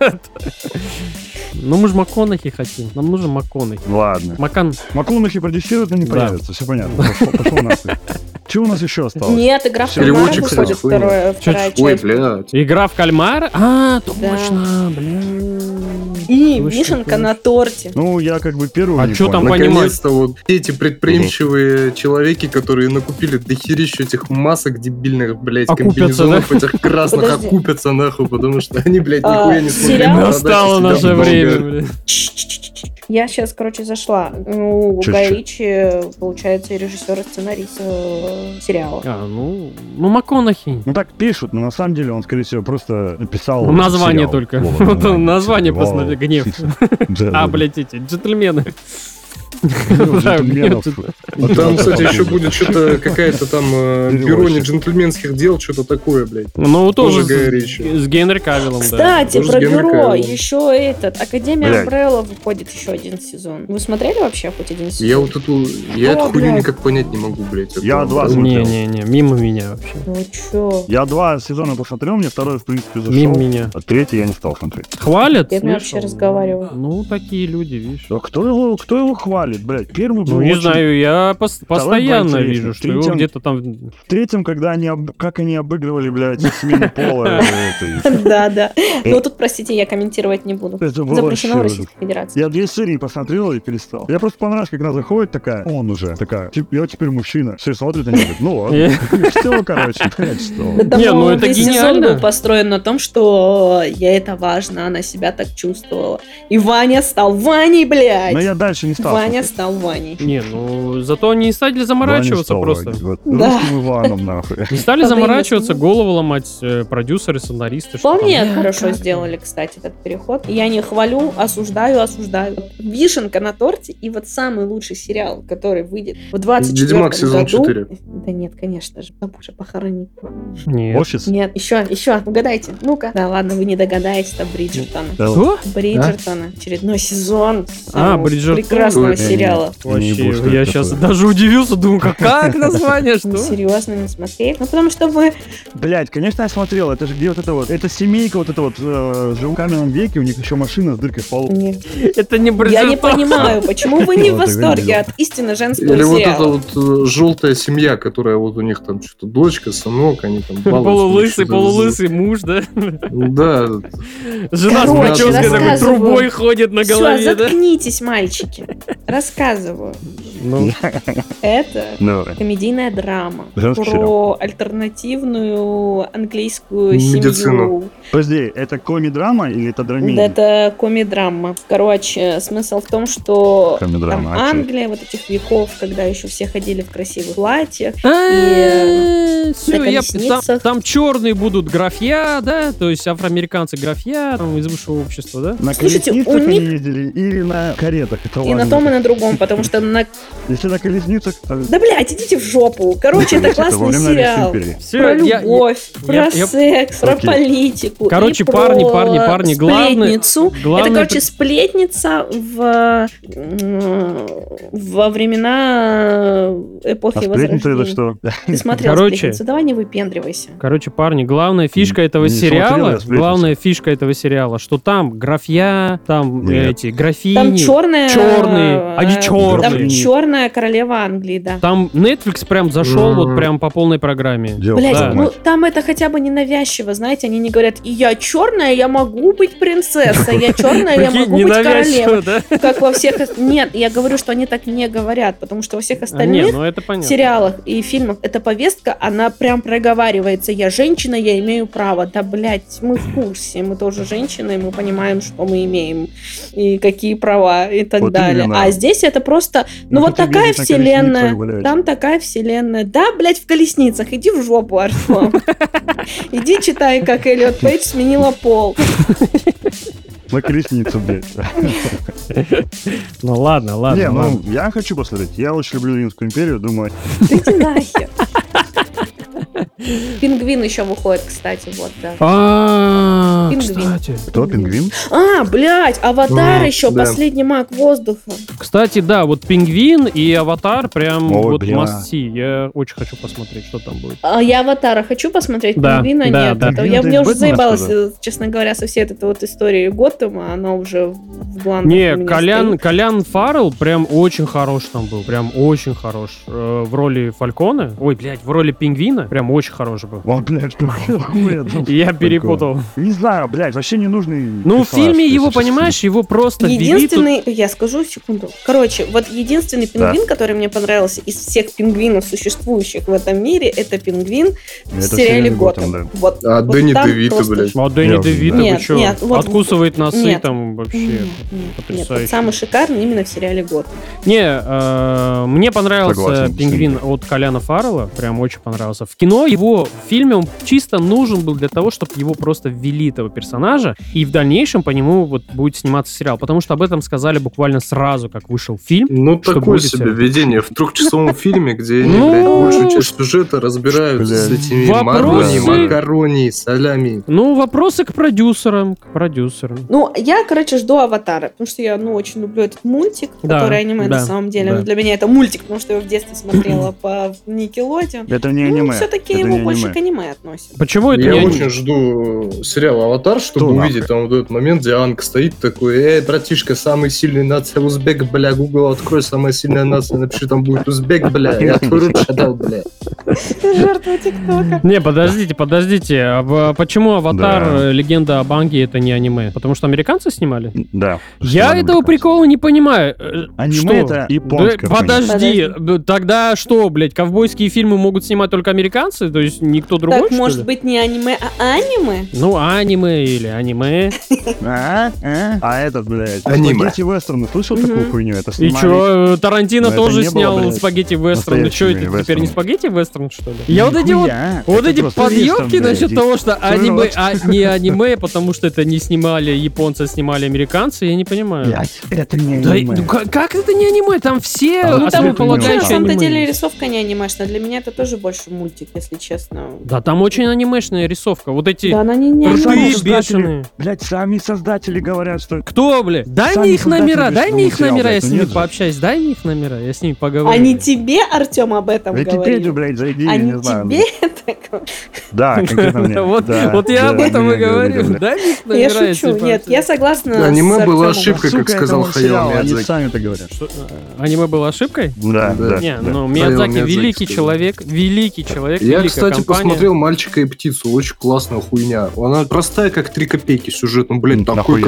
Speaker 2: Ну мы же МакКонахи хотим. Нам нужен МакКонахи.
Speaker 1: Ладно.
Speaker 2: Макан...
Speaker 1: Макунахи продюсируют, но не
Speaker 2: Да.
Speaker 1: появится. Все понятно. Пошло, пошло нахуй. Чего у нас еще осталось?
Speaker 3: Нет, игра в
Speaker 1: Всё.
Speaker 3: кальмара
Speaker 4: Переводчик, кстати,
Speaker 3: выходит
Speaker 4: хуйня.
Speaker 3: вторая, вторая
Speaker 4: Ой,
Speaker 3: часть.
Speaker 4: блядь.
Speaker 2: Игра в кальмара? А, точно, бля.
Speaker 3: И
Speaker 2: Слушай,
Speaker 3: вишенка
Speaker 2: конечно.
Speaker 3: на торте.
Speaker 1: Ну, я как бы первую
Speaker 2: А
Speaker 1: не
Speaker 2: чё там
Speaker 1: понял.
Speaker 2: понимать.
Speaker 4: Наконец-то вот эти предприимчивые человеки, которые накупили дохерищу этих масок дебильных, блядь,
Speaker 2: Окупятся,
Speaker 4: комбинезонов этих красных,
Speaker 3: Подожди.
Speaker 4: окупятся нахуй, потому что они, блядь,
Speaker 3: А,
Speaker 4: нихуя не смогли
Speaker 3: сериал?
Speaker 4: продать
Speaker 2: Настало
Speaker 4: себя
Speaker 2: наше
Speaker 4: долго.
Speaker 2: время, бля.
Speaker 3: Я сейчас, короче, зашла. Ну, у
Speaker 1: Чё,
Speaker 3: Гая
Speaker 1: чё?
Speaker 3: Ричи, получается, и режиссер, и сценарист э, сериала.
Speaker 2: А, ну, ну МакКонахи.
Speaker 1: Ну так пишут, но на самом деле он, скорее всего, просто написал...
Speaker 2: Ну, название
Speaker 1: сериал.
Speaker 2: только.
Speaker 1: Слово,
Speaker 2: Вот он,
Speaker 1: название.
Speaker 2: название
Speaker 1: Вау.
Speaker 2: посмотри, гнев.
Speaker 1: Да, да,
Speaker 2: А,
Speaker 1: да.
Speaker 2: блядь, эти джентльмены.
Speaker 1: Ну,
Speaker 2: Да,
Speaker 1: джентльменов.
Speaker 2: блядь,
Speaker 1: Вот
Speaker 4: Там,
Speaker 1: это
Speaker 4: кстати,
Speaker 1: похоже.
Speaker 4: еще будет что-то какая-то там э, бюро не джентльменских дел, что-то такое, блядь.
Speaker 2: Ну, тоже
Speaker 4: Тоже
Speaker 2: с
Speaker 4: Гай Ричи.
Speaker 2: с Генри Кавиллом, да.
Speaker 3: Кстати,
Speaker 4: Тоже
Speaker 3: про
Speaker 4: с Генри
Speaker 3: бюро.
Speaker 4: Кавиллом.
Speaker 3: Еще этот. Академия
Speaker 1: Блядь.
Speaker 3: Umbrella выходит еще один сезон. Вы смотрели вообще хоть один сезон?
Speaker 4: Я вот эту, я
Speaker 3: О,
Speaker 4: эту хуйню
Speaker 3: блядь.
Speaker 4: никак понять не могу, блядь.
Speaker 1: Я
Speaker 4: Это-
Speaker 1: два смотрел.
Speaker 2: Не-не-не, мимо меня вообще.
Speaker 3: Ну чё?
Speaker 1: Я два сезона посмотрел, мне второй, в принципе,
Speaker 2: Мимо
Speaker 1: зашел.
Speaker 2: меня.
Speaker 1: А третий я не стал смотреть.
Speaker 2: Хвалят?
Speaker 3: Я
Speaker 2: слышал.
Speaker 3: вообще разговариваю.
Speaker 2: Ну, такие люди, видишь.
Speaker 1: Да А кто его, кто его хвалит, блядь? Первый был
Speaker 2: Ну, не
Speaker 1: очень-
Speaker 2: знаю, я пос- постоянно
Speaker 1: интересный,
Speaker 2: вижу, что
Speaker 1: третий
Speaker 2: его
Speaker 1: он-
Speaker 2: где-то там...
Speaker 1: В третьем, когда они, об- как они обыгрывали, блядь, смену пола. этой.
Speaker 3: Да, да. Но тут, простите, я комментировать не буду.
Speaker 1: Это было
Speaker 3: Запрещено в
Speaker 1: вообще-
Speaker 3: Российской Федерации.
Speaker 1: Я две серии посмотрел и перестал. Я просто понравилось, как она заходит такая, он уже, такая, «Тип- я теперь мужчина. Все смотрят на нее, говорят, ну ладно. Все, короче, блядь, что.
Speaker 3: Да там,
Speaker 2: Не, ну
Speaker 3: по-моему,
Speaker 2: это
Speaker 3: весь
Speaker 2: гениально.
Speaker 3: сезон был построен на том, что я это важно, она себя так чувствовала. И Ваня стал Ваней, блядь.
Speaker 1: Но Ну, я дальше не стал.
Speaker 3: Ваня
Speaker 1: смотреть.
Speaker 3: стал Ваней.
Speaker 2: Не, ну, зато они не стали заморачиваться
Speaker 1: Ваня стал,
Speaker 2: просто.
Speaker 1: вот,
Speaker 3: Да.
Speaker 1: Русским Иваном, нахуй.
Speaker 2: Не стали
Speaker 3: Надо им
Speaker 2: заморачиваться,
Speaker 3: это-
Speaker 2: голову ломать э, продюсеры, сценаристы. что
Speaker 3: Вполне
Speaker 2: там.
Speaker 3: хорошо сделали, кстати, этот переход. Я не хвалю, осуждаю, осуждаю. Вишенка на торте и вот самый лучший сериал, который выйдет в 24
Speaker 4: «Ведьмак» сезон
Speaker 3: году.
Speaker 4: четыре.
Speaker 3: Да нет, конечно же, там уже похоронить.
Speaker 2: Нет.
Speaker 1: Офис?
Speaker 3: Нет, еще, еще, угадайте. Ну-ка. Да ладно, вы не догадаетесь, это Бриджертона.
Speaker 1: Да ладно.
Speaker 2: Что?
Speaker 3: Бриджертона. Очередной сезон
Speaker 2: А,
Speaker 3: самого
Speaker 2: Бриджертон.
Speaker 3: прекрасного
Speaker 4: Ой, я не-
Speaker 3: сериала.
Speaker 1: Я не
Speaker 2: Вообще,
Speaker 1: буду, что
Speaker 2: я
Speaker 1: это
Speaker 2: сейчас
Speaker 1: такое.
Speaker 2: даже удивился, думаю, как- как название,
Speaker 3: Ну,
Speaker 2: что?
Speaker 3: серьезно, не смотрели? Ну, потому что вы...
Speaker 1: Блять, конечно, я смотрел. Это же где вот это вот, это семейка вот это вот э, живу в каменном веке, у них еще машина с дыркой в полу.
Speaker 3: не-
Speaker 2: Это не
Speaker 3: Я не
Speaker 2: Бриджертон.
Speaker 3: понимаю, почему вы не в
Speaker 1: Вот, ты
Speaker 3: восторге
Speaker 1: видела.
Speaker 3: от истинно женского
Speaker 4: Или вот эта
Speaker 3: сериала?
Speaker 4: вот э, желтая семья, которая вот у них там что-то дочка, сынок, они там балуются,
Speaker 2: Полулысый,
Speaker 4: что-то-
Speaker 2: полулысый муж, да?
Speaker 4: Да,
Speaker 2: Жена с
Speaker 4: Короче,
Speaker 2: прической такой
Speaker 4: рассказываю.
Speaker 2: трубой ходит на
Speaker 3: Все,
Speaker 2: голове, да?
Speaker 3: заткнитесь, мальчики. Рассказываю.
Speaker 2: Ну,
Speaker 3: Это
Speaker 1: Ну,
Speaker 3: комедийная драма
Speaker 1: Женский
Speaker 3: про альтернативную английскую семью.
Speaker 4: Медицину.
Speaker 1: подожди, это коми-драма или это
Speaker 3: Да,
Speaker 1: драмеди?
Speaker 3: это комидрама. Короче, смысл в том, что там
Speaker 1: Коми-драма, а чё?
Speaker 3: Англия вот этих веков, когда еще все ходили в красивых платьях.
Speaker 2: Все,
Speaker 3: на
Speaker 2: Э, я там,
Speaker 3: колесницах.
Speaker 2: там черные будут графья, да, то есть афроамериканцы графья там, из высшего общества, да?
Speaker 1: На
Speaker 3: Слушайте, у
Speaker 1: колесницах они
Speaker 3: них-
Speaker 1: ездили или на каретах? Это
Speaker 3: И на
Speaker 1: Ну ладно.
Speaker 3: том, и на другом, потому что на...
Speaker 1: Если на колесницах, то...
Speaker 3: Да, блядь, идите в жопу. Короче, это
Speaker 1: во
Speaker 3: классный
Speaker 1: время Римской
Speaker 3: сериал.
Speaker 1: империи.
Speaker 2: Все,
Speaker 3: Про любовь,
Speaker 2: я-
Speaker 3: про
Speaker 2: я-
Speaker 3: секс, про
Speaker 1: Окей.
Speaker 3: политику. и
Speaker 2: Короче,
Speaker 3: про
Speaker 2: парни, парни, парни, главное-
Speaker 3: сплетницу.
Speaker 2: главное
Speaker 3: Это, короче,
Speaker 2: при-
Speaker 3: сплетница в, м, во времена эпохи
Speaker 1: А сплетница это
Speaker 3: Возрождения.
Speaker 1: что?
Speaker 3: Ты смотрел
Speaker 2: Короче.
Speaker 3: сплетницу? Давай не выпендривайся.
Speaker 2: Короче, парни, главная фишка
Speaker 1: Не
Speaker 2: этого
Speaker 1: смотрел я
Speaker 2: сериала,
Speaker 1: «Сплетниц».
Speaker 2: главная фишка этого сериала, что там графья, там
Speaker 1: Нет.
Speaker 2: эти графини.
Speaker 3: Там черные.
Speaker 2: Черные, они
Speaker 3: Там
Speaker 2: черные.
Speaker 1: Графини.
Speaker 3: Черная королева Англии, да.
Speaker 2: Там Netflix прям зашел
Speaker 4: М.
Speaker 2: вот прям по полной программе.
Speaker 1: Дело
Speaker 3: Блять,
Speaker 1: в том,
Speaker 3: ну
Speaker 1: мать.
Speaker 3: там это хотя бы ненавязчиво, знаете, они не говорят, и я черная, я могу быть принцессой, я черная, я
Speaker 2: Прикинь,
Speaker 3: могу быть
Speaker 2: ненавязчиво,
Speaker 3: королевой.
Speaker 2: да?
Speaker 3: Как во всех... ос- Нет, я говорю, что они так не говорят, потому что во всех
Speaker 2: А, Не,
Speaker 3: остальных
Speaker 2: ну это понятно.
Speaker 3: сериалах и фильмах эта повестка, она прям проговаривается. Я женщина, я имею право. Да, блядь, мы в курсе, мы тоже женщины, мы понимаем, что мы имеем и какие права и так
Speaker 1: Вот
Speaker 3: далее.
Speaker 1: именно.
Speaker 3: А здесь это просто...
Speaker 1: Ну,
Speaker 3: Ну,
Speaker 1: тут
Speaker 3: вот такая
Speaker 1: выглядит на колесницах,
Speaker 3: вселенная.
Speaker 1: блядь.
Speaker 3: Там такая вселенная. Да, блядь, в колесницах. Иди в жопу, Артем. Иди читай, как Эллиот Пейдж сменила пол.
Speaker 1: На колесницу, блядь.
Speaker 2: Ну ладно, ладно.
Speaker 1: Не, ну,
Speaker 2: ладно.
Speaker 1: я хочу посмотреть. Я очень люблю Римскую империю, думаю,
Speaker 3: Иди нахер. Пингвин еще выходит, кстати, вот, да.
Speaker 2: А,
Speaker 3: Пингвин.
Speaker 2: Кстати,
Speaker 1: кто пингвин?
Speaker 3: А, блядь, аватар
Speaker 4: Мгм,
Speaker 3: еще,
Speaker 4: да.
Speaker 3: последний маг воздуха.
Speaker 2: кстати, да, вот пингвин и аватар прям
Speaker 1: Ой,
Speaker 2: вот
Speaker 1: бля.
Speaker 2: must see. Я очень хочу посмотреть, что там будет.
Speaker 3: А, я аватара хочу посмотреть,
Speaker 2: Да,
Speaker 3: пингвина
Speaker 2: да,
Speaker 3: нет.
Speaker 2: да.
Speaker 3: Это-
Speaker 1: Пингвин,
Speaker 3: я
Speaker 1: да
Speaker 3: мне
Speaker 1: и
Speaker 3: уже
Speaker 1: Бэтмен
Speaker 3: заебалась,
Speaker 1: тоже.
Speaker 3: э, честно говоря, со всей этой вот историей Готэма, она уже в бланках у
Speaker 2: Не,
Speaker 3: меня
Speaker 2: Колян,
Speaker 3: стоит.
Speaker 2: Колян Фаррелл прям очень хорош там был, прям очень хорош. Э, в роли Фалькона, ой, блядь, в роли Пингвина прям очень хорош был.
Speaker 1: Вот, блядь, какого хуя там?
Speaker 2: Я перепутал.
Speaker 1: Не знаю, блядь, вообще ненужный
Speaker 2: Ну, в
Speaker 1: персонаж,
Speaker 2: фильме
Speaker 1: если
Speaker 2: его,
Speaker 1: честно.
Speaker 2: понимаешь, его просто ввели тут-
Speaker 3: Единственный, я скажу секунду. Короче, вот единственный
Speaker 1: Да.
Speaker 3: пингвин, который мне понравился из всех пингвинов, существующих в этом мире, это пингвин
Speaker 1: Это
Speaker 3: в сериале
Speaker 1: Готэм,
Speaker 3: Готэм.
Speaker 1: да.
Speaker 3: Вот,
Speaker 4: А
Speaker 3: вот
Speaker 4: Дэнни
Speaker 3: там
Speaker 4: Девито,
Speaker 3: просто-
Speaker 4: блядь.
Speaker 2: А Дэнни
Speaker 1: Ясно,
Speaker 2: Девито,
Speaker 1: да.
Speaker 2: вы
Speaker 3: Нет,
Speaker 2: чё,
Speaker 3: нет, вот-
Speaker 2: Откусывает носы
Speaker 3: нет.
Speaker 2: там вообще.
Speaker 3: Нет, нет, нет,
Speaker 2: потрясающе.
Speaker 3: вот самый шикарный именно в сериале Готэм.
Speaker 2: Не, э, мне понравился
Speaker 1: Согласен,
Speaker 2: пингвин от Коляна Фаррелла, прям очень понравился. В кино его в фильме он чисто нужен был для того, чтобы его просто ввели этого персонажа, и в дальнейшем по нему вот будет сниматься сериал, потому что об этом сказали буквально сразу, как вышел фильм.
Speaker 4: Ну,
Speaker 2: Что
Speaker 4: такое
Speaker 2: будет,
Speaker 4: себе
Speaker 2: Серёг?
Speaker 4: видение в трехчасовом фильме, где они,
Speaker 2: Ну,
Speaker 4: блядь, большую
Speaker 2: что-
Speaker 4: часть сюжета разбирают с
Speaker 1: Блядь.
Speaker 4: этими
Speaker 2: Вопросы?
Speaker 4: макарони, макарони, солями.
Speaker 2: Ну, вопросы к продюсерам, к продюсерам.
Speaker 3: Ну, я, короче, жду «Аватара», потому что я, ну, очень люблю этот мультик,
Speaker 2: Да,
Speaker 3: который аниме
Speaker 2: да,
Speaker 3: на самом деле.
Speaker 2: да.
Speaker 3: Ну, Для меня это мультик, потому что я его в детстве смотрела по Никелодеону.
Speaker 1: Это не
Speaker 3: Ну,
Speaker 1: аниме.
Speaker 3: все-таки
Speaker 1: это
Speaker 3: его
Speaker 1: не
Speaker 3: больше
Speaker 1: аниме.
Speaker 3: к аниме относят.
Speaker 2: Почему это
Speaker 4: Я
Speaker 2: не они?
Speaker 4: очень жду сериал «Аватар», чтобы
Speaker 1: Что
Speaker 4: увидеть там вот этот момент, где Анг стоит такой, «Эй, братишка, самый сильный нация узбек, бля, Google, открой, самая сильная нация, напиши, там будет узбек, бля, я открою шатал, бля».
Speaker 3: Жертва ТикТока.
Speaker 2: Не, подождите, подождите. А в- почему Аватар,
Speaker 1: Да.
Speaker 2: э, легенда об Анге, это не аниме? Потому что американцы снимали?
Speaker 1: Да.
Speaker 2: Я
Speaker 1: Что
Speaker 2: этого
Speaker 1: американцы?
Speaker 2: прикола не понимаю. Э,
Speaker 1: Аниме
Speaker 2: что?
Speaker 1: это японское
Speaker 2: Да, подожди,
Speaker 3: понятно.
Speaker 2: б- тогда что, блядь, ковбойские фильмы могут снимать только американцы? То есть никто другой,
Speaker 3: Так,
Speaker 2: что
Speaker 3: может
Speaker 2: ли?
Speaker 3: быть, не аниме, а аниме?
Speaker 2: Ну, аниме или аниме.
Speaker 1: А, а? А этот, блядь,
Speaker 4: Аниме.
Speaker 1: спагетти вестерны, слышал
Speaker 3: Мгм.
Speaker 1: такую хуйню? Это
Speaker 2: И
Speaker 1: снимали-
Speaker 2: чё, э, Тарантино
Speaker 1: Но это
Speaker 2: тоже
Speaker 1: не было,
Speaker 2: снял
Speaker 1: блядь,
Speaker 2: спагетти вестерн. Ну чё, это
Speaker 1: настоящими
Speaker 2: теперь не
Speaker 1: вестернами.
Speaker 2: спагетти вестерн, что ли? Я вот эти вот
Speaker 1: Нихуя,
Speaker 2: Вот
Speaker 1: это
Speaker 2: эти
Speaker 1: просто
Speaker 2: подъемки
Speaker 1: вестерн,
Speaker 2: насчет
Speaker 1: блядь,
Speaker 2: того, что
Speaker 1: Слушай,
Speaker 2: аниме,
Speaker 1: вот-
Speaker 2: а не аниме, потому что это не снимали японцы, а снимали американцы, я не понимаю.
Speaker 1: Блядь, это не
Speaker 2: Да,
Speaker 1: аниме.
Speaker 2: ну как, как это не аниме? Там все
Speaker 1: А, ну,
Speaker 3: Ну, там,
Speaker 1: Аспект аниме.
Speaker 3: вообще, на
Speaker 2: основополагающие
Speaker 3: самом-то
Speaker 2: аниме
Speaker 3: деле,
Speaker 2: есть.
Speaker 3: рисовка не анимешная. Для меня это тоже больше мультик, если честно.
Speaker 2: Да, там очень анимешная рисовка. Вот эти
Speaker 3: Да, она не не
Speaker 1: Крутые
Speaker 2: крутые
Speaker 1: сами
Speaker 3: анимешная.
Speaker 1: создатели.
Speaker 2: бешеные.
Speaker 1: Блядь, сами создатели говорят, что...
Speaker 2: Кто, блядь? Дай
Speaker 1: Сами
Speaker 2: мне их
Speaker 1: создатели
Speaker 2: номера, дай мне их
Speaker 1: рисовал
Speaker 2: номера, я
Speaker 1: материал, блядь, ну
Speaker 2: с ними
Speaker 1: нет же.
Speaker 2: пообщаюсь. Дай мне их номера, я с ними поговорю.
Speaker 3: А не тебе, Артем, об
Speaker 1: В
Speaker 3: этом
Speaker 1: Википедию,
Speaker 3: говорил.
Speaker 1: блядь, зайди,
Speaker 3: А
Speaker 1: я
Speaker 3: не
Speaker 1: не знаю. ну.
Speaker 3: тебе это...
Speaker 1: Да, конкретно мне.
Speaker 2: Вот
Speaker 1: Да,
Speaker 2: вот я
Speaker 1: да,
Speaker 2: об этом
Speaker 1: мне
Speaker 2: и говорю.
Speaker 1: говорили,
Speaker 2: Дай мне их номера.
Speaker 3: Я
Speaker 2: с
Speaker 3: шучу,
Speaker 2: ними
Speaker 3: нет, я
Speaker 2: пообщаюсь.
Speaker 3: согласна
Speaker 4: Аниме
Speaker 3: с Артёмом.
Speaker 4: была ошибка,
Speaker 1: Сука,
Speaker 4: как сказал
Speaker 1: этому
Speaker 4: Хаяо
Speaker 1: сериалу, Они
Speaker 4: Миядзаки.
Speaker 1: сами это говорят.
Speaker 2: Что, э, Аниме было ошибкой?
Speaker 1: Да,
Speaker 4: Да.
Speaker 1: да.
Speaker 2: Не,
Speaker 1: да.
Speaker 2: ну
Speaker 4: Павел
Speaker 2: Миядзаки
Speaker 4: Миядзаки
Speaker 2: великий
Speaker 4: сказал.
Speaker 2: человек, великий человек,
Speaker 4: Я,
Speaker 2: великая
Speaker 4: кстати,
Speaker 2: компания.
Speaker 4: посмотрел «Мальчика и птицу», очень классная хуйня. Она простая, как три копейки сюжет, но, блин,
Speaker 1: Ну,
Speaker 4: такой
Speaker 1: нахуя она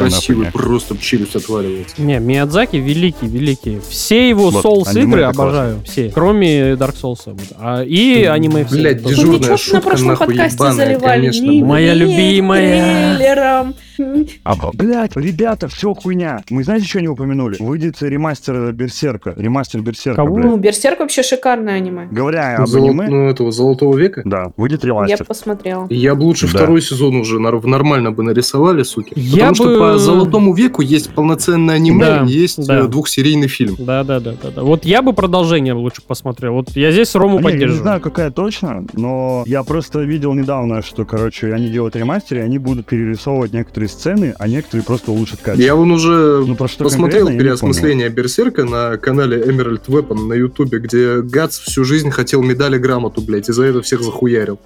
Speaker 1: хуйня?
Speaker 4: красивый, просто челюсть отваливается.
Speaker 2: Не, Миядзаки великий, великий. Все его
Speaker 1: Вот,
Speaker 2: Souls
Speaker 1: аниме
Speaker 2: игры
Speaker 1: это
Speaker 2: обожаю, все, кроме Dark Souls. вот. А, и аниме все.
Speaker 4: Блядь,
Speaker 2: тоже.
Speaker 3: Ну,
Speaker 4: дежурная
Speaker 3: мне чё ж на
Speaker 4: шутка,
Speaker 3: прошлом
Speaker 4: нахуй,
Speaker 3: подкасте
Speaker 4: ебаная,
Speaker 3: заливали
Speaker 4: конечно,
Speaker 3: ни
Speaker 4: была.
Speaker 2: Моя
Speaker 3: ни
Speaker 2: любимая.
Speaker 3: трейлером.
Speaker 1: А, блядь, ребята, все хуйня. Мы знаете, что не упомянули? Выйдет ремастер э, Берсерка. Ремастер Берсерка,
Speaker 2: Кого?
Speaker 1: блядь.
Speaker 3: Ну, Берсерк вообще шикарное аниме.
Speaker 1: Говоря об
Speaker 4: Золо-
Speaker 1: аниме,
Speaker 4: ну, этого «Золотого века».
Speaker 1: да, выйдет
Speaker 3: Я
Speaker 1: ремастер.
Speaker 3: посмотрела.
Speaker 4: Я бы лучше
Speaker 1: Да.
Speaker 4: второй сезон уже нар- нормально бы нарисовали, суки.
Speaker 2: Я
Speaker 4: Потому
Speaker 2: бы-
Speaker 4: что по золотому веку есть полноценное аниме,
Speaker 2: Да,
Speaker 4: есть
Speaker 2: да.
Speaker 4: э, двухсерийный фильм.
Speaker 2: Да, да, да, да, да. Вот я бы продолжение лучше посмотрел. Вот я здесь
Speaker 1: Не,
Speaker 2: Рому
Speaker 1: я не знаю,
Speaker 2: поддерживаю.
Speaker 1: какая точно, но я просто видел недавно, что, короче, они делают ремастеры, и они будут перерисовывать некоторые сцены, а некоторые просто улучшат качество.
Speaker 4: Я вон уже
Speaker 1: Ну, про что
Speaker 4: посмотрел
Speaker 1: конкретно, я не
Speaker 4: переосмысление Берсерка на канале Emerald Weapon на Ютубе, где Гац всю жизнь хотел медали грамоту, блядь, и за это всех захуярил.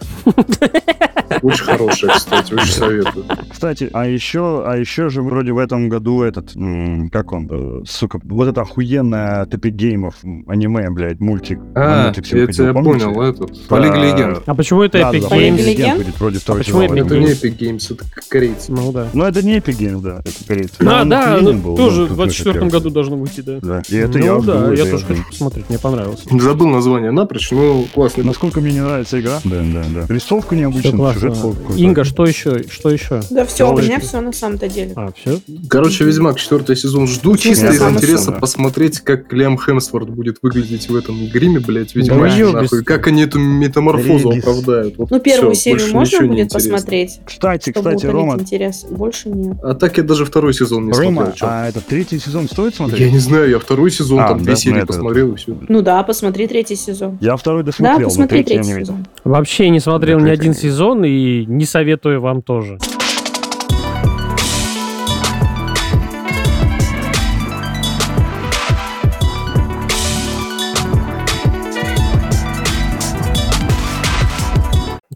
Speaker 4: Очень хорошая, кстати, очень советую.
Speaker 1: Кстати, а еще, а еще же вроде в этом году этот, м, как он, э, сука, вот это охуенная топик геймов, м, аниме, блядь, мультик.
Speaker 4: А,
Speaker 1: на
Speaker 4: я
Speaker 1: Netflix выходил,
Speaker 4: тебя
Speaker 1: помните?
Speaker 4: понял, это. Полиг Легенд. А
Speaker 2: А почему это
Speaker 1: Да, да,
Speaker 2: Epic
Speaker 1: да, League
Speaker 2: Games?
Speaker 3: League
Speaker 1: Legends
Speaker 3: Games?
Speaker 1: будет вроде второй
Speaker 2: почему
Speaker 1: сезон.
Speaker 2: Epic
Speaker 4: Это
Speaker 1: Ну,
Speaker 4: не Epic Games, это корейцы.
Speaker 2: Ну да.
Speaker 1: Ну, это не Epic Games, да, это корейцы.
Speaker 2: А,
Speaker 1: Он
Speaker 2: да,
Speaker 1: охуенный
Speaker 2: ну,
Speaker 1: был,
Speaker 2: тоже
Speaker 1: ну,
Speaker 2: в
Speaker 1: тут
Speaker 2: 24
Speaker 1: вообще
Speaker 2: году должно выйти, да.
Speaker 1: Да, и это
Speaker 2: ну,
Speaker 1: я
Speaker 2: да,
Speaker 1: жду,
Speaker 2: я
Speaker 1: это
Speaker 2: тоже
Speaker 1: жду.
Speaker 2: хочу посмотреть, мне понравилось.
Speaker 4: Забыл название напрочь, ну классный.
Speaker 1: Насколько мне не нравится игра? Да, да, да. Рисовка
Speaker 2: Всё
Speaker 1: необычная,
Speaker 2: классно.
Speaker 1: сюжет какой-то.
Speaker 2: Инга, что еще? Что еще?
Speaker 3: Да все, у
Speaker 2: Давай.
Speaker 3: меня все на самом-то деле.
Speaker 2: А, все?
Speaker 4: Короче, Ведьмак, четвертый сезон жду. Чисто из
Speaker 1: интересно.
Speaker 4: интереса
Speaker 1: Да.
Speaker 4: посмотреть, как Лем Хемсворт будет выглядеть в этом гриме, блядь,
Speaker 2: Да
Speaker 4: Ведьмак,
Speaker 2: ёбись.
Speaker 4: нахуй. Как они эту метаморфозу
Speaker 1: Ребис.
Speaker 4: оправдают. Вот
Speaker 3: Ну, первую
Speaker 4: всё,
Speaker 3: серию
Speaker 4: больше
Speaker 3: можно
Speaker 4: ничего не
Speaker 3: будет
Speaker 4: интересно.
Speaker 3: посмотреть,
Speaker 1: Кстати,
Speaker 3: чтобы
Speaker 1: кстати,
Speaker 3: утолить
Speaker 1: Рома,
Speaker 3: интерес. Больше нет.
Speaker 4: А так я даже второй сезон не
Speaker 1: Рома,
Speaker 4: смотрел. чё.
Speaker 1: а этот третий сезон стоит
Speaker 4: Я
Speaker 1: смотреть?
Speaker 4: не знаю, я второй сезон,
Speaker 1: А,
Speaker 4: там
Speaker 1: да,
Speaker 4: две серии
Speaker 1: ну это-
Speaker 4: посмотрел и все.
Speaker 3: Ну да, посмотри третий сезон.
Speaker 1: Я второй досмотрел,
Speaker 3: Да,
Speaker 1: но
Speaker 3: посмотри
Speaker 1: третий я
Speaker 3: третий
Speaker 1: не видел.
Speaker 3: сезон.
Speaker 2: Вообще не смотрел
Speaker 1: Да,
Speaker 2: ни
Speaker 1: конечно.
Speaker 2: один сезон и не советую вам тоже.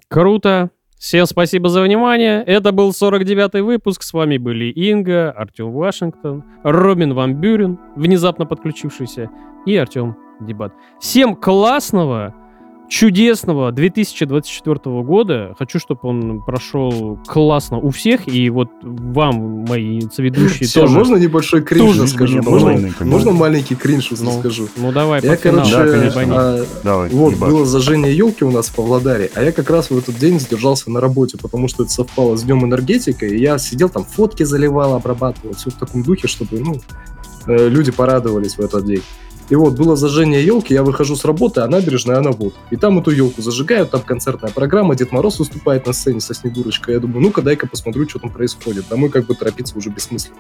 Speaker 2: Круто. Всем спасибо за внимание. Это был 49-й выпуск. С вами были Инга, Артем Вашингтон, Робин Ван Бюрен, внезапно подключившийся, и Артем Дебат. Всем классного, чудесного 2024 года. Хочу, чтобы он прошел классно у всех. И вот вам, мои соведущие,
Speaker 4: Все,
Speaker 2: тоже.
Speaker 4: можно небольшой кринж
Speaker 1: Тоже
Speaker 4: расскажу?
Speaker 1: мне
Speaker 4: Можно,
Speaker 1: половинка, да.
Speaker 4: можно маленький кринж
Speaker 2: Ну,
Speaker 4: расскажу?
Speaker 2: Ну давай,
Speaker 4: Я,
Speaker 2: под финал.
Speaker 4: короче,
Speaker 1: Да, конечно.
Speaker 2: ебани.
Speaker 4: а,
Speaker 1: Давай,
Speaker 4: Вот,
Speaker 1: ебать.
Speaker 4: было зажжение елки у нас в Павлодаре, а я как раз в этот день задержался на работе, потому что это совпало с Днем энергетика, и я сидел там, фотки заливал, обрабатывал, все в таком духе, чтобы, ну, э, люди порадовались в этот день. И вот было зажжение елки, я выхожу с работы, а набережная она вот. И там эту елку зажигают, там концертная программа, Дед Мороз выступает на сцене со Снегурочкой. Я думаю, ну-ка дай-ка посмотрю, что там происходит. Домой как бы торопиться уже бессмысленно.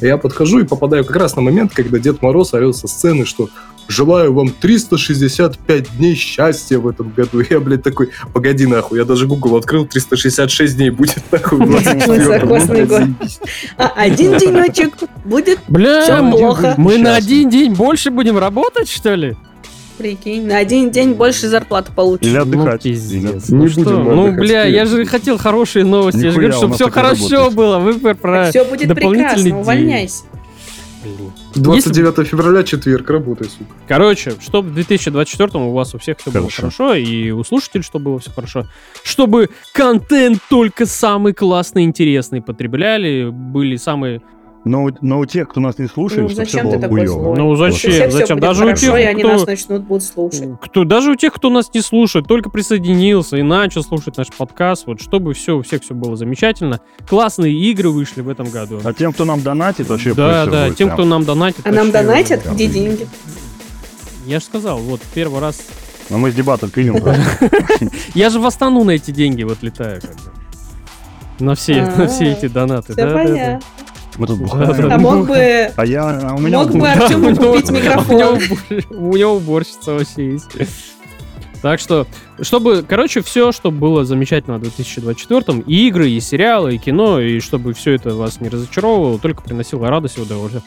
Speaker 4: И Я подхожу и попадаю как раз на момент, когда Дед Мороз орет со сцены, что «Желаю вам 365 дней счастья в этом году». Я, блядь, такой, погоди нахуй, я даже Google открыл, 366 дней будет нахуй в 24-м. Ну,
Speaker 3: Высокосный
Speaker 4: блядь,
Speaker 3: год.
Speaker 4: заебись.
Speaker 3: А один денечек будет,
Speaker 2: Бля,
Speaker 3: всё
Speaker 2: мы-
Speaker 3: плохо.
Speaker 2: мы
Speaker 1: Несчастный.
Speaker 2: на один день больше будем работать, что ли?
Speaker 3: прикинь, на один день больше зарплаты
Speaker 1: Или
Speaker 3: получишь.
Speaker 1: отдыхать.
Speaker 2: Ну, пиздец.
Speaker 1: Или-
Speaker 4: Не
Speaker 2: Ну
Speaker 4: будем
Speaker 2: что?
Speaker 4: мы
Speaker 2: Ну,
Speaker 4: отдыхать,
Speaker 2: бля, я
Speaker 4: вперед.
Speaker 2: же хотел хорошие новости. Я же
Speaker 1: Нихуя,
Speaker 2: говорю,
Speaker 1: у
Speaker 2: чтобы
Speaker 1: нас
Speaker 2: все
Speaker 1: так и
Speaker 2: хорошо
Speaker 1: работает.
Speaker 2: было. Вы про- про...
Speaker 3: Все будет
Speaker 2: дополнительный день.
Speaker 3: прекрасно, увольняйся.
Speaker 2: Блин.
Speaker 4: 29 февраля, четверг, работай, сука.
Speaker 2: Короче, чтобы в 2024 у вас у всех все было
Speaker 1: Хорошо.
Speaker 2: хорошо, и у слушателей, чтобы было все хорошо, чтобы контент только самый классный, интересный потребляли, были самые...
Speaker 1: Но, но у тех, кто нас не слушает,
Speaker 3: Ну,
Speaker 1: чтобы
Speaker 3: зачем
Speaker 1: всё
Speaker 3: ты
Speaker 1: было
Speaker 3: такой
Speaker 1: хуёво.
Speaker 3: злой? Ой,
Speaker 2: ну,
Speaker 1: Вообще
Speaker 2: зачем?
Speaker 3: Вообще всё
Speaker 2: зачем?
Speaker 3: будет
Speaker 2: Даже у
Speaker 3: хорошо,
Speaker 2: тех,
Speaker 3: и они
Speaker 2: кто...
Speaker 3: нас начнут будут слушать.
Speaker 2: Кто, даже у тех, кто нас не слушает, только присоединился и начал слушать наш подкаст, вот чтобы все, у всех все было замечательно. Классные игры вышли в этом году.
Speaker 1: А тем, кто нам донатит, вообще
Speaker 2: Ну, да,
Speaker 1: пусть всё
Speaker 2: да,
Speaker 1: будет
Speaker 2: тем,
Speaker 1: прям.
Speaker 2: кто нам донатит.
Speaker 3: А нам
Speaker 2: вообще,
Speaker 3: донатят?
Speaker 1: да.
Speaker 3: Где деньги?
Speaker 2: Я же сказал, вот первый раз.
Speaker 1: Ну, мы с дебатом пилим просто.
Speaker 2: Я же в Астану на эти деньги вот летаю. как бы. На все, на все
Speaker 3: А,
Speaker 2: эти донаты.
Speaker 3: Все
Speaker 2: да, да, да.
Speaker 3: понятно.
Speaker 1: Мы тут
Speaker 2: Да.
Speaker 3: А
Speaker 1: бухаем.
Speaker 3: мог бы...
Speaker 1: А я, а у меня...
Speaker 3: Мог бы
Speaker 1: вот-
Speaker 3: Артём
Speaker 2: ну, у него-
Speaker 3: купить микрофон.
Speaker 2: У него, убор- у него уборщица вообще есть. Так что, чтобы, короче, все, чтобы было замечательно в 2024 и игры, и сериалы, и кино, и чтобы все это вас не разочаровывало, только приносило радость и удовольствие.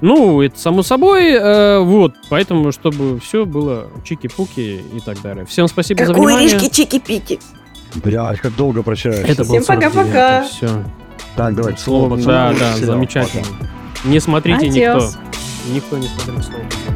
Speaker 2: Ну, это само собой, э, вот, поэтому, чтобы все было чики-пуки и так далее. Всем спасибо за внимание.
Speaker 3: чики-пики.
Speaker 1: Блядь, как долго прощаюсь.
Speaker 2: Это
Speaker 3: Всем
Speaker 2: был 49-й,
Speaker 3: пока-пока.
Speaker 2: Все.
Speaker 1: Так, давай, слово.
Speaker 2: Слово, да,
Speaker 1: пацанам.
Speaker 2: да,
Speaker 1: Всё,
Speaker 2: замечательно.
Speaker 1: пока.
Speaker 2: Не смотрите
Speaker 3: Адиос.
Speaker 2: никто. Никто не смотрит слово.